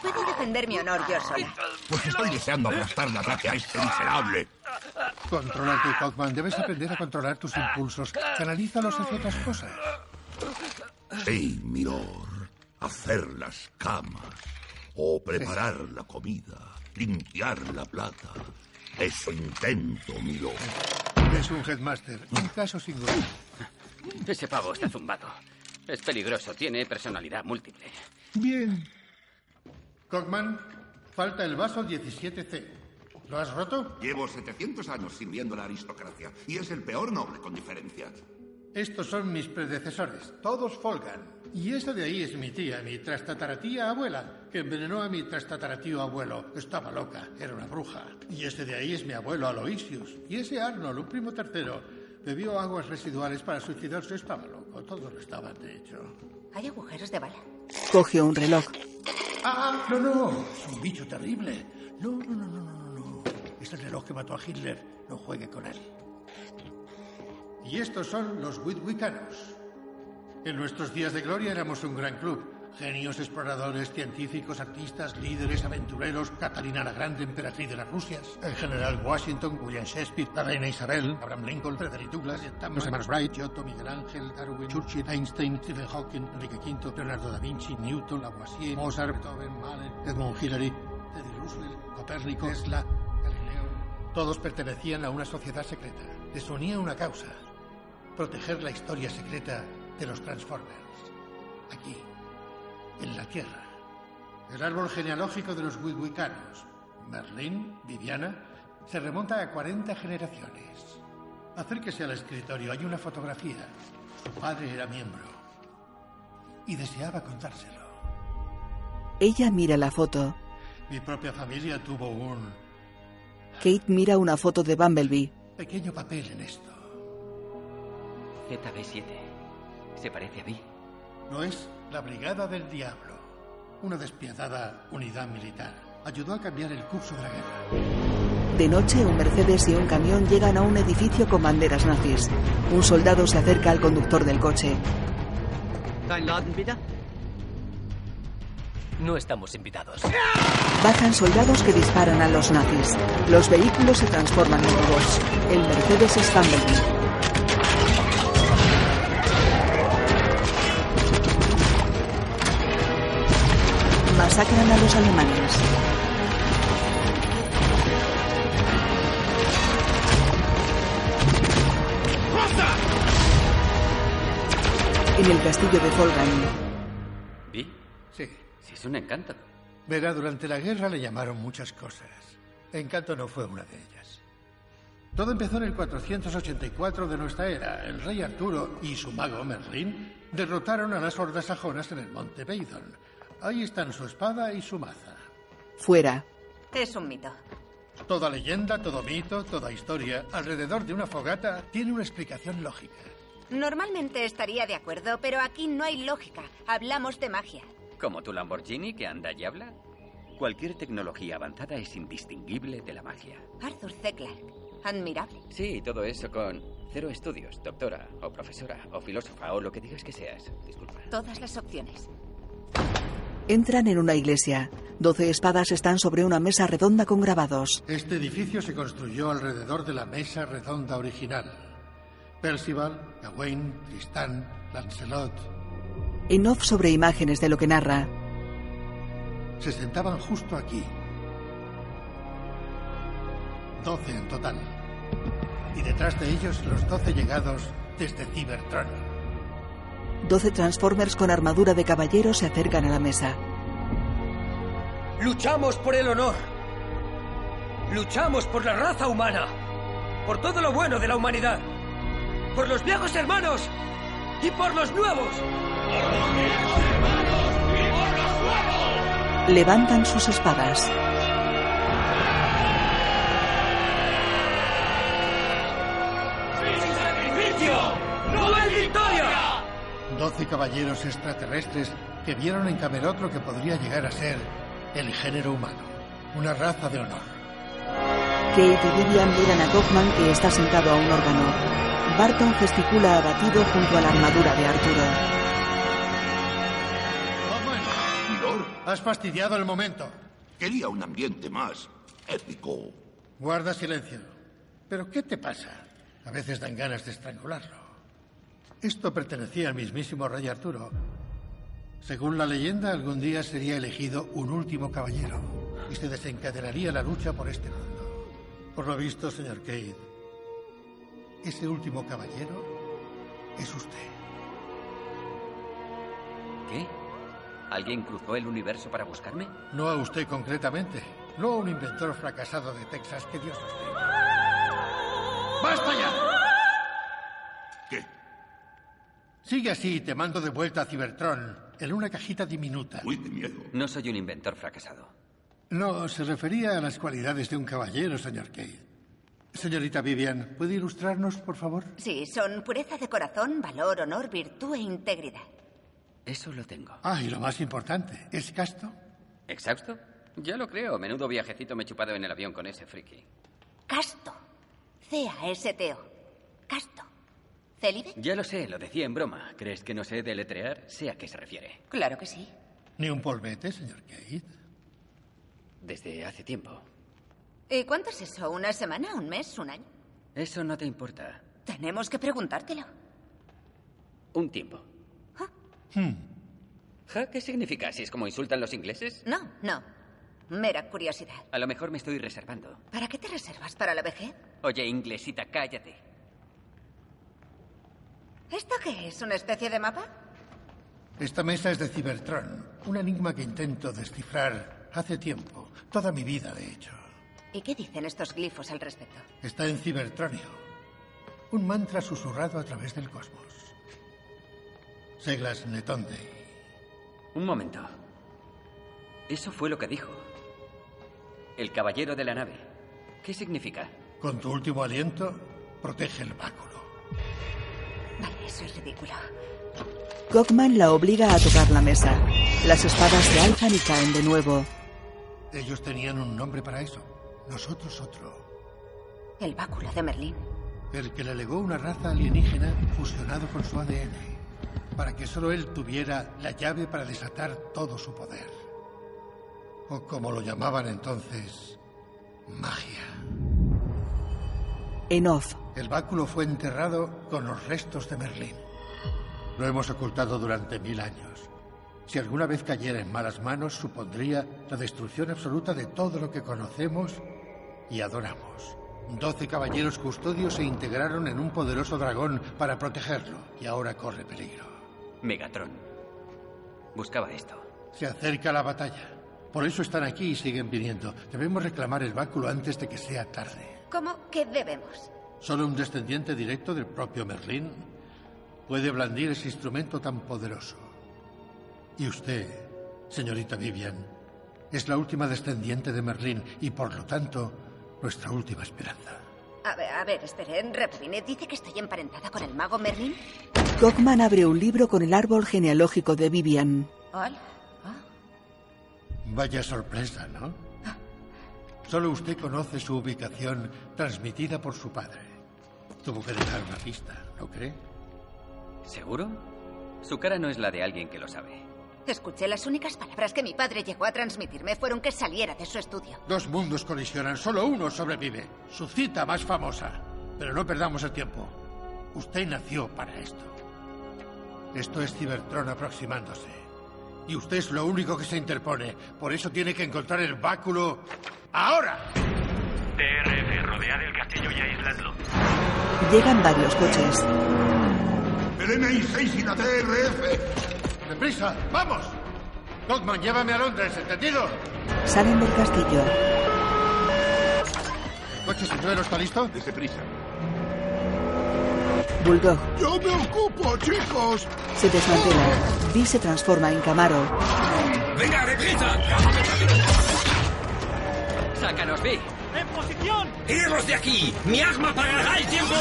pero puedo defender mi honor yo sola. Pues estoy deseando aplastar la ataque a este miserable. Controlate, Kaufman. Debes aprender a controlar tus impulsos. Canalízalos hacia otras cosas. Sí, milord. Hacer las camas. O preparar la comida. Limpiar la plata. Eso intento, milord. Es un headmaster. Un caso singular. Ese pavo Oh, está zumbado. Es peligroso, tiene personalidad múltiple. Bien. Kaufman, falta el vaso 17C. ¿Lo has roto? Llevo 700 años sirviendo a la aristocracia y es el peor noble con diferencia. Estos son mis predecesores, todos folgan. Y esa de ahí es mi tía, mi trastataratía abuela, que envenenó a mi trastataratio abuelo. Estaba loca, era una bruja. Y ese de ahí es mi abuelo Aloysius. Y ese Arnold, un primo tercero, bebió aguas residuales para suicidarse. Estaba loco, todos lo estaban, de hecho. ¿Hay agujeros de bala? Coge un reloj. ¡Ah, no, no! Es un bicho terrible. No, no, no, no, no, no. Es el reloj que mató a Hitler. No juegue con él. Y estos son los Witwicanos. En nuestros días de gloria éramos un gran club. Genios, exploradores, científicos, artistas, líderes, aventureros, Catalina la Grande, emperatriz de las Rusias, el general Washington, William Shakespeare, la reina Isabel, Abraham Lincoln, Frederick Douglass, los hermanos Wright, Giotto, Miguel Ángel, Darwin, Churchill, Einstein, Stephen Hawking, Enrique V, Leonardo da Vinci, Newton, Lavoisier, Mozart, Beethoven, Mahler, Edmund Hillary, Teddy Roosevelt, Copérnico, Tesla, todos pertenecían a una sociedad secreta. Les unía una causa. Proteger la historia secreta de los Transformers. Aquí, en la Tierra. El árbol genealógico de los Witwicanos, Merlín, Viviana, se remonta a 40 generaciones. Acérquese al escritorio, hay una fotografía. Su padre era miembro. Y deseaba contárselo. Ella mira la foto. Mi propia familia tuvo un Kate mira una foto de Bumblebee. Pequeño papel en esto. ZB7. Se parece a mí. No es la Brigada del Diablo, una despiadada unidad militar. Ayudó a cambiar el curso de la guerra. De noche, un Mercedes y un camión llegan a un edificio con banderas nazis. Un soldado se acerca al conductor del coche. ¿Kein Laden wieder? No estamos invitados. Bajan soldados que disparan a los nazis. Los vehículos se transforman en robots. El Mercedes es Bumblebee. Masacran a los alemanes. En el castillo de Volgan, ¿Vi? Sí. Sí, es un encanto. Verá, durante la guerra le llamaron muchas cosas. Encanto no fue una de ellas. Todo empezó en el 484 de nuestra era. El rey Arturo y su mago Merlín derrotaron a las hordas sajonas en el monte Beidon. Ahí están su espada y su maza. fuera. Es un mito. Toda leyenda, todo mito, toda historia alrededor de una fogata tiene una explicación lógica. Normalmente estaría de acuerdo, pero aquí no hay lógica. Hablamos de magia. Como tu Lamborghini que anda y habla. Cualquier tecnología avanzada es indistinguible de la magia. Arthur C. Clarke. Admirable. Sí, todo eso con cero estudios, doctora, o profesora, o filósofa, o lo que digas que seas. Disculpa. Todas las opciones. Entran en una iglesia. Doce espadas están sobre una mesa redonda con grabados. Este edificio se construyó alrededor de la mesa redonda original. Percival, Gawain, Tristán, Lancelot En off sobre imágenes de lo que narra. se sentaban justo aquí. Doce en total. Y detrás de ellos los doce llegados desde Cybertron. Doce Transformers con armadura de caballero se acercan a la mesa. Luchamos por el honor. Luchamos por la raza humana. Por todo lo bueno de la humanidad. Por los viejos hermanos y por los nuevos. Levantan sus espadas. ¡Sin sacrificio! ¡No hay victoria! Doce caballeros extraterrestres que vieron en Camelot lo que podría llegar a ser el género humano. Una raza de honor. Kate y Vivian miran a Kaufman que está sentado a un órgano. Barton gesticula abatido junto a la armadura de Arturo. Has fastidiado el momento. Quería un ambiente más épico. Guarda silencio. ¿Pero qué te pasa? A veces dan ganas de estrangularlo. Esto pertenecía al mismísimo rey Arturo. Según la leyenda, algún día sería elegido un último caballero y se desencadenaría la lucha por este mundo. Por lo visto, señor Cade, ese último caballero es usted. ¿Qué? ¿Alguien cruzó el universo para buscarme? No a usted concretamente, no a un inventor fracasado de Texas que Dios nos tenga. ¡Basta ya! ¿Qué? Sigue así y te mando de vuelta a Cybertron, en una cajita diminuta. Uy, qué miedo. No soy un inventor fracasado. No, se refería a las cualidades de un caballero, señor Cade. Señorita Vivian, ¿puede ilustrarnos, por favor? Sí, son pureza de corazón, valor, honor, virtud e integridad. Eso lo tengo. Ah, y lo más importante, ¿es casto? ¿Exhausto? Ya lo creo. Menudo viajecito me he chupado en el avión con ese friki. Casto. C-A-S-T-O. Casto. ¿Célibe? Ya lo sé, lo decía en broma. ¿Crees que no sé deletrear? Sé a qué se refiere. Claro que sí. Ni un polvete, señor Cade. Desde hace tiempo. ¿Y cuánto es eso? ¿Una semana? ¿Un mes? ¿Un año? Eso no te importa. Tenemos que preguntártelo. Ah. Un tiempo. Hmm. ¿Ja? ¿Qué significa? ¿Si es como insultan los ingleses? No, no. Mera curiosidad. A lo mejor me estoy reservando. ¿Para qué te reservas? ¿Para la vejez? Oye, inglesita, cállate. ¿Esto qué es? ¿Una especie de mapa? Esta mesa es de Cybertron, un enigma que intento descifrar hace tiempo, toda mi vida, de hecho. ¿Y qué dicen estos glifos al respecto? Está en Cibertronio. Un mantra susurrado a través del cosmos. Seglas Netonde. Un momento. Eso fue lo que dijo. El caballero de la nave. ¿Qué significa? Con tu último aliento, protege el báculo. Vale, eso es ridículo. Cockman la obliga a tocar la mesa. Las espadas se alzan y caen de nuevo. Ellos tenían un nombre para eso. Nosotros otro. El báculo de Merlín. El que le legó una raza alienígena fusionado con su ADN. Para que solo él tuviera la llave para desatar todo su poder. O como lo llamaban entonces, magia. En off, El báculo fue enterrado con los restos de Merlín. Lo hemos ocultado durante mil años. Si alguna vez cayera en malas manos, supondría la destrucción absoluta de todo lo que conocemos y adoramos. Doce caballeros custodios se integraron en un poderoso dragón para protegerlo y ahora corre peligro. Megatron. Buscaba esto. Se acerca la batalla. Por eso están aquí y siguen viniendo. Debemos reclamar el báculo antes de que sea tarde. ¿Cómo que debemos? Solo un descendiente directo del propio Merlín puede blandir ese instrumento tan poderoso. Y usted, señorita Vivian, es la última descendiente de Merlín y por lo tanto nuestra última esperanza. A ver, a ver, esperen, reprimine. ¿Dice que estoy emparentada con el mago Merlín? Cockman abre un libro con el árbol genealógico de Vivian. Hola. Ah. Vaya sorpresa, ¿no? Solo usted conoce su ubicación transmitida por su padre. Tuvo que dejar una pista, ¿no cree? ¿Seguro? Su cara no es la de alguien que lo sabe. Escuché las únicas palabras que mi padre llegó a transmitirme fueron que saliera de su estudio. Dos mundos colisionan, solo uno sobrevive. Su cita más famosa. Pero no perdamos el tiempo. Usted nació para esto. Esto es Cibertron aproximándose. Y usted es lo único que se interpone. Por eso tiene que encontrar el báculo ahora. TRF, rodead el castillo y aisladlo. Llegan varios coches. El MI6 y la TRF. ¡Deprisa! ¡Vamos! Dogman, llévame a Londres, ¿entendido? Salen del castillo. ¿El coche cinturero está listo? Desde prisa. Bulldog ¡Yo me ocupo, chicos! se desmantela. Dee se transforma en Camaro. ¡Venga, deprisa! ¡Sácanos, Vi! ¡En posición! ¡Iros de aquí! ¡Mi asma pagará el tiempo!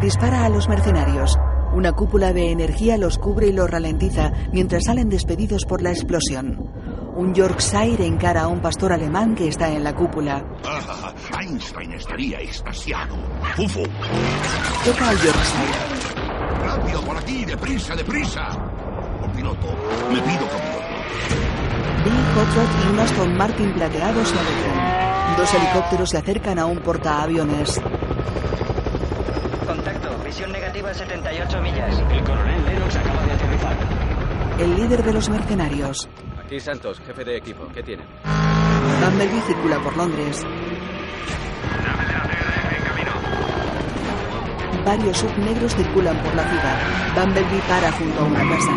Dispara a los mercenarios. Una cúpula de energía los cubre y los ralentiza mientras salen despedidos por la explosión. Un Yorkshire encara a un pastor alemán que está en la cúpula. Ah, Einstein estaría extasiado. ¡Fufo! Toca al Yorkshire. ¡Rápido, por aquí! ¡Deprisa, deprisa! Copiloto, me pido copiloto. Bill Hotrod y un Aston Martin plateado se alejan. Dos helicópteros se acercan a un portaaviones. Contacto, visión negativa 78 millas. El coronel Lennox acaba de aterrizar. El líder de los mercenarios. Aquí Santos, jefe de equipo. ¿Qué tienen? Bumblebee circula por Londres. Varios sub negros circulan por la ciudad. Bumblebee para junto a una casa.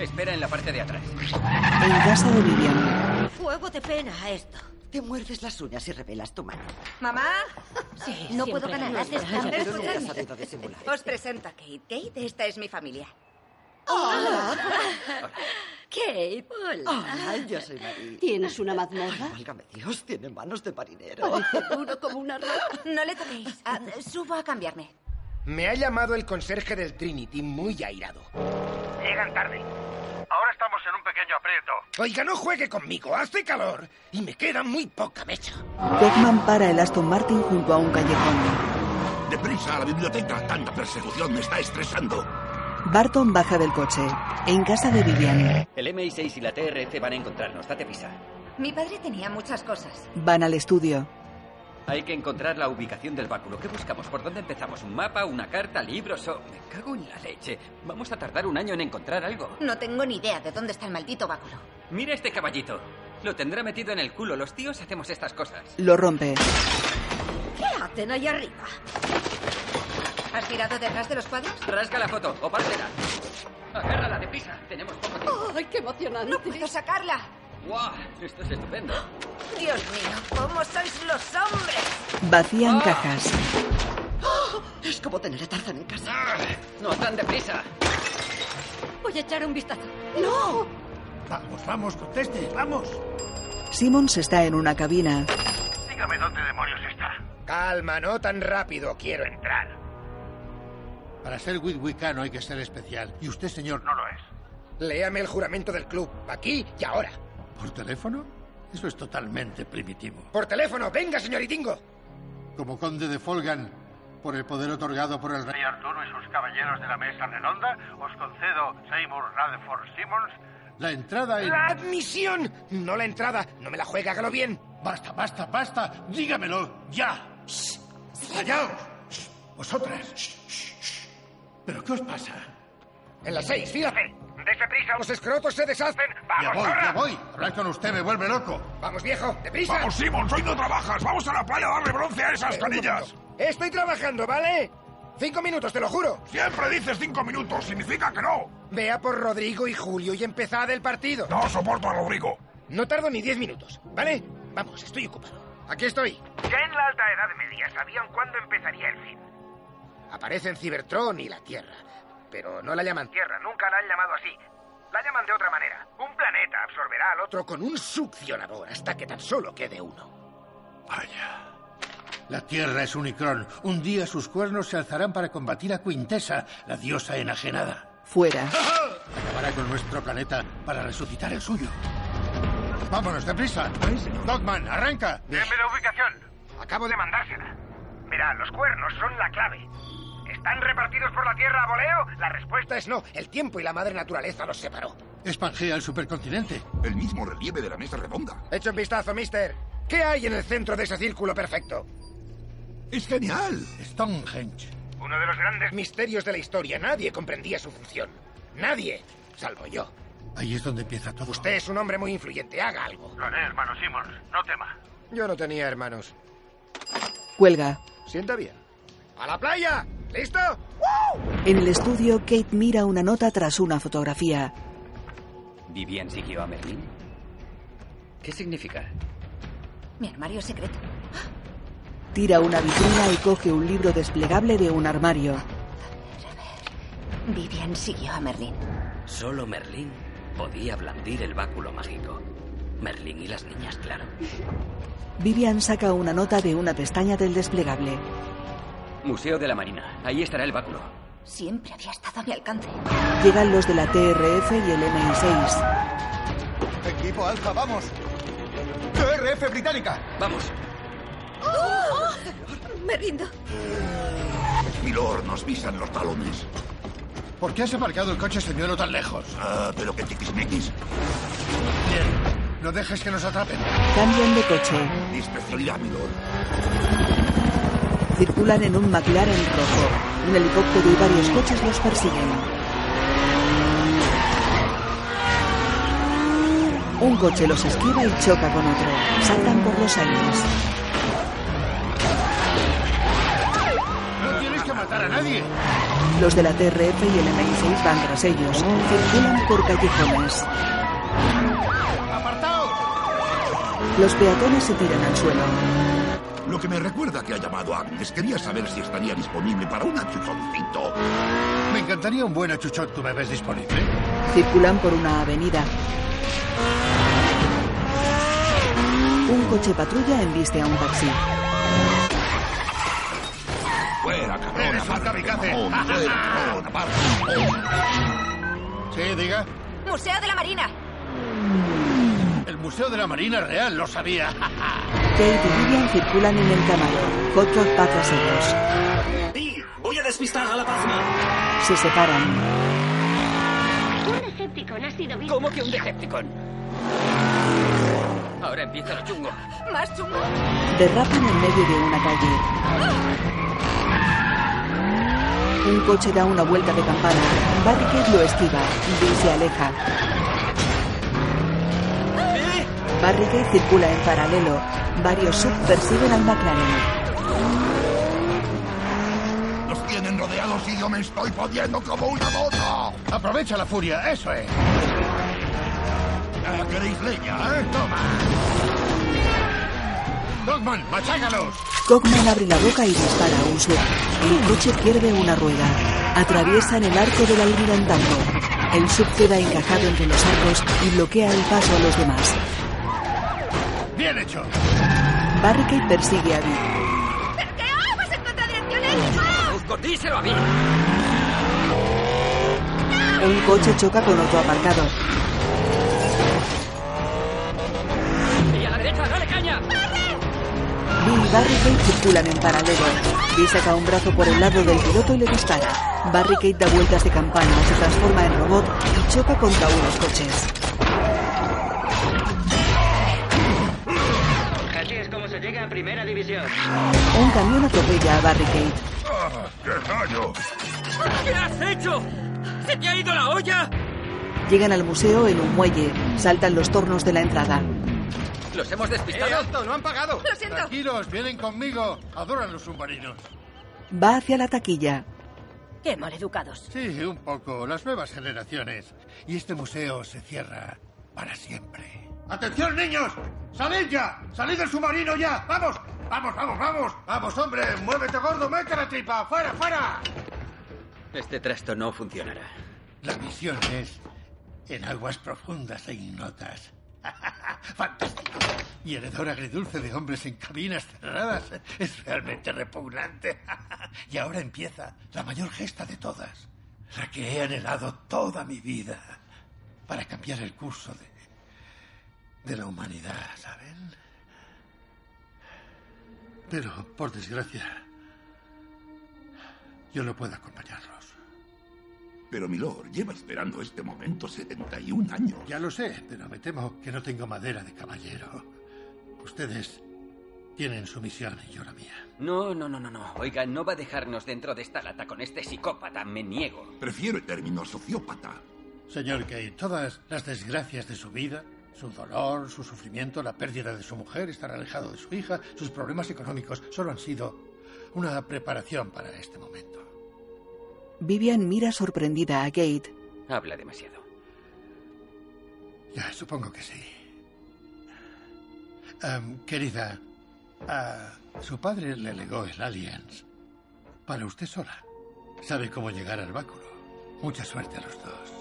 Espera en la parte de atrás. En casa de Vivian, Fuego de pena a esto. Te muerdes las uñas y revelas tu mano. ¿Mamá? Sí, no siempre puedo ganar. nos Gracias, ganan, Amber, pero escuchadme. nunca has sabido disimular. Os presento a Kate. Kate, esta es mi familia. Hola. Kate. Hola, yo soy María. ¿Tienes una mazmorra? Válgame Dios, tiene manos de marinero. duro como una rata. No le toquéis. Ah, subo a cambiarme. Me ha llamado el conserje del Trinity muy airado. Llegan tarde. Ahora estamos en un pequeño aprieto. Oiga, no juegue conmigo, hace calor y me queda muy poca mecha. Beckman para el Aston Martin junto a un callejón. ¡Deprisa, a la biblioteca! Tanta persecución me está estresando. Barton baja del coche. En casa de Vivian, El MI6 y la TRF van a encontrarnos. Date prisa. Mi padre tenía muchas cosas. van al estudio. Hay que encontrar la ubicación del báculo. ¿Qué buscamos? ¿Por dónde empezamos? ¿Un mapa? ¿Una carta? ¿Libros? o- Me cago en la leche. Vamos a tardar un año en encontrar algo. No tengo ni idea de dónde está el maldito báculo. Mira este caballito. Lo tendrá metido en el culo. Los tíos hacemos estas cosas. Lo rompe. ¿Qué hacen ahí arriba? ¿Has mirado detrás de los cuadros? Rasga la foto o pártela. Agárrala deprisa. Tenemos poco tiempo. ¡Ay, qué emocionante! ¡No puedo sacarla! ¡Guau! Esto es estupendo. Dios mío, ¿cómo sois los hombres? Vacían cajas. ¡Oh! Es como tener a Tarzan en casa. No tan deprisa. Voy a echar un vistazo. ¡No! Vamos, vamos, conteste, vamos. Simmons está en una cabina. Dígame dónde demonios está. Calma, no tan rápido quiero entrar. Para ser witwicano hay que ser especial. Y usted, señor, No lo es. Léame el juramento del club, aquí y ahora. ¿Por teléfono? Eso es totalmente primitivo. Por teléfono, venga, señoritingo. Como conde de Folgan, por el poder otorgado por el rey Arturo y sus caballeros de la mesa redonda, os concedo Seymour Rutherford Simmons. La entrada en... ¡La admisión! No la entrada. No me la juegue, hágalo bien. Basta, basta, basta. Dígamelo, ya. Shh. Callaos. Shh. Vosotras. Shh, shh, shh. ¿Pero qué os pasa? En las seis, fíjate. Dese prisa, los escrotos se deshacen. Ya ¡Vamos, voy, ahora! ya voy. Hablar con usted me vuelve loco. ¡Vamos, viejo! ¡Deprisa! Vamos, Simon, hoy no trabajas. Vamos a la playa a darle bronce a esas Eh, un canillas. momento. Estoy trabajando, ¿vale? Cinco minutos, te lo juro. Siempre dices cinco minutos, significa que no. Vea por Rodrigo y Julio y empezad el partido. No soporto a Rodrigo. No tardo ni diez minutos, ¿vale? Vamos, estoy ocupado. Aquí estoy. Ya en la Alta Edad Media sabían cuándo empezaría el fin. Aparecen Cibertron y la Tierra, pero no la llaman Tierra, nunca la han llamado así. La llaman de otra manera. Un planeta absorberá al otro. otro con un succionador hasta que tan solo quede uno. La tierra es unicrón. Un día sus cuernos se alzarán para combatir a Quintesa, la diosa enajenada. Fuera. Acabará con nuestro planeta para resucitar el suyo. Vámonos, deprisa. Dogman, arranca. Denme la ubicación. Acabo de mandársela. Verá, los cuernos son la clave. ¿Están repartidos por la Tierra a voleo? La respuesta Esta es no, el tiempo y la madre naturaleza los separó. Es Pangea el supercontinente. El mismo relieve de la mesa redonda. Echa un vistazo, mister. ¿Qué hay en el centro de ese círculo perfecto? Es genial. Stonehenge. Uno de los grandes misterios de la historia. Nadie comprendía su función. Nadie, salvo yo. Ahí es donde empieza todo. Usted es un hombre muy influyente. Haga algo. Lo haré, hermano Simmons. No tema. Yo no tenía hermanos. Cuelga. Sienta bien. ¡A la playa! ¿Listo? En el estudio, Kate mira una nota tras una fotografía. ¿Vivian siguió a Merlín? ¿Qué significa? Mi armario secreto. Tira una vitrina y coge un libro desplegable de un armario. Vivian siguió a Merlín. Solo Merlín podía blandir el báculo mágico. Merlín y las niñas, claro. Vivian saca una nota de una pestaña del desplegable. Museo de la Marina. Ahí estará el báculo. Siempre había estado a mi alcance. Llegan los de la TRF y el MI6. Equipo Alfa, vamos. TRF británica. Vamos. Oh, Me rindo. Milord, nos pisan los talones. ¿Por qué has aparcado el coche señuelo tan lejos? Ah, pero qué tiquismiquis. No dejes que nos atrapen. Cambian de coche. Mi especialidad, Milord. Circulan en un McLaren rojo. Un helicóptero y varios coches los persiguen. Un coche los esquiva y choca con otro. Saltan por los aires. No tienes que matar a nadie. Los de la TRF y el MI6 van tras ellos. Circulan por callejones. Los peatones se tiran al suelo. Lo que me recuerda que ha llamado a Agnes. Quería saber si estaría disponible para un achuchoncito. Me encantaría un buen achuchón. ¿Tú me ves disponible? Circulan por una avenida. Un coche patrulla embiste a un taxi. Fuera, cabrón, Eres un aparte, kamikaze. mamón, fuera, cabrón, aparte, mamón. Sí, diga. Museo de la Marina. El Museo de la Marina Real, lo sabía. Kate y Vivian circulan en el Camaro. Hot Rod va tras ellos. Voy a despistar a la página. Se separan. Un Decepticon ha sido visto. ¿Cómo que un Decepticon? Ahora empieza lo chungo. ¿Más chungo? Derrapan en medio de una calle. Un coche da una vuelta de campana. Barriquet lo esquiva. Dee se aleja. Barricade circula en paralelo. Varios sub persiguen al McLaren. Los tienen rodeados y yo me estoy poniendo como una bota. Aprovecha la furia, eso es. Ah, ¿Queréis leña, eh? Toma. Dogman, machácalos. Cogman abre la boca y dispara a un sub. El coche pierde una rueda. Atraviesan el arco del almirantazgo. El sub queda encajado entre los arcos y bloquea el paso a los demás. ¡Bien hecho! Barricade persigue a Bill. ¡Oh, vas en contra dirección X! ¡Escondíselo a mí! Un coche choca con otro aparcado. ¡Y a la derecha, dale caña! Bill y Barricade circulan en paralelo. Bill saca un brazo por el lado del piloto y le dispara. Barricade da vueltas de campana, se transforma en robot y choca contra unos coches. Así es como se llega a primera división. Un camión atropella a Barricade. ¡Ah, ¡Qué rayo! ¿Qué has hecho? ¿Se te ha ido la olla? Llegan al museo en un muelle, saltan los tornos de la entrada. ¿Los hemos despistado? Eh, ¡No han pagado! Lo siento. Tranquilos, vienen conmigo. Adoran los submarinos. Va hacia la taquilla. Qué maleducados. Sí, un poco. Las nuevas generaciones. Y este museo se cierra para siempre. ¡Atención, niños! ¡Salid ya! ¡Salid del submarino ya! ¡Vamos! ¡Vamos, vamos, vamos! ¡Vamos, hombre! ¡Muévete, gordo! ¡Mete la tripa! ¡Fuera, fuera! Este trasto no funcionará. La misión es en aguas profundas e ignotas. ¡Fantástico! Y el hedor agridulce de hombres en cabinas cerradas es realmente repugnante. y ahora empieza la mayor gesta de todas, la que he anhelado toda mi vida para cambiar el curso de, de la humanidad, ¿saben? Pero, por desgracia, yo no puedo acompañarlos. Pero Milord lleva esperando este momento 71 años. Ya lo sé, pero me temo que no tengo madera de caballero. Ustedes tienen su misión y yo la mía. No, no, no, no, no. Oiga, no va a dejarnos dentro de esta lata con este psicópata, me niego. Prefiero el término sociópata. Señor Kate, todas las desgracias de su vida, su dolor, su sufrimiento, la pérdida de su mujer, estar alejado de su hija, sus problemas económicos, solo han sido una preparación para este momento. Vivian mira sorprendida a Kate. Habla demasiado. Ya, supongo que sí. Em, querida, a su padre le legó el Alliance para usted sola. Sabe cómo llegar al báculo. Mucha suerte a los dos.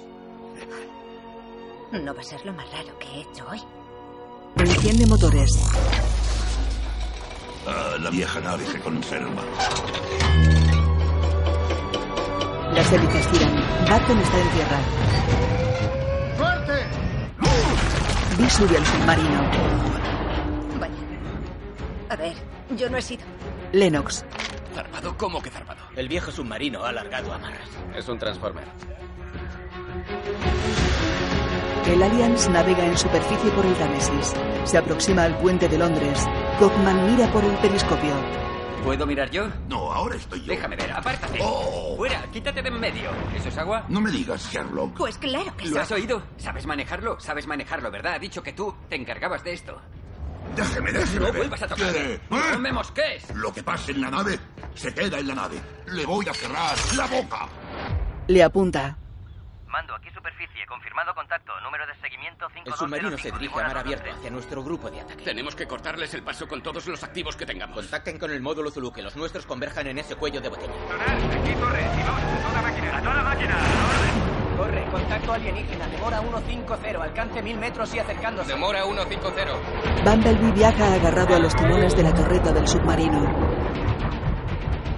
No va a ser lo más raro que he hecho hoy. Enciende motores. Ah, la vieja nave se conserva. Las hélices giran. Barton está en tierra. ¡Fuerte! Bill sube al submarino. Vaya. A ver, yo no he sido. Lennox. ¿Zarpado? ¿Cómo que zarpado? El viejo submarino ha alargado amarras. Es un transformer. El Alliance navega en superficie por el Támesis. Se aproxima al puente de Londres. Cockman mira por el periscopio. ¿Puedo mirar yo? No, ahora estoy yo. Déjame ver, apártate. ¡Oh! Fuera, quítate de en medio. ¿Eso es agua? No me digas, Sherlock. Pues claro que sí. ¿Lo has oído? ¿Sabes manejarlo? ¿Sabes manejarlo, verdad? Ha dicho que tú te encargabas de esto. Déjeme, déjeme. No ver. vuelvas a tocarme. ¿Qué? No me mosques. Lo que pase en la nave se queda en la nave. Le voy a cerrar la boca. Le apunta. Mando, aquí superficie, confirmado contacto, número de seguimiento 5 El submarino se dirige a mar abierto hacia nuestro grupo de ataque. Tenemos que cortarles el paso con todos los activos que tengamos. Contacten con el módulo Zulu, que los nuestros converjan en ese cuello de botella. Aquí corre, y vamos, a toda máquina. A toda máquina. Corre, contacto alienígena, demora 150, alcance 1000 metros y acercándose. Demora 150. Bumblebee viaja agarrado a los timones de la torreta del submarino.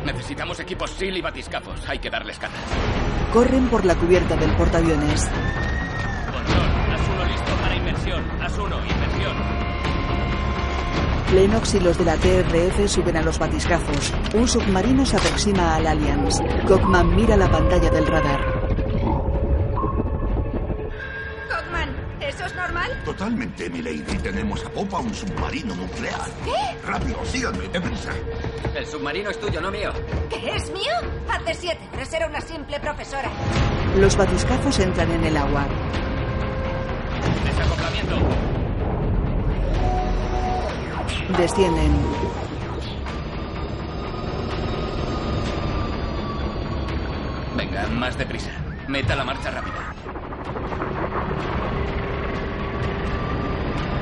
Necesitamos equipos SEAL y batiscafos. Hay que darles caza. Corren por la cubierta del portaaviones. Control, Asuno listo para inversión. Asuno, inversión. Lennox y los de la TRF suben a los batiscazos. Un submarino se aproxima al Alliance. Cockman mira la pantalla del radar. Cockman, ¿eso es normal? Totalmente, milady. Tenemos a popa un submarino nuclear. ¿Qué? Rápido, síganme, deprisa. El submarino es tuyo, no mío. ¿Que es mío? Hace siete horas era una simple profesora. Los batiscazos entran en el agua. Desacoplamiento. Descienden. Venga, más deprisa. Meta la marcha rápida.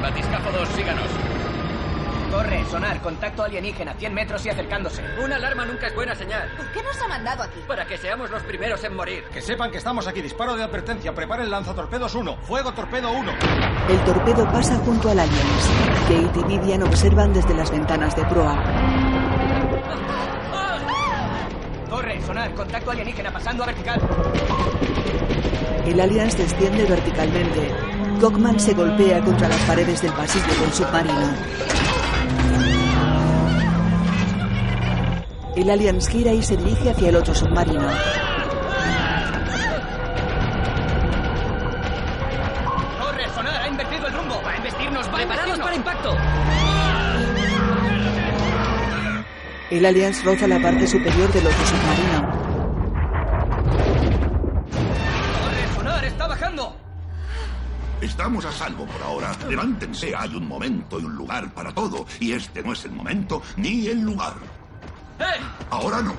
Batiscafo 2, síganos. Corre, sonar, contacto alienígena, 100 metros y acercándose. Una alarma nunca es buena señal. ¿Por qué nos ha mandado aquí? Para que seamos los primeros en morir. Que sepan que estamos aquí. Disparo de advertencia. Preparen lanzatorpedos 1. Fuego torpedo 1. El torpedo pasa junto al Alliance. Kate y Vivian observan desde las ventanas de proa. Corre, sonar, contacto alienígena pasando a vertical. El Alliance desciende verticalmente. Cockman se golpea contra las paredes del pasillo del submarino. El Alliance gira y se dirige hacia el otro submarino. Corre, sonar, ha invertido el rumbo. Va a investirnos, va a Preparados embestirnos. para impacto. El Alliance roza la parte superior del otro submarino. Corre, sonar, está bajando. Estamos a salvo por ahora. Levántense, hay un momento y un lugar para todo, y este no es el momento ni el lugar. ¡Eh! Ahora no,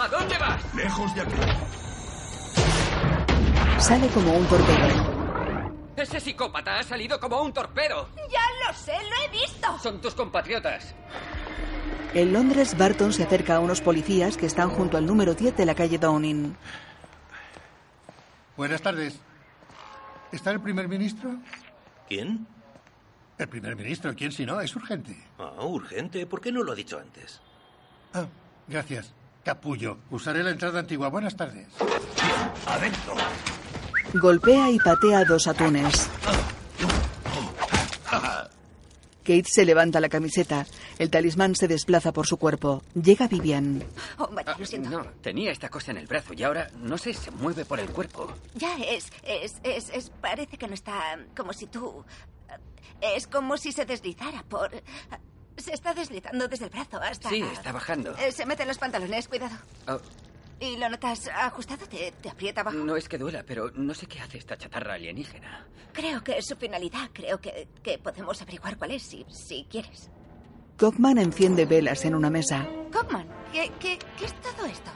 ¿A dónde vas? lejos de aquí. Sale como un torpedo. Ese psicópata ha salido como un torpedo. Ya lo sé, lo he visto. Son tus compatriotas. En Londres, Barton se acerca a unos policías que están junto al número 10 de la calle Downing. Buenas tardes. ¿Está el primer ministro? ¿Quién? El primer ministro, ¿quién si no? Es urgente. Ah, urgente. ¿Por qué no lo ha dicho antes? Ah, gracias. Capullo. Usaré la entrada antigua. Buenas tardes. Adentro. Golpea y patea dos atunes. Kate se levanta la camiseta. El talismán se desplaza por su cuerpo. Llega Vivian. Oh, vaya, lo siento. Ah, No, tenía esta cosa en el brazo y ahora, no sé, se mueve por el cuerpo. Ya es, es, es, es- Parece que no está. Como si tú. Es como si se deslizara por. Se está deslizando desde el brazo hasta. Sí, está bajando. Eh, Se mete en los pantalones, cuidado. Oh, ¿Y lo notas ajustado? ¿Te, te aprieta abajo? no es que duela, pero no sé qué hace esta chatarra alienígena. Creo que es su finalidad. Creo que, que podemos averiguar cuál es, si, si quieres. Cockman enciende velas en una mesa. Kaufman, ¿qué, qué, qué es todo esto?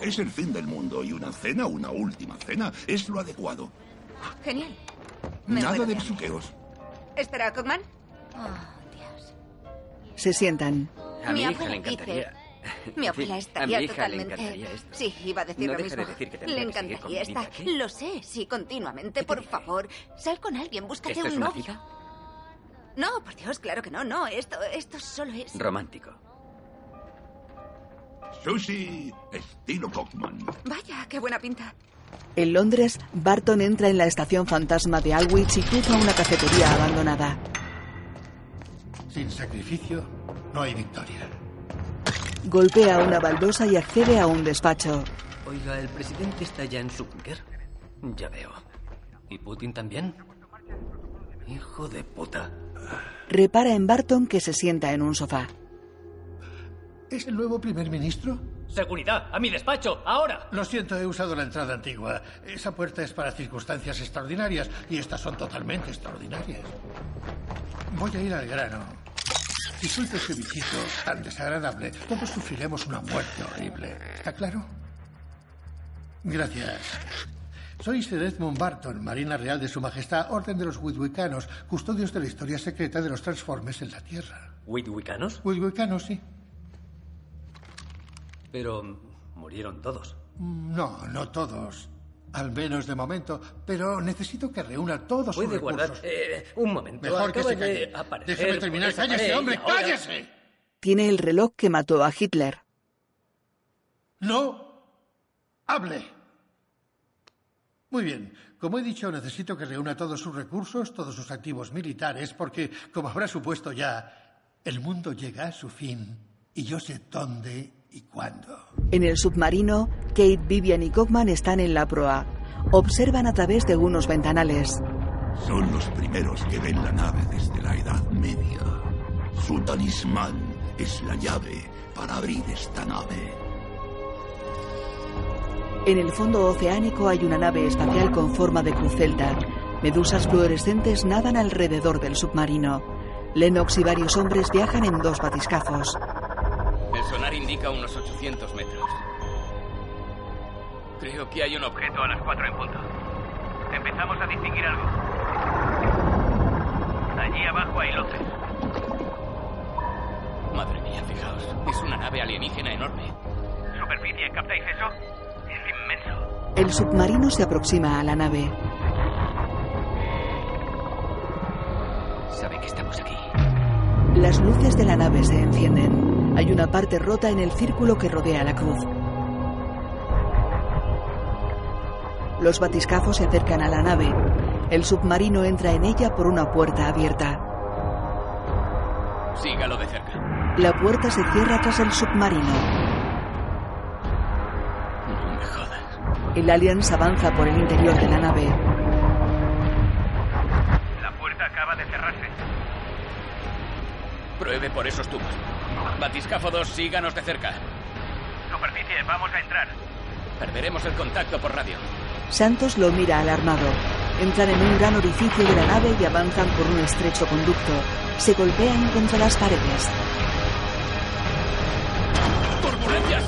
Es el fin del mundo y una cena, una última cena, es lo adecuado. Genial. Nada de psuqueos. ¿Espera, Kaufman? Ah. Oh, Dios. Se sientan. A mi, Mi hija le abuela dice- encantaría. Mi abuela Sí, a estaría mi hija totalmente. le encantaría esto. Sí, iba a decir No lo deja de mismo. decir que tendría Le que seguir con encantaría mi ¿eh? vida, esta. Lo sé, sí, continuamente. Por favor, sal con alguien, búscate ¿Esto es un una novio. No, por Dios, claro que no, no. Esto, esto solo es. Romántico. Sushi, estilo Cockman. Vaya, qué buena pinta. En Londres, Barton entra en la estación fantasma de Alwich y cruza una cafetería abandonada. Sin sacrificio no hay victoria. Golpea una baldosa y accede a un despacho. Oiga, el presidente está ya en su búnker. Ya veo. ¿Y Putin también? Hijo de puta. Repara en Barton que se sienta en un sofá. ¿Es el nuevo primer ministro? Seguridad, a mi despacho, ahora. Lo siento, he usado la entrada antigua. Esa puerta es para circunstancias extraordinarias y estas son totalmente extraordinarias. Voy a ir al grano. Disculpe ese bichito tan desagradable. Todos sufriremos una muerte horrible. ¿Está claro? Gracias. Soy Sir Edmund Barton, Marina Real de Su Majestad, Orden de los Whitwickanos, custodios de la historia secreta de los Transformes en la Tierra. ¿Whitwickanos? Whitwickanos, sí. Pero mm, murieron todos. No, no todos. Al menos de momento. Pero necesito que reúna todos sus Puede guardar. recursos. eh, un momento. Mejor que acaba se de calle. aparecer Déjeme terminar. por esa ¡Cállese, pared hombre! y ahora- ¡Cállese! Tiene el reloj que mató a Hitler. ¡No! ¡Hable! Muy bien. Como he dicho, necesito que reúna todos sus recursos, todos sus activos militares, porque, como habrá supuesto ya, el mundo llega a su fin y yo sé dónde y cuándo. En el submarino, Kate, Vivian y Cockman están en la proa. Observan a través de unos ventanales. Son los primeros que ven la nave desde la Edad Media. Su talismán es la llave para abrir esta nave. En el fondo oceánico hay una nave espacial con forma de cruz celta. Medusas fluorescentes nadan alrededor del submarino. Lennox y varios hombres viajan en dos batiscafos. El sonar indica unos 800 metros. Creo que hay un objeto a las 4 en punto. Empezamos a distinguir algo. Allí abajo hay luces. Vaya, fijaos. Es una nave alienígena enorme. Superficie, ¿captáis eso? Es inmenso. El submarino se aproxima a la nave. Sabe que estamos aquí. Las luces de la nave se encienden. Hay una parte rota en el círculo que rodea la cruz. Los batiscafos se acercan a la nave. El submarino entra en ella por una puerta abierta. Sígalo de cerca. La puerta se cierra tras el submarino. El Alliance avanza por el interior de la nave. La puerta acaba de cerrarse. Pruebe por esos tubos. Batiscafo 2, síganos de cerca. Superficie, vamos a entrar. Perderemos el contacto por radio. Santos lo mira alarmado. Entran en un gran orificio de la nave y avanzan por un estrecho conducto. Se golpean contra las paredes. ¡Turbulencias!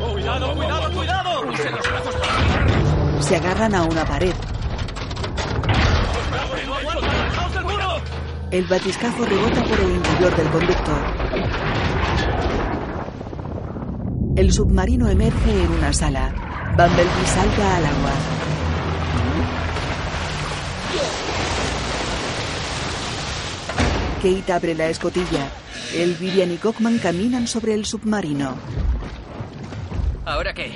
¡Oh, ¡Cuidado, cuidado, cuidado! ¡Usen los brazos! Se agarran a una pared. ¡Bajaos del muro! El batiscafo rebota por el interior del conducto. El submarino emerge en una sala. Bumblebee salta al agua. Kate abre la escotilla. El Vivian y Cockman caminan sobre el submarino. ¿Ahora qué?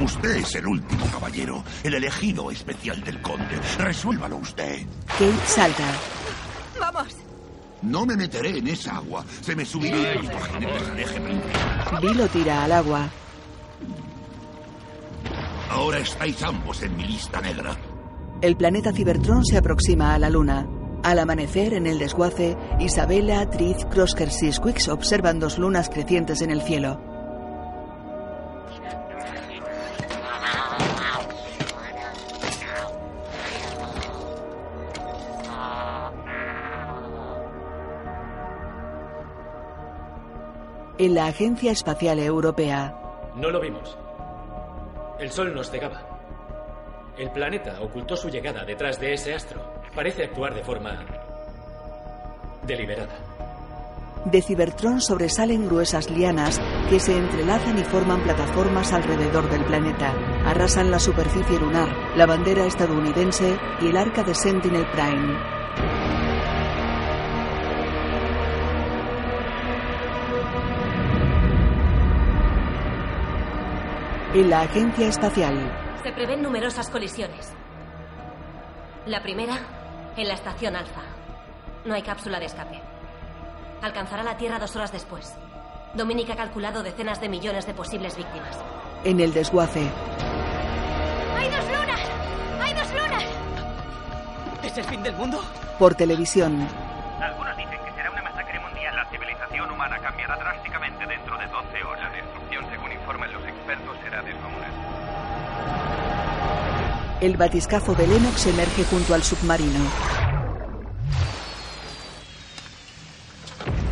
Usted es el último caballero, el elegido especial del conde. Resuélvalo usted. Kate salta. Vamos. No me meteré en esa agua. Se me subirá el jinete del eje principal. Bill lo tira al agua. Ahora estáis ambos en mi lista negra. El planeta Cybertron se aproxima a la Luna. Al amanecer, en el desguace, Isabella, Triz, Crosker y Squix observan dos lunas crecientes en el cielo. En la Agencia Espacial Europea, No lo vimos. El sol nos cegaba. El planeta ocultó su llegada detrás de ese astro. Parece actuar de forma deliberada. de Cybertron sobresalen gruesas lianas que se entrelazan y forman plataformas alrededor del planeta. Arrasan la superficie lunar, la bandera estadounidense y el arca de Sentinel Prime. En la Agencia Espacial. Se prevén numerosas colisiones. La primera, en la estación Alfa. No hay cápsula de escape. Alcanzará la Tierra dos horas después. Dominic ha calculado decenas de millones de posibles víctimas. En el desguace, ¡Hay dos lunas! ¡Hay dos lunas! ¿Es el fin del mundo? por televisión, Algunos dicen que será una masacre mundial. La civilización humana cambiará drásticamente dentro de 12 horas. La destrucción, según informan los expertos, será descomunal. el batiscafo de Lennox emerge junto al submarino.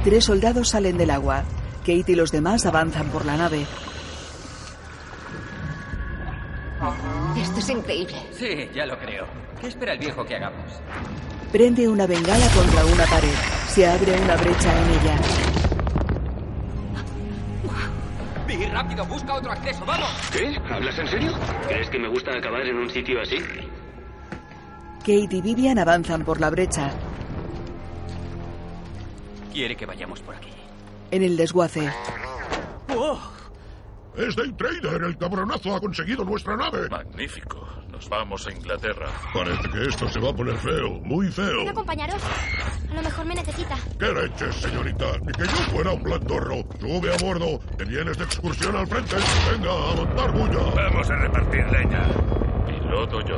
Tres soldados salen del agua. Kate y los demás avanzan por la nave. Esto es increíble. Sí, ya lo creo. ¿Qué espera el viejo que hagamos? Prende una bengala contra una pared. Se abre una brecha en ella. Vi, rápido, busca otro acceso, vamos. ¿Qué? ¿Hablas en serio? ¿Crees que me gusta acabar en un sitio así? Kate y Vivian avanzan por la brecha. Quiere que vayamos por aquí. En el desguace, Oh. Es Day Trader, el cabronazo ha conseguido nuestra nave. Magnífico. Nos vamos a Inglaterra. Parece que esto se va a poner feo, muy feo. ¿Puedo acompañaros? A lo mejor me necesita. ¿Qué leches, señorita? Ni que yo fuera un blandorro. Sube a bordo. Te vienes de excursión al frente. Venga, a montar bulla. Vamos a repartir leña. Piloto yo.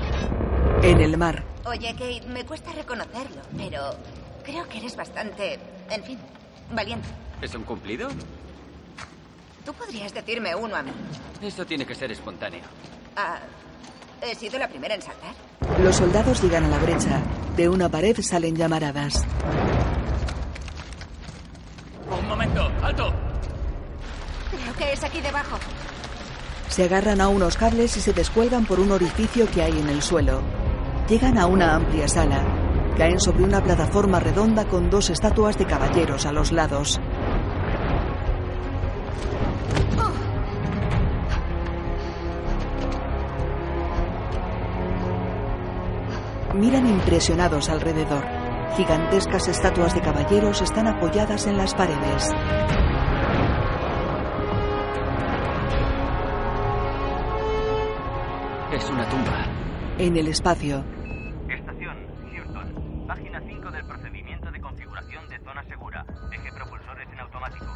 en el mar, Oye, Kate, me cuesta reconocerlo, pero creo que eres bastante, en fin, valiente. ¿Es un cumplido? Tú podrías decirme uno a mí. Eso tiene que ser espontáneo. Ah, he sido la primera en saltar. los soldados llegan a la brecha. De una pared salen llamaradas. ¡Un momento! ¡Alto! Creo que es aquí debajo. Se agarran a unos cables y se descuelgan por un orificio que hay en el suelo. Llegan a una amplia sala. Caen sobre una plataforma redonda con dos estatuas de caballeros a los lados. Miran impresionados alrededor. Gigantescas estatuas de caballeros están apoyadas en las paredes. Es una tumba. En el espacio, Estación Newton. Página 5 del procedimiento de configuración de zona segura. Eje propulsores en automático.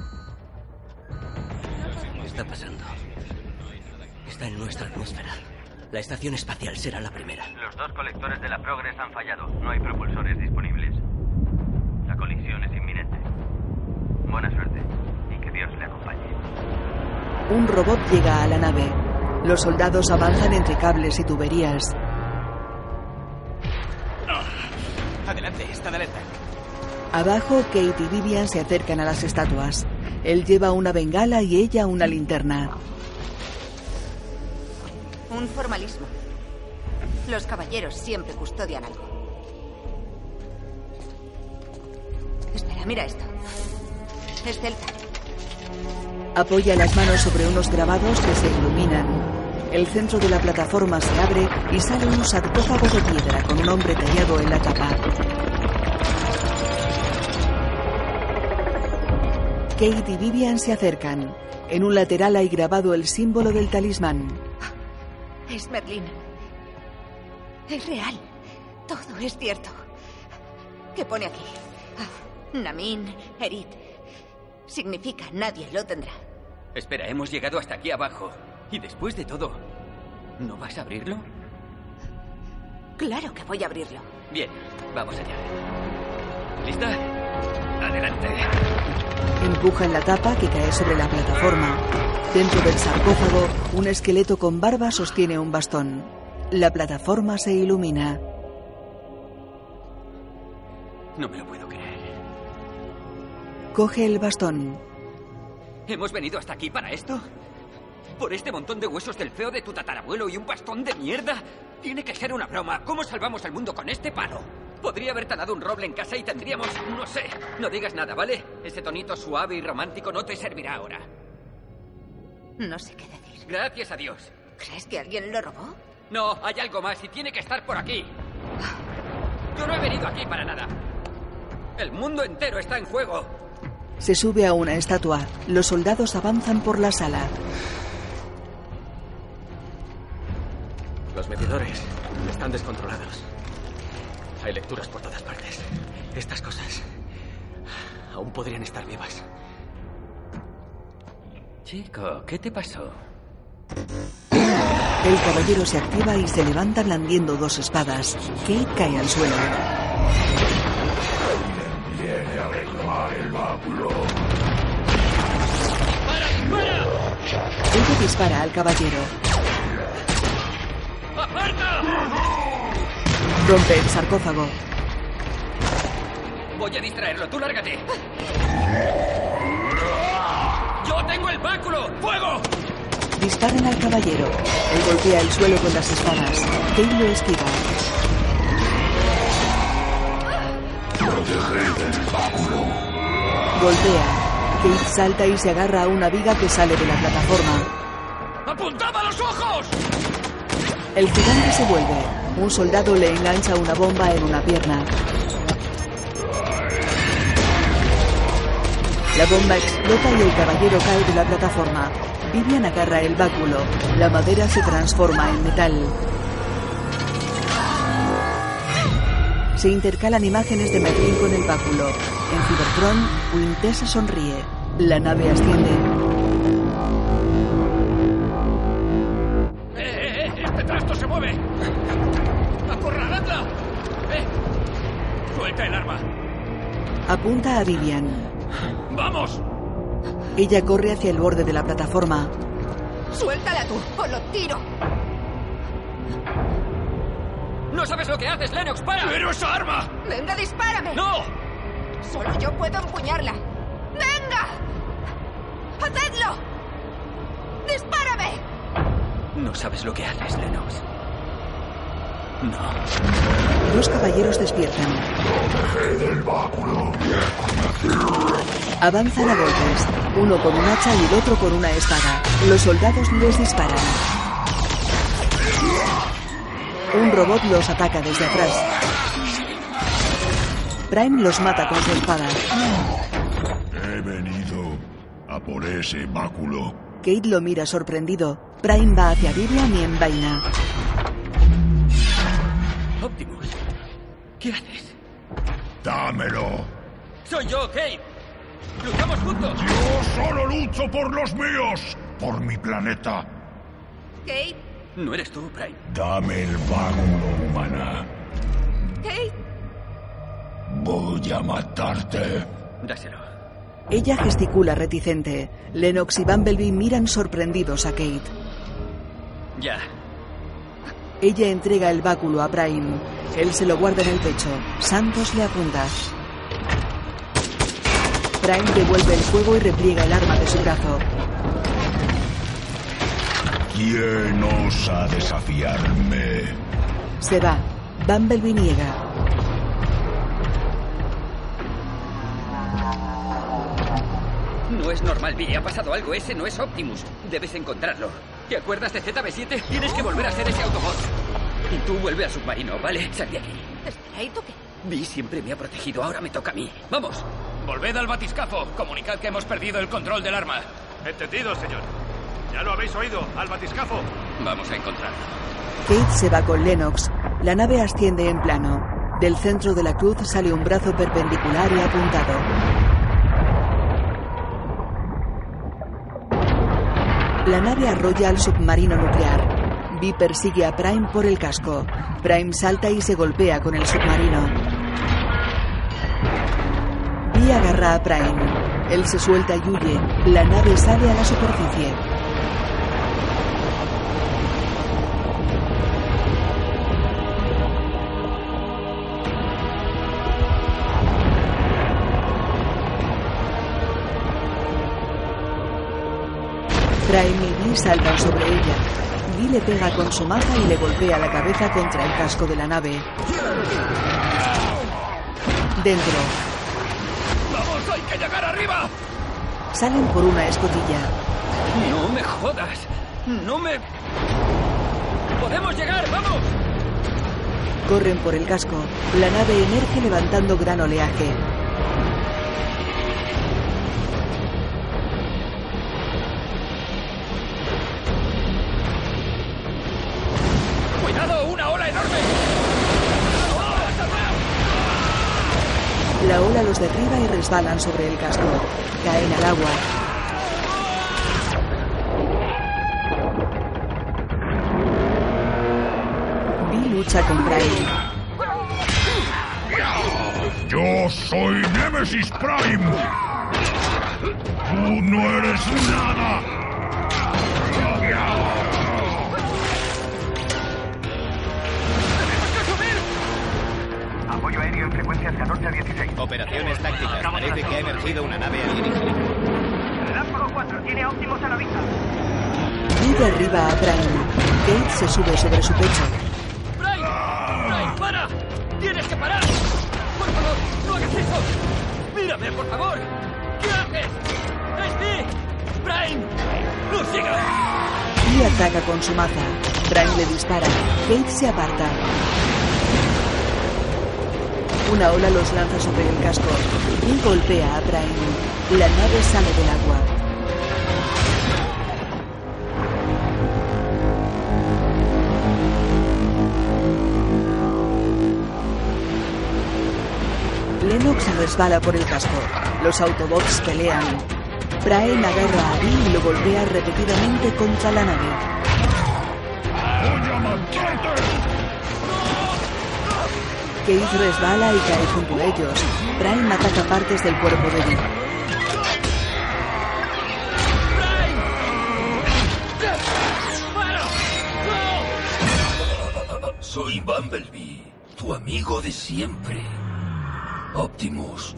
¿Qué está pasando? Está en nuestra atmósfera. La estación espacial será la primera. Los dos colectores de la Progress han fallado. No hay propulsores disponibles. La colisión es inminente. Buena suerte y que Dios le acompañe. un robot llega a la nave. Los soldados avanzan entre cables y tuberías. Adelante, está de alerta. Abajo, Kate y Vivian se acercan a las estatuas. Él lleva una bengala y ella una linterna. Un formalismo. Los caballeros siempre custodian algo. Espera, mira esto. Es celta. Apoya las manos sobre unos grabados que se iluminan. El centro de la plataforma se abre y sale un sarcófago de piedra con un hombre tallado en la tapa. Kate y Vivian se acercan. En un lateral hay grabado el símbolo del talismán. Es Merlín. Es real. Todo es cierto. ¿Qué pone aquí? Ah, Namin, Erit. Significa nadie lo tendrá. Espera, hemos llegado hasta aquí abajo. Y después de todo, ¿no vas a abrirlo? Claro que voy a abrirlo. Bien, vamos allá. ¿Lista? Adelante. Empujan la tapa que cae sobre la plataforma. Dentro del sarcófago, un esqueleto con barba sostiene un bastón. La plataforma se ilumina. No me lo puedo creer. Coge el bastón. ¿Hemos venido hasta aquí para esto? ¿Por este montón de huesos del feo de tu tatarabuelo y un bastón de mierda? Tiene que ser una broma. ¿Cómo salvamos al mundo con este palo? Podría haber talado un roble en casa y tendríamos... No sé. No digas nada, ¿vale? Ese tonito suave y romántico no te servirá ahora. No sé qué. Gracias a Dios. ¿Crees que alguien lo robó? No, hay algo más y tiene que estar por aquí. Yo no he venido aquí para nada. El mundo entero está en juego. Se sube a una estatua. Los soldados avanzan por la sala. Los medidores están descontrolados. Hay lecturas por todas partes. Estas cosas aún podrían estar vivas. Chico, ¿qué te pasó? El caballero se activa y se levanta blandiendo dos espadas. Kate cae al suelo. Viene a reclamar el báculo. Ella dispara al caballero. Rompe el sarcófago. Voy a distraerlo, tú lárgate. ¡Yo tengo el báculo! ¡Fuego! Disparan al caballero. Él golpea el suelo con las espadas. Kate lo esquiva. Proteged el báculo. Golpea. Kate salta y se agarra a una viga que sale de la plataforma. ¡Apuntaba los ojos! El gigante se vuelve. Un soldado le engancha una bomba en una pierna. La bomba explota y el caballero cae de la plataforma. Vivian agarra el báculo. La madera se transforma en metal. Se intercalan imágenes de Merlin con el báculo. En Cybertron, Quintessa sonríe. La nave asciende. ¡Eh, eh, eh! ¡Este trasto se mueve! ¡Acorraladla! ¡Eh! ¡Suelta el arma! Apunta a Vivian. ¡Vamos! Ella corre hacia el borde de la plataforma. Suéltala tú o lo tiro. ¡No sabes lo que haces, Lennox! ¡Para! ¡Pero esa arma! Venga, dispárame. ¡No! Solo yo puedo empuñarla. ¡Venga! ¡Hacedlo! ¡Dispárame! No sabes lo que haces, Lennox. Dos caballeros despiertan. Avanzan a golpes, uno con un hacha y el otro con una espada. Los soldados les disparan. Un robot los ataca desde atrás. Prime los mata con su espada. He venido a por ese báculo. Kate lo mira sorprendido. Prime va hacia Vivian y envaina. Optimus, ¿qué haces? ¡Dámelo! ¡Soy yo, Kate! ¡Luchamos juntos! ¡Yo solo lucho por los míos! ¡Por mi planeta! Kate, No eres tú, Prime. Dame el báculo, humana. Kate. Voy a matarte. Dáselo. Ella gesticula reticente. Lennox y Bumblebee miran sorprendidos a Kate. Ya. Ella entrega el báculo a Prime. Él se lo guarda en el pecho. Santos le apunta. Prime devuelve el fuego y repliega el arma de su brazo. ¿Quién osa desafiarme? Se va. Bumblebee niega. No es normal, Vi. Ha pasado algo. Ese no es Optimus. Debes encontrarlo. ¿Te acuerdas de ZB7? Tienes que volver a ser ese Autobot. Y tú vuelve al submarino, ¿vale? Sal de aquí. Espera, ¿y tú qué? Vi siempre me ha protegido. Ahora me toca a mí. ¡Vamos! Volved al batiscafo. Comunicad que hemos perdido el control del arma. Entendido, señor. Ya lo habéis oído. Al batiscafo. Vamos a encontrarlo. Kate se va con Lennox. La nave asciende en plano. Del centro de la cruz sale un brazo perpendicular y apuntado. La nave arrolla al submarino nuclear. Vi persigue a Prime por el casco. Prime salta y se golpea con el submarino. Vi agarra a Prime. Él se suelta y huye. La nave sale a la superficie. Prime y Vi saltan sobre ella. Vi le pega con su maza y le golpea la cabeza contra el casco de la nave. Dentro, ¡Vamos! ¡Hay que llegar arriba! salen por una escotilla. ¡No me jodas! ¡No me. ¡Podemos llegar! ¡Vamos! Corren por el casco. La nave emerge levantando gran oleaje. ¡Cuidado! ¡Una ola enorme! La ola los derriba y resbalan sobre el casco. Caen al agua. Vi lucha con Prime. Yo soy Nemesis Prime. Tú no eres nada. Apoyo aéreo en frecuencias 14 a 16. Operaciones tácticas. Parece que ha emergido una nave alienígena. Relámpago 4 tiene a Optimus a la vista. Vi derriba a Prime. Kate se sube sobre su pecho. ¡Prime! ¡Prime, para! ¡Tienes que parar! ¡Por favor, no hagas eso! ¡Mírame, por favor! ¿Qué haces? ¡Es Vi! ¡Prime! ¡No sigas! Vi ataca con su maza. Prime le dispara. Kate se aparta. Una ola los lanza sobre el casco. Vi golpea a Prime. La nave sale del agua. Lennox resbala por el casco. Los Autobots pelean. Prime agarra a Vi y lo golpea repetidamente contra la nave. Kate resbala y cae junto a ellos. Prime ataca partes del cuerpo de Vi. Soy Bumblebee, tu amigo de siempre. Optimus,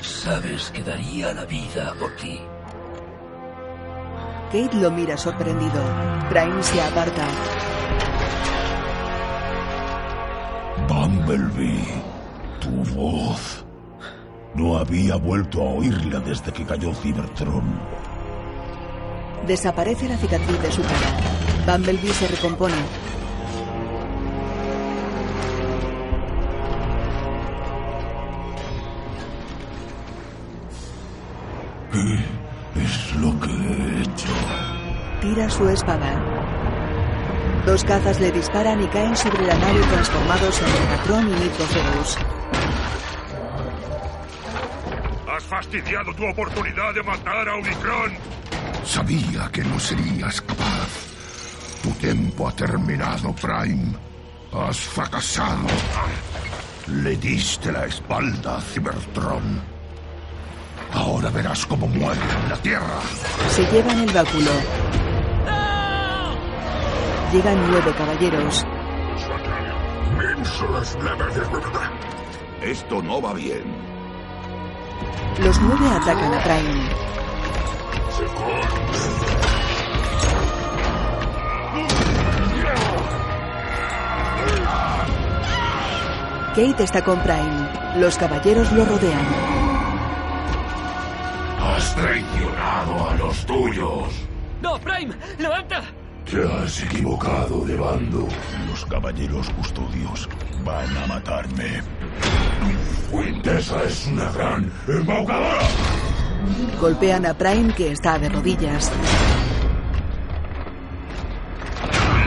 sabes que daría la vida por ti. Kate lo mira sorprendido. Prime se aparta. Bumblebee, tu voz. No había vuelto a oírla desde que cayó Cybertron. Desaparece la cicatriz de su cara. Bumblebee se recompone. ¿Qué es lo que he hecho? Tira su espada. Dos cazas le disparan y caen sobre la nave transformados en Megatron y Nitrocerus. ¡Has fastidiado tu oportunidad de matar a Unicron! Sabía que no serías capaz. Tu tiempo ha terminado, Prime. Has fracasado. Le diste la espalda a Cybertron. Ahora verás cómo muere en la Tierra. Se llevan el báculo. Llegan nueve caballeros. Esto no va bien. Los nueve atacan a Prime. Kate está con Prime. Los caballeros lo rodean. Has traicionado a los tuyos. ¡No, Prime! ¡Levanta! Te has equivocado de bando. Los caballeros custodios van a matarme. Fuentesa es una gran embaucadora. Golpean a Prime que está de rodillas.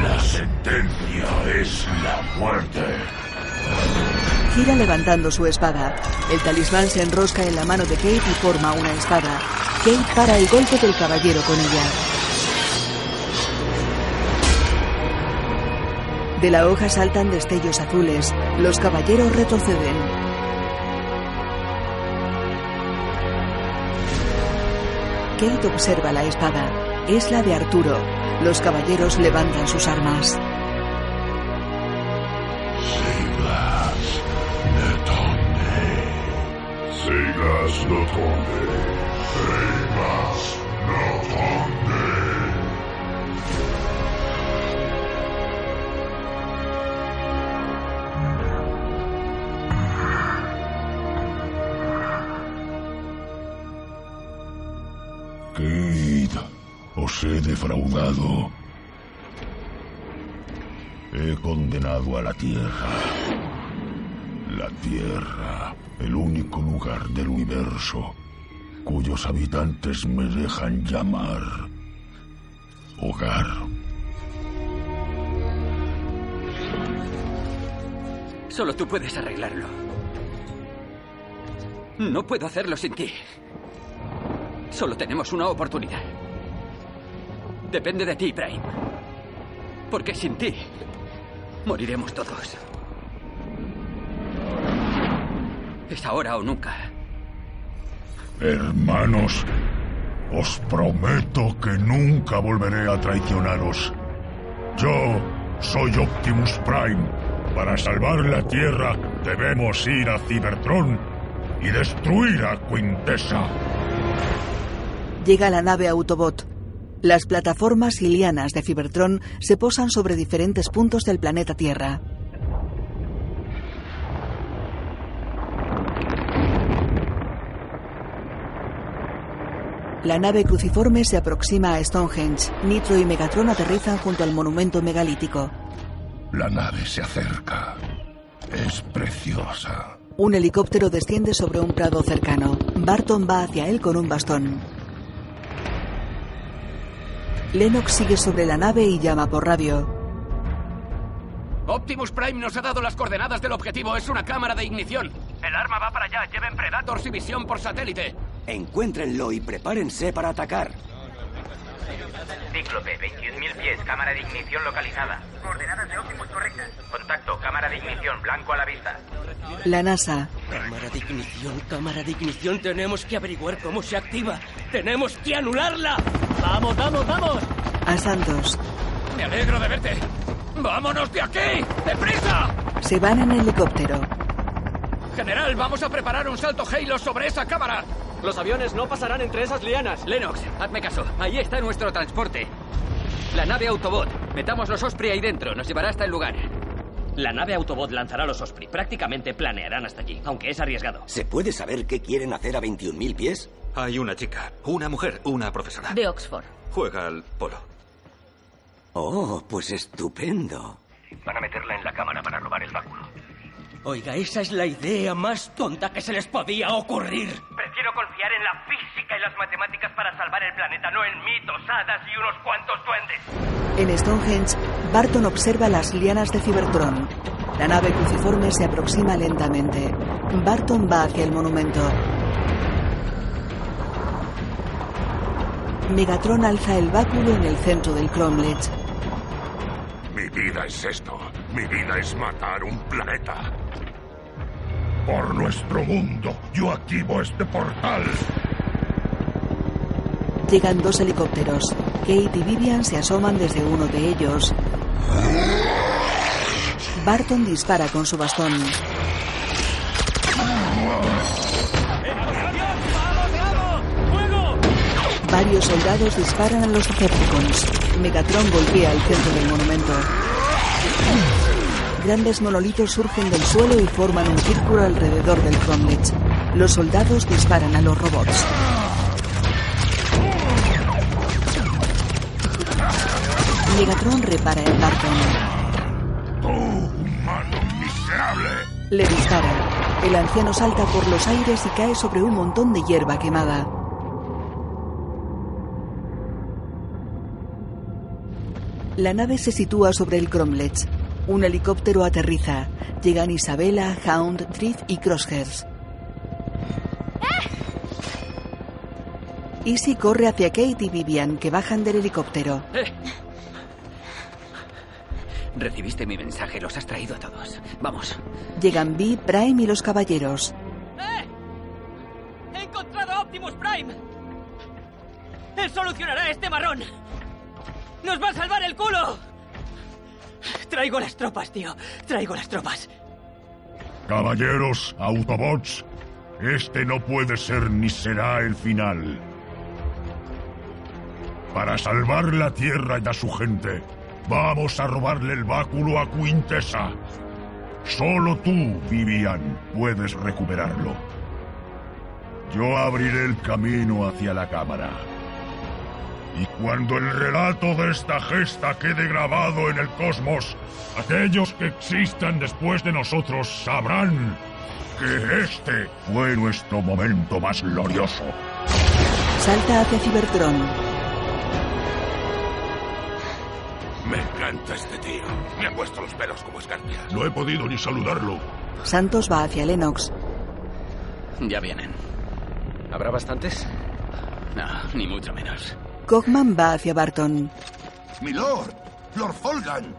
La sentencia es la muerte. Gira levantando su espada. El talismán se enrosca en la mano de Kate y forma una espada. Kate para el golpe del caballero con ella. De la hoja saltan destellos azules. Los caballeros retroceden. Kate observa la espada. Es la de Arturo. Los caballeros levantan sus armas. Sigas, Netonde. Sigas, Notonde. Sigas, Notonde. Kate, os he defraudado. He condenado a la Tierra. La Tierra, el único lugar del universo cuyos habitantes me dejan llamar hogar. Solo tú puedes arreglarlo. No puedo hacerlo sin ti. Solo tenemos una oportunidad. Depende de ti, Prime. Porque sin ti, moriremos todos. Es ahora o nunca. Hermanos, os prometo que nunca volveré a traicionaros. Yo soy Optimus Prime. Para salvar la Tierra debemos ir a Cybertron y destruir a Quintessa. Llega la nave Autobot. Las plataformas y lianas de Cybertron se posan sobre diferentes puntos del planeta Tierra. La nave cruciforme se aproxima a Stonehenge. Nitro y Megatron aterrizan junto al monumento megalítico. La nave se acerca. Es preciosa. Un helicóptero desciende sobre un prado cercano. Barton va hacia él con un bastón. Lennox sigue sobre la nave y llama por radio. Optimus Prime nos ha dado las coordenadas del objetivo. Es una cámara de ignición. El arma va para allá. Lleven Predators y visión por satélite. Encuéntrenlo y prepárense para atacar. Cíclope, 21.000 pies, cámara de ignición localizada. Coordenadas de Optimus correctas. Contacto, cámara de ignición, blanco a la vista. La NASA. Cámara de ignición, cámara de ignición. Tenemos que averiguar cómo se activa. Tenemos que anularla. Vamos, vamos, vamos. A Santos. Me alegro de verte. ¡Vámonos de aquí! ¡Deprisa! Se van en helicóptero. General, vamos a preparar un salto Halo sobre esa cámara. Los aviones no pasarán entre esas lianas. Lennox, hazme caso. Ahí está nuestro transporte. La nave Autobot. Metamos los Osprey ahí dentro. Nos llevará hasta el lugar. La nave Autobot lanzará los Osprey. Prácticamente planearán hasta allí, aunque es arriesgado. ¿Se puede saber qué quieren hacer a 21.000 pies? Hay una chica, una mujer, una profesora. De Oxford. Juega al polo. Oh, pues estupendo. Van a meterla en la cámara para robar el báculo. Oiga, esa es la idea más tonta que se les podía ocurrir. Quiero confiar en la física y las matemáticas para salvar el planeta, no en mitos, hadas y unos cuantos duendes. En Stonehenge, Barton observa las lianas de Cybertron. La nave cruciforme se aproxima lentamente. Barton va hacia el monumento. Megatron alza el báculo en el centro del cromlech. Mi vida es esto. Mi vida es matar un planeta. Por nuestro mundo, yo activo este portal. Llegan dos helicópteros. Kate y Vivian se asoman desde uno de ellos. Barton dispara con su bastón. Varios soldados disparan a los Decepticons. Megatron golpea el centro del monumento. Grandes monolitos surgen del suelo y forman un círculo alrededor del Cromlech. Los soldados disparan a los robots. Megatron repara el Barton. ¡Miserable! Le dispara. El anciano salta por los aires y cae sobre un montón de hierba quemada. La nave se sitúa sobre el Cromlech. Un helicóptero aterriza. Llegan Isabela, Hound, Drift y Crosshairs. Izzy corre hacia Kate y Vivian, que bajan del helicóptero. Recibiste mi mensaje, los has traído a todos. Vamos. Llegan Bee, Prime y los caballeros. ¡He encontrado a Optimus Prime! ¡Él solucionará este marrón! ¡Nos va a salvar el culo! Traigo las tropas, tío. Traigo las tropas. Caballeros, Autobots, este no puede ser ni será el final. Para salvar la Tierra y a su gente, vamos a robarle el báculo a Quintessa. Solo tú, Vivian, puedes recuperarlo. Yo abriré el camino hacia la cámara. Y cuando el relato de esta gesta quede grabado en el cosmos, aquellos que existan después de nosotros sabrán que este oh fue nuestro momento más glorioso. Salta hacia Cybertron. Me encanta este tío. Me ha puesto los pelos como escarpia. No he podido ni saludarlo. Santos va hacia Lennox. Ya vienen. ¿Habrá bastantes? No, ni mucho menos. Cogman va hacia Barton. Milord, Lord Folgan.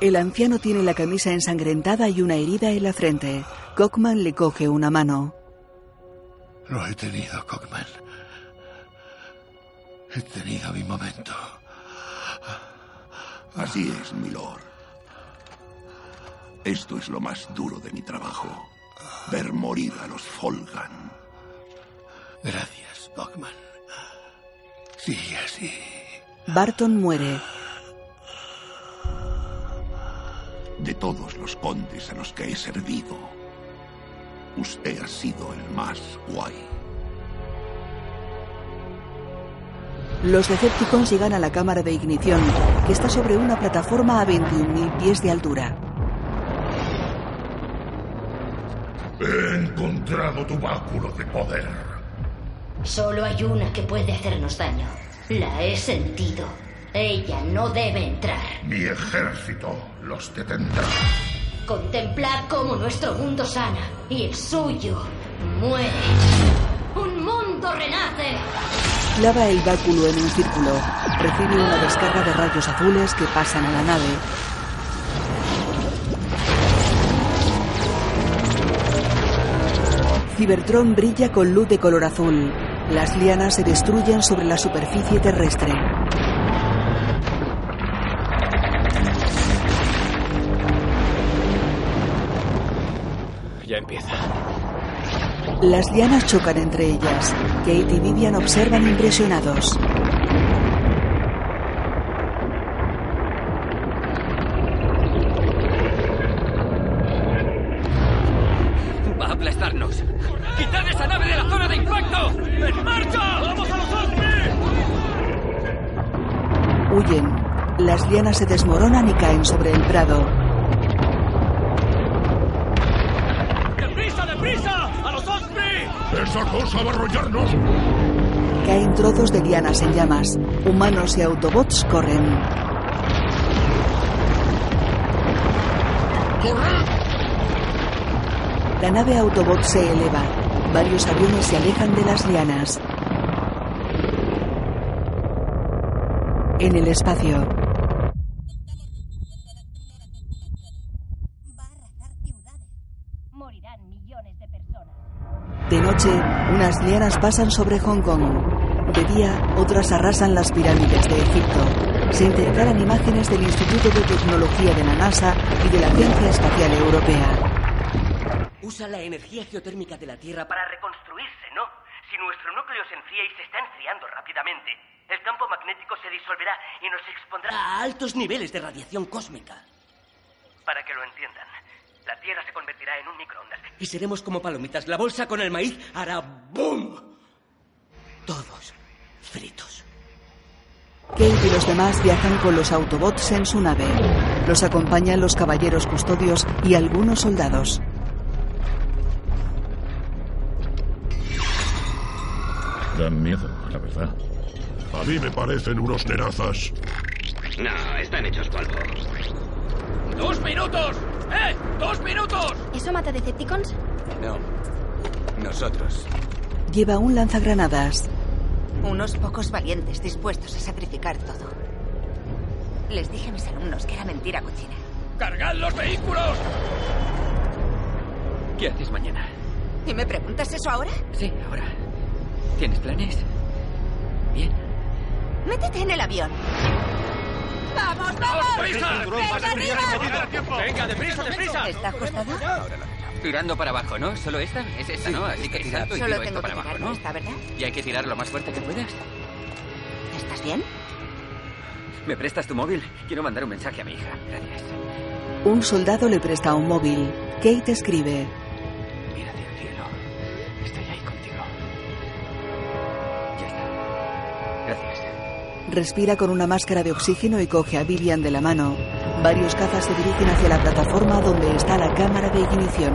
El anciano tiene la camisa ensangrentada y una herida en la frente. Cogman le coge una mano. Lo he tenido, Cockman. He tenido mi momento. Así es, milord. Esto es lo más duro de mi trabajo. Ver morir a los Folgan. Gracias, Bogman. Sigue así. Barton muere. De todos los condes a los que he servido, usted ha sido el más guay. Los Decepticons llegan a la cámara de ignición, que está sobre una plataforma a 21.000 pies de altura. He encontrado tu báculo de poder. Solo hay una que puede hacernos daño. La he sentido. Ella no debe entrar. Mi ejército los detendrá. Contemplar cómo nuestro mundo sana y el suyo muere. ¡Un mundo renace! Clava el báculo en un círculo. Recibe una descarga de rayos azules que pasan a la nave. Cybertron brilla con luz de color azul. Las lianas se destruyen sobre la superficie terrestre. Ya empieza. Las lianas chocan entre ellas. Kate y Vivian observan impresionados. Va a aplastarnos. ¡Quitad esa nave de la zona de impacto! ¡En marcha! ¡Vamos a los Huyen. Las lianas se desmoronan y caen sobre el prado. ¡Deprisa, deprisa! ¡Prisa! ¡A los Osprey! ¡Esa cosa va a arrollarnos! Caen trozos de lianas en llamas. Humanos y autobots corren. La nave autobot se eleva. Varios aviones se alejan de las lianas. En el espacio, de noche, unas lianas pasan sobre Hong Kong. De día, otras arrasan las pirámides de Egipto. Se intercalan imágenes del Instituto de Tecnología de la NASA y de la Agencia Espacial Europea. Usa la energía geotérmica de la Tierra para... Para reconstruirse, ¿no? Si nuestro núcleo se enfría y se está enfriando rápidamente, el campo magnético se disolverá y nos expondrá... A altos niveles de radiación cósmica. Para que lo entiendan, la Tierra se convertirá en un microondas. Y seremos como palomitas. La bolsa con el maíz hará boom. Todos fritos. Kate y los demás viajan con los autobots en su nave. Los acompañan los caballeros custodios y algunos soldados. Dan miedo, la verdad. A mí me parecen unos tenazas. No, están hechos polvo. ¡Dos minutos! ¡Eh! ¡Dos minutos! ¿Eso mata Decepticons? No. Nosotros. Lleva un lanzagranadas. Unos pocos valientes dispuestos a sacrificar todo. Les dije a mis alumnos que era mentira cochina. ¡Cargad los vehículos! ¿Qué haces mañana? ¿Y me preguntas eso ahora? Sí, ahora. ¿Tienes planes? Métete en el avión. ¡Vamos, vamos! ¡Venga, deprisa, deprisa! ¿Está ajustado? Tirando para abajo, ¿no? Solo esta. Es esta, ¿no? Así que salto y Solo tiro esto tengo que para abajo, tirar ¿no? con esta, ¿verdad? Y hay que tirar lo más fuerte que puedas. ¿Estás bien? ¿Me prestas tu móvil? Quiero mandar un mensaje a mi hija. Gracias. Un soldado le presta un móvil. Kate escribe. Estoy ahí contigo. Ya está. Gracias. Respira con una máscara de oxígeno y coge a Vivian de la mano. Varios cazas se dirigen hacia la plataforma donde está la cámara de ignición.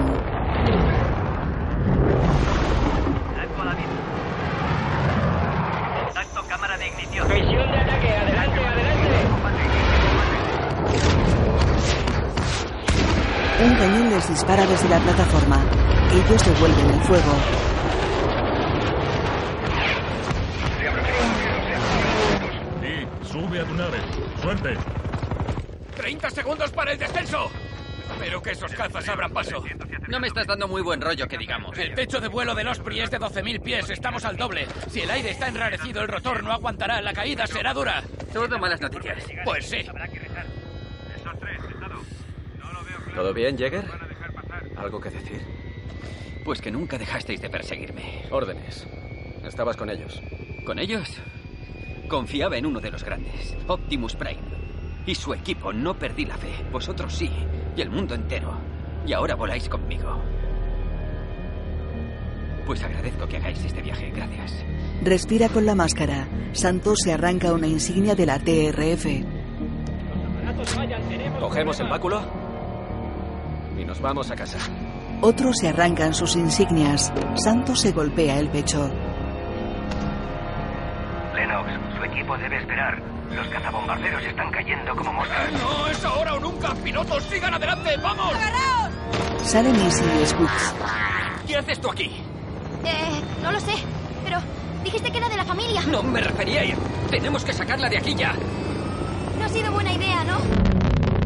Misión de ataque, adelante, adelante. Un cañón les dispara desde la plataforma. Ellos devuelven el fuego. Sí, sube a tu nave. Suerte. ¡30 segundos para el descenso! Espero que esos cazas abran paso. No me estás dando muy buen rollo, que digamos. El techo de vuelo del Osprey es de 12.000 pies. Estamos al doble. Si el aire está enrarecido, el rotor no aguantará. La caída será dura. Todo malas noticias. Pues sí. ¿Todo bien, Jäger? ¿Algo que decir? Pues que nunca dejasteis de perseguirme. Órdenes. Estabas con ellos. ¿Con ellos? Confiaba en uno de los grandes, Optimus Prime. Y su equipo no perdí la fe. Vosotros sí. Y el mundo entero. Y ahora voláis conmigo. Pues agradezco que hagáis este viaje. Gracias. Respira con la máscara. Santos se arranca una insignia de la TRF. Cogemos el báculo y nos vamos a casa. Otros se arrancan sus insignias. Santos se golpea el pecho. Lennox, su equipo debe esperar. Los cazabombarderos están cayendo como moscas. ¡No es ahora o nunca! ¡Pilotos, sigan adelante! ¡Vamos! Salen Missy y Scoots. ¿Qué haces tú aquí? Eh, no lo sé, pero dijiste que era de la familia. No me refería a ella. Tenemos que sacarla de aquí ya. No ha sido buena idea, ¿no?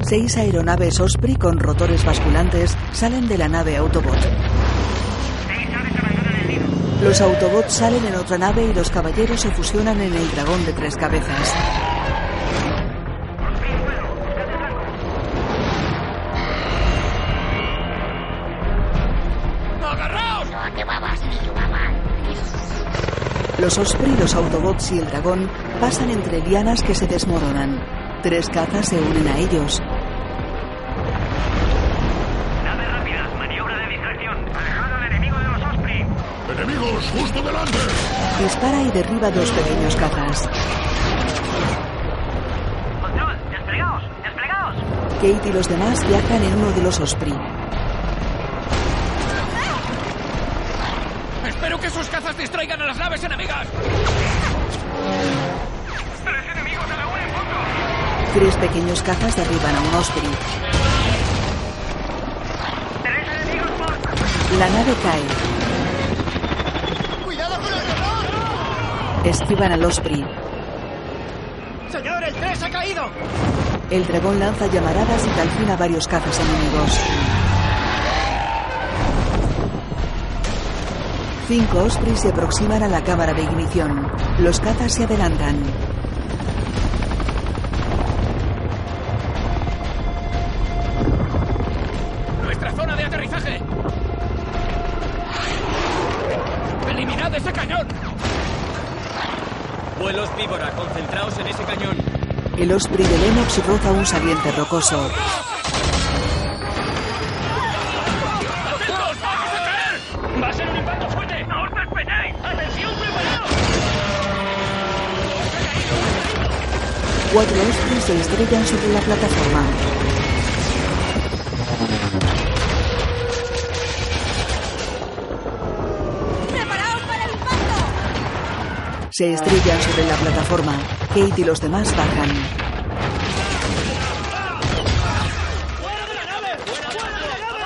Seis aeronaves Osprey con rotores basculantes salen de la nave Autobot. Los Autobots salen en otra nave y los caballeros se fusionan en el dragón de tres cabezas. ¡Agarraos! ¡No te muevas! Los Osprey, los Autobots y el dragón pasan entre lianas que se desmoronan. Tres cazas se unen a ellos. ¡Enemigos, justo delante! Dispara y derriba dos pequeños cazas. Kate y los demás viajan en uno de los Osprey. sus cazas distraigan a las naves enemigas! Tres pequeños cazas derriban a un Osprey. La nave cae. Esquivan al Osprey. ¡Señor, el 3 ha caído! El dragón lanza llamaradas y calcina varios cazas enemigos. Cinco Osprey se aproximan a la cámara de ignición. Los cazas se adelantan. ¡Nuestra zona de aterrizaje! ¡Eliminad ese cañón! Vuelos víbora, concentraos en ese cañón. El Osprey de Lennox roza un saliente rocoso. ¡Va a ser un impacto fuerte! ¡No os despedéis! ¡Atención, preparados! Cuatro Osprey se estrellan sobre la plataforma. Se estrellan sobre la plataforma. Kate y los demás bajan.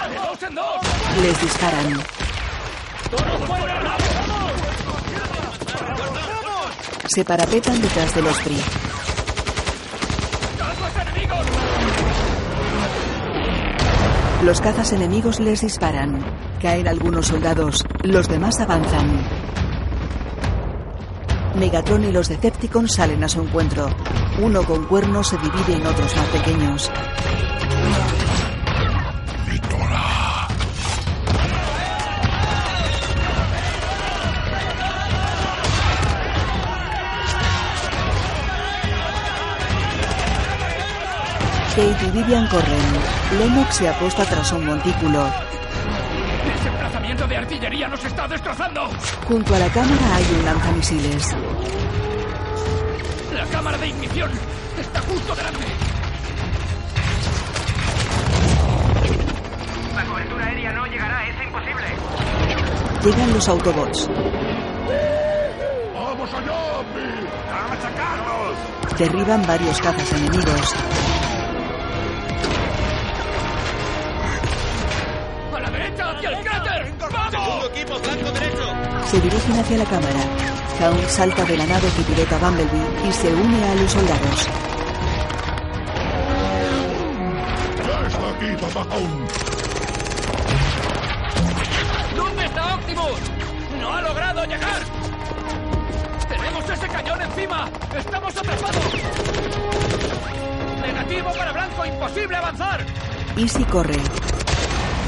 ¡De dos en dos! Les disparan. Se parapetan detrás del Osprey. Los cazas enemigos les disparan. Caen algunos soldados. Los demás avanzan. Megatron y los Decepticons salen a su encuentro. Uno con cuernos se divide en otros más pequeños. Kate y Vivian corren. Lennox se aposta tras un montículo. ¡Ese emplazamiento de artillería nos está destrozando! Junto a la cámara hay un lanzamisiles. ¡La cámara de ignición está justo delante! La cobertura aérea no llegará, es imposible. Llegan los Autobots. ¡Vamos allá, Bill! ¡A machacarlos! Derriban varios cazas enemigos. ¡A la derecha, hacia el cráter! ¡Vamos! equipo, flanco derecho! Se dirigen hacia la cámara. Hound salta de la nave que pilota Bumblebee y se une a los soldados. ¡Ya está aquí, papá Hound! ¿Dónde está Optimus? ¡No ha logrado llegar! ¡Tenemos ese cañón encima! ¡Estamos atrapados! ¡Negativo para Blanco! ¡Imposible avanzar! Easy corre.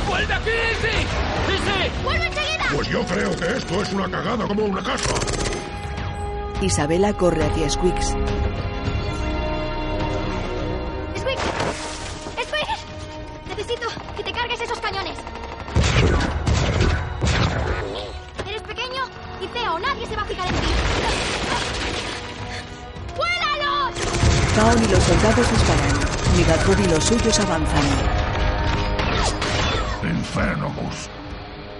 ¡Vuelve aquí, Izzy! ¡Izzy! ¡Vuelve enseguida! Pues yo creo que esto es una cagada como una casa. Isabela corre hacia Squeaks. ¡Squeak! ¡Squeak! Necesito que te cargues esos cañones. Eres pequeño y feo. Nadie se va a fijar en ti. ¡Vuélalos! Hound y los soldados disparan. Megatron y los suyos avanzan. Infernobus.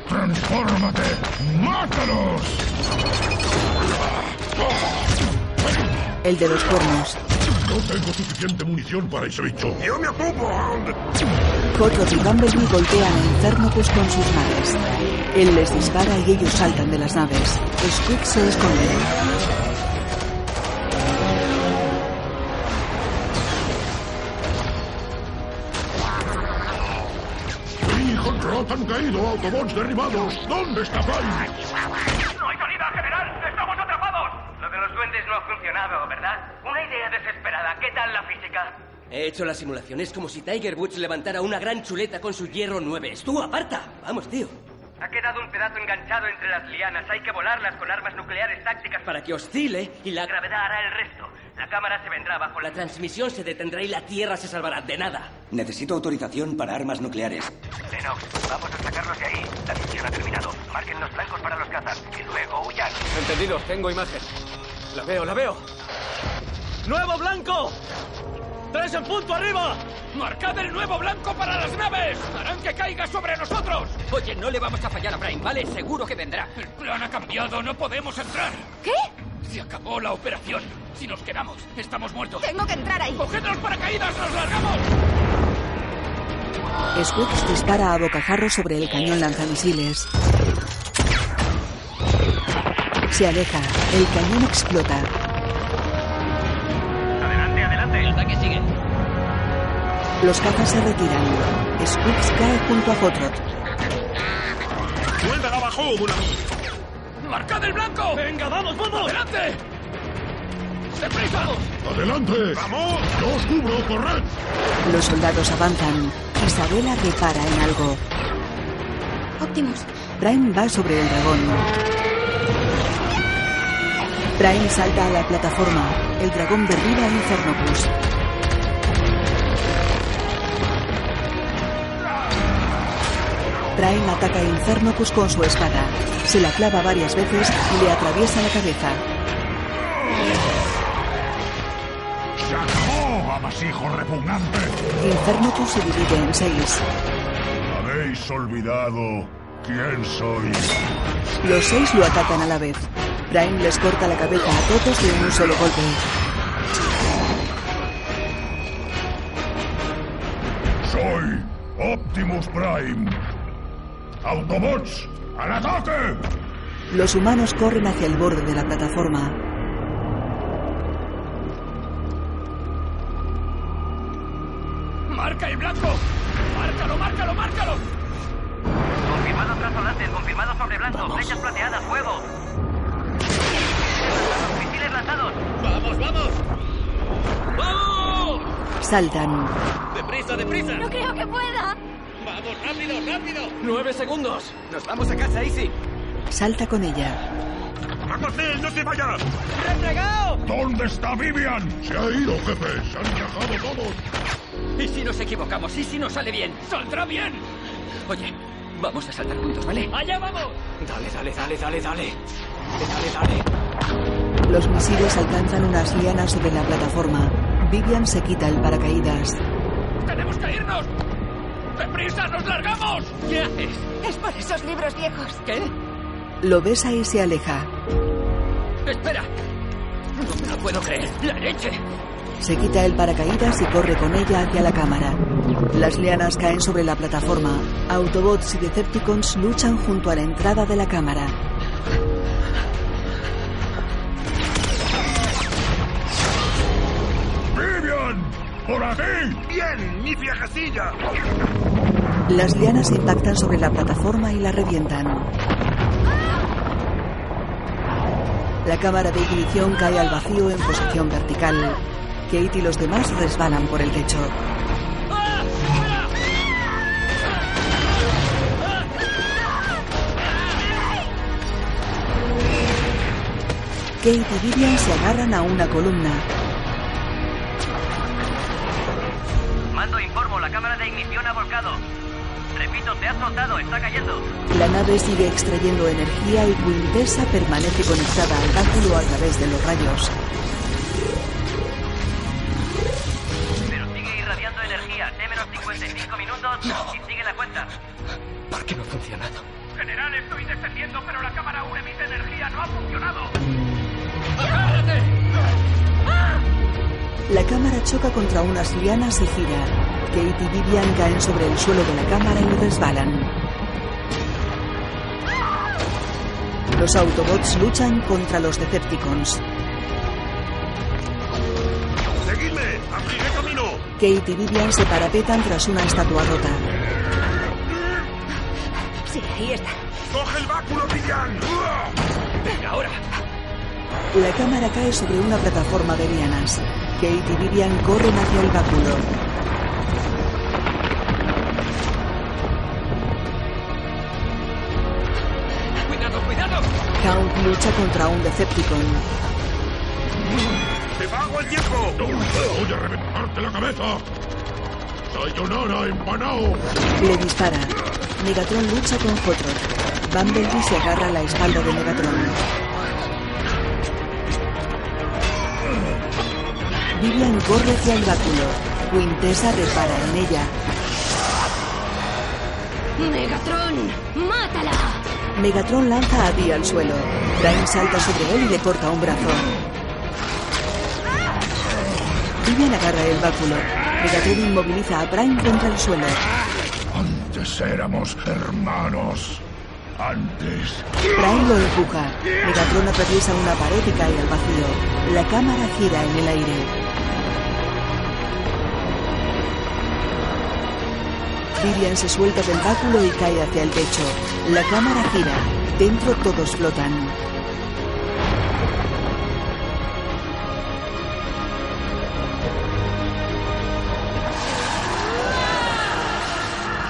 ¡Transfórmate! ¡Mátalos! El de los cuernos. No tengo suficiente munición para ese bicho. ¡Yo me ocupo, Hound! Cotos y Bumblebee golpean a Infernopus con sus naves. Él les dispara y ellos saltan de las naves. Squeak se esconde. ¡Hijo Trot han caído! ¡Autobots derribados! ¿Dónde está Prime? ¡No hay salida, general! ¡Estamos atrapados! Lo de los duendes no ha funcionado, ¿verdad? Una idea desesperada. ¿Qué tal la física? He hecho las simulaciones como si Tiger Woods levantara una gran chuleta con su hierro 9. ¡Tú, aparta! Vamos, tío. Ha quedado un pedazo enganchado entre las lianas. Hay que volarlas con armas nucleares tácticas. Para que oscile y la... La gravedad hará el resto. La cámara se vendrá bajo La transmisión se detendrá y la Tierra se salvará. De nada. Necesito autorización para armas nucleares. Lennox, vamos a sacarlos de ahí. La misión ha terminado. Marquen los blancos para los cazas y luego huyan. Entendido, tengo imagen. La veo, la veo. ¡Nuevo blanco! ¡Tres en punto arriba! ¡Marcad el nuevo blanco para las naves! ¡Harán que caiga sobre nosotros! Oye, no le vamos a fallar a Brian, ¿vale? Seguro que vendrá. El plan ha cambiado, no podemos entrar. ¿Qué? Se acabó la operación. Si nos quedamos, estamos muertos. Tengo que entrar ahí. ¡Coged los paracaídas, nos largamos! Squeaks dispara a bocajarro sobre el cañón lanzamisiles. Se aleja. El cañón explota. Adelante, adelante. El ataque sigue. Los cazas se retiran. Squeaks cae junto a Hotrod. ¡Vuelven abajo, Bulami! ¡Marcad el blanco! ¡Venga, vamos, vamos! ¡Adelante! ¡Deprisa! ¡Adelante! ¡Vamos! ¡Yo os cubro, corred! Los soldados avanzan. Isabela repara en algo. Optimus. Prime va sobre el dragón. Prime salta a la plataforma. El dragón derriba a Infernopus. Prime ataca a Infernopus con su espada. Se la clava varias veces y le atraviesa la cabeza. ¡Se acabó, amasijo repugnante! Infernopus se divide en seis. Habéis olvidado quién soy. Los seis lo atacan a la vez. Prime les corta la cabeza a todos de un solo golpe. Soy Optimus Prime. Autobots, al ataque. Los humanos corren hacia el borde de la plataforma. ¡Marca el blanco! ¡Márcalo, márcalo, márcalo! Confirmado trasonantes, confirmado sobre blanco. Flechas plateadas, fuego. Misiles lanzados. ¡Vamos, vamos! ¡Vamos! Saltan. ¡Deprisa, deprisa! No creo que pueda. ¡Vamos, rápido, rápido! ¡Nueve segundos! ¡Nos vamos a casa, Easy! Salta con ella. ¡Vamos, Neil, no te vayas! ¡Replegado! ¿Dónde está Vivian? Se ha ido, jefe. Se han viajado todos. ¿Y si nos equivocamos? ¿Y si no sale bien? ¡Saldrá bien! Oye, vamos a saltar juntos, ¿vale? ¡Allá vamos! Dale, dale, dale, dale, dale. Dale, dale. Los misiles alcanzan unas lianas sobre la plataforma. Vivian se quita el paracaídas. ¡Tenemos que irnos! ¡Deprisa, nos largamos! ¿Qué haces? Es por esos libros viejos. ¿Qué? Lo besa y se aleja. ¡Espera! No me lo puedo creer. ¡La leche! Se quita el paracaídas y corre con ella hacia la cámara. Las lianas caen sobre la plataforma. Autobots y Decepticons luchan junto a la entrada de la cámara. ¡Vivian! ¡Por aquí! ¡Bien! ¡Mi viajecilla! Las lianas impactan sobre la plataforma y la revientan. La cámara de ignición cae al vacío en posición vertical. Kate y los demás resbalan por el techo. Kate y Vivian se agarran a una columna. Mando, informo, la cámara de ignición ha volcado. Repito, te has notado, está cayendo. La nave sigue extrayendo energía y Quintessa permanece conectada al báculo a través de los rayos. Pero sigue irradiando energía. T menos 55 minutos y sigue la cuenta. ¿Por qué no funciona? General, estoy descendiendo, pero la cámara aún emite energía. No ha funcionado. ¡Agárrate! ¡Ah! La cámara choca contra unas lianas y gira. Kate y Vivian caen sobre el suelo de la cámara y resbalan. Los Autobots luchan contra los Decepticons. ¡Seguidme! ¡Abriré camino! Kate y Vivian se parapetan tras una estatua rota. Sí, ahí está. ¡Coge el báculo, Vivian! ¡Venga, ahora! La cámara cae sobre una plataforma de lianas. Kate y Vivian corren hacia el báculo. ¡Cuidado, cuidado! Count lucha contra un Decepticon. ¡Te pago el tiempo! ¡No voy a reventarte la cabeza! ¡Sayonara, empanao! Le dispara. Megatron lucha con Hotrod. Bumblebee se agarra a la espalda de Megatron. Vivian corre hacia el báculo. Quintessa repara en ella. Megatron, mátala. Megatron lanza a Dee al suelo. Brain salta sobre él y le corta un brazo. Vivian agarra el báculo. Megatron inmoviliza a Brain contra el suelo. Antes éramos hermanos. Antes. Brain lo empuja. Megatron atraviesa una pared y cae al vacío. La cámara gira en el aire. Vivian se suelta del báculo y cae hacia el techo. La cámara gira. Dentro todos flotan.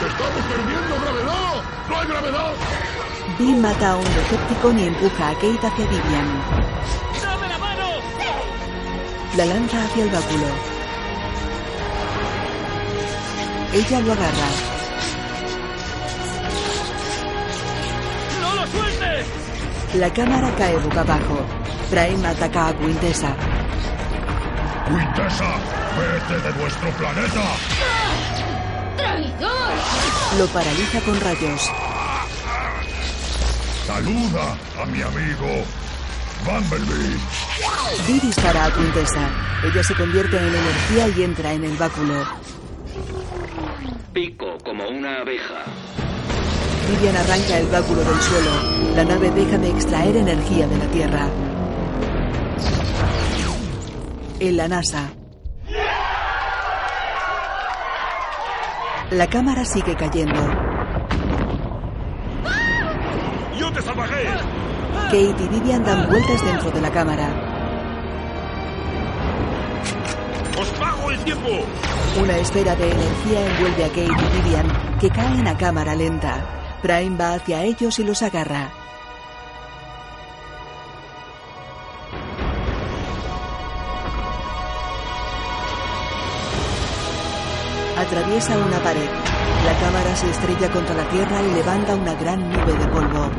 ¡Estamos perdiendo gravedad! ¡No hay gravedad! Dee mata a un Decepticon y empuja a Kate hacia Vivian. ¡Dame la mano! La lanza hacia el báculo. Ella lo agarra. ¡No lo sueltes! La cámara cae boca abajo. Brain ataca a Quintessa. ¡Quintessa! ¡Vete de nuestro planeta! ¡Traidor! Lo paraliza con rayos. ¡Saluda a mi amigo Bumblebee! Dee dispara a Quintessa. Ella se convierte en energía y entra en el báculo. Pico como una abeja. Vivian arranca el báculo del suelo. La nave deja de extraer energía de la Tierra. En la NASA. La cámara sigue cayendo. ¡Ah! ¡Yo te salvaré! Kate y Vivian dan vueltas dentro de la cámara. ¡Os pago el tiempo! Una esfera de energía envuelve a Kate y Vivian, que caen a cámara lenta. Prime va hacia ellos y los agarra. Atraviesa una pared. La cámara se estrella contra la tierra y levanta una gran nube de polvo.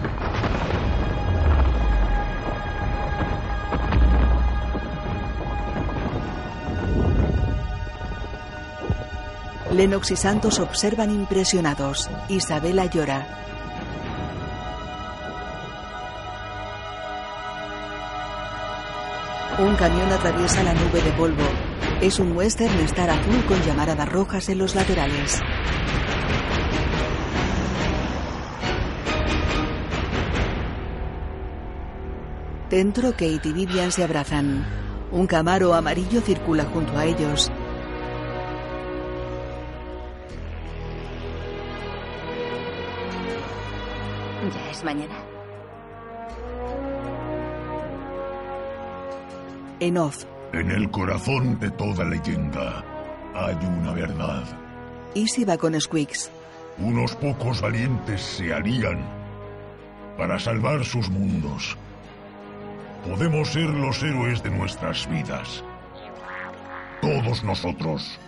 Lennox y Santos observan impresionados. Isabela llora. Un camión atraviesa la nube de polvo. Es un western estar azul con llamaradas rojas en los laterales. Dentro, Kate y Vivian se abrazan. Un camaro amarillo circula junto a ellos. Ya es mañana. En off, En el corazón de toda leyenda hay una verdad. Izzy va con Squeaks. Unos pocos valientes se alían para salvar sus mundos. Podemos ser los héroes de nuestras vidas. Todos nosotros,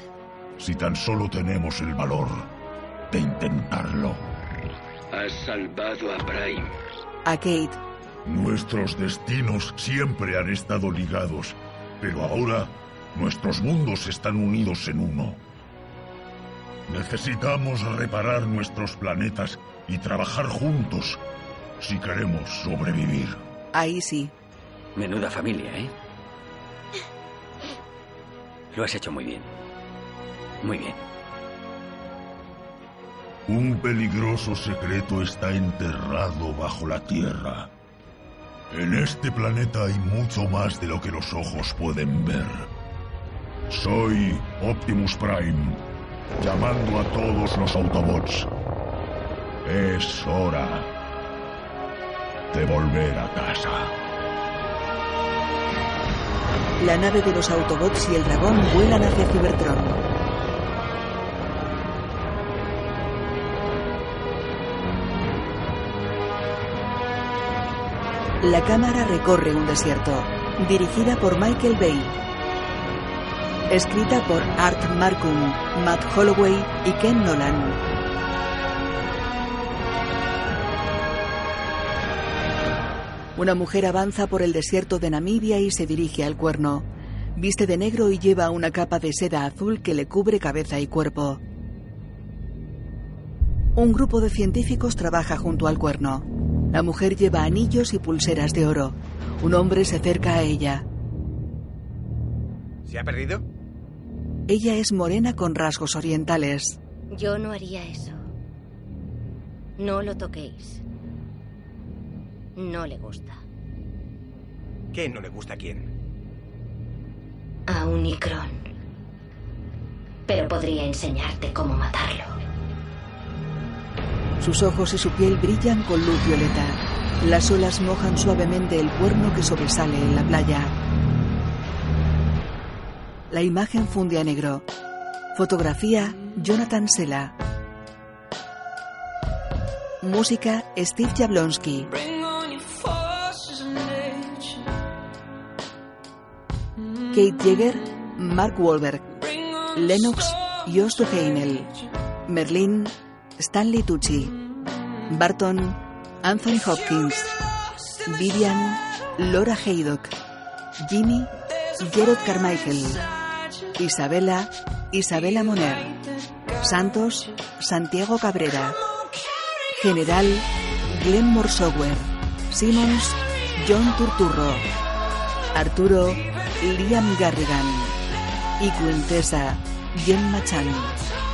si tan solo tenemos el valor de intentarlo. Has salvado a Prime. A Kate, Nuestros destinos siempre han estado ligados, pero ahora nuestros mundos están unidos en uno. Necesitamos reparar nuestros planetas y trabajar juntos si queremos sobrevivir. a Izzy. Menuda familia, ¿eh? Lo has hecho muy bien. Muy bien. Un peligroso secreto está enterrado bajo la Tierra. En este planeta hay mucho más de lo que los ojos pueden ver. Soy Optimus Prime, llamando a todos los Autobots. Es hora de volver a casa. La nave de los Autobots y el dragón vuelan hacia Cybertron. La cámara recorre un desierto, dirigida por Michael Bay. Escrita por Art Markum, Matt Holloway y Ken Nolan. Una mujer avanza por el desierto de Namibia y se dirige al cuerno. Viste de negro y lleva una capa de seda azul que le cubre cabeza y cuerpo. Un grupo de científicos trabaja junto al cuerno. La mujer lleva anillos y pulseras de oro. Un hombre se acerca a ella. ¿Se ha perdido? Ella es morena con rasgos orientales. Yo no haría eso. No lo toquéis. No le gusta. ¿Qué no le gusta a quién? A Unicron. Pero podría enseñarte cómo matarlo. Sus ojos y su piel brillan con luz violeta. Las olas mojan suavemente el cuerno que sobresale en la playa. La imagen funde a negro. Fotografía Jonathan Sela. Música Steve Jablonski. Kate Jäger, Mark Wahlberg, Lennox, Josh Duhamel, Merlin, Stanley Tucci, Barton, Anthony Hopkins, Vivian, Laura Haydock, Jimmy, Gerard Carmichael, Isabela, Isabela Moner, Santos, Santiago Cabrera, General, Glenn Morsower, Simmons, John Turturro, Arturo, Liam Garrigan y Quintessa, Jen Machan. Mm-hmm. Mm-hmm.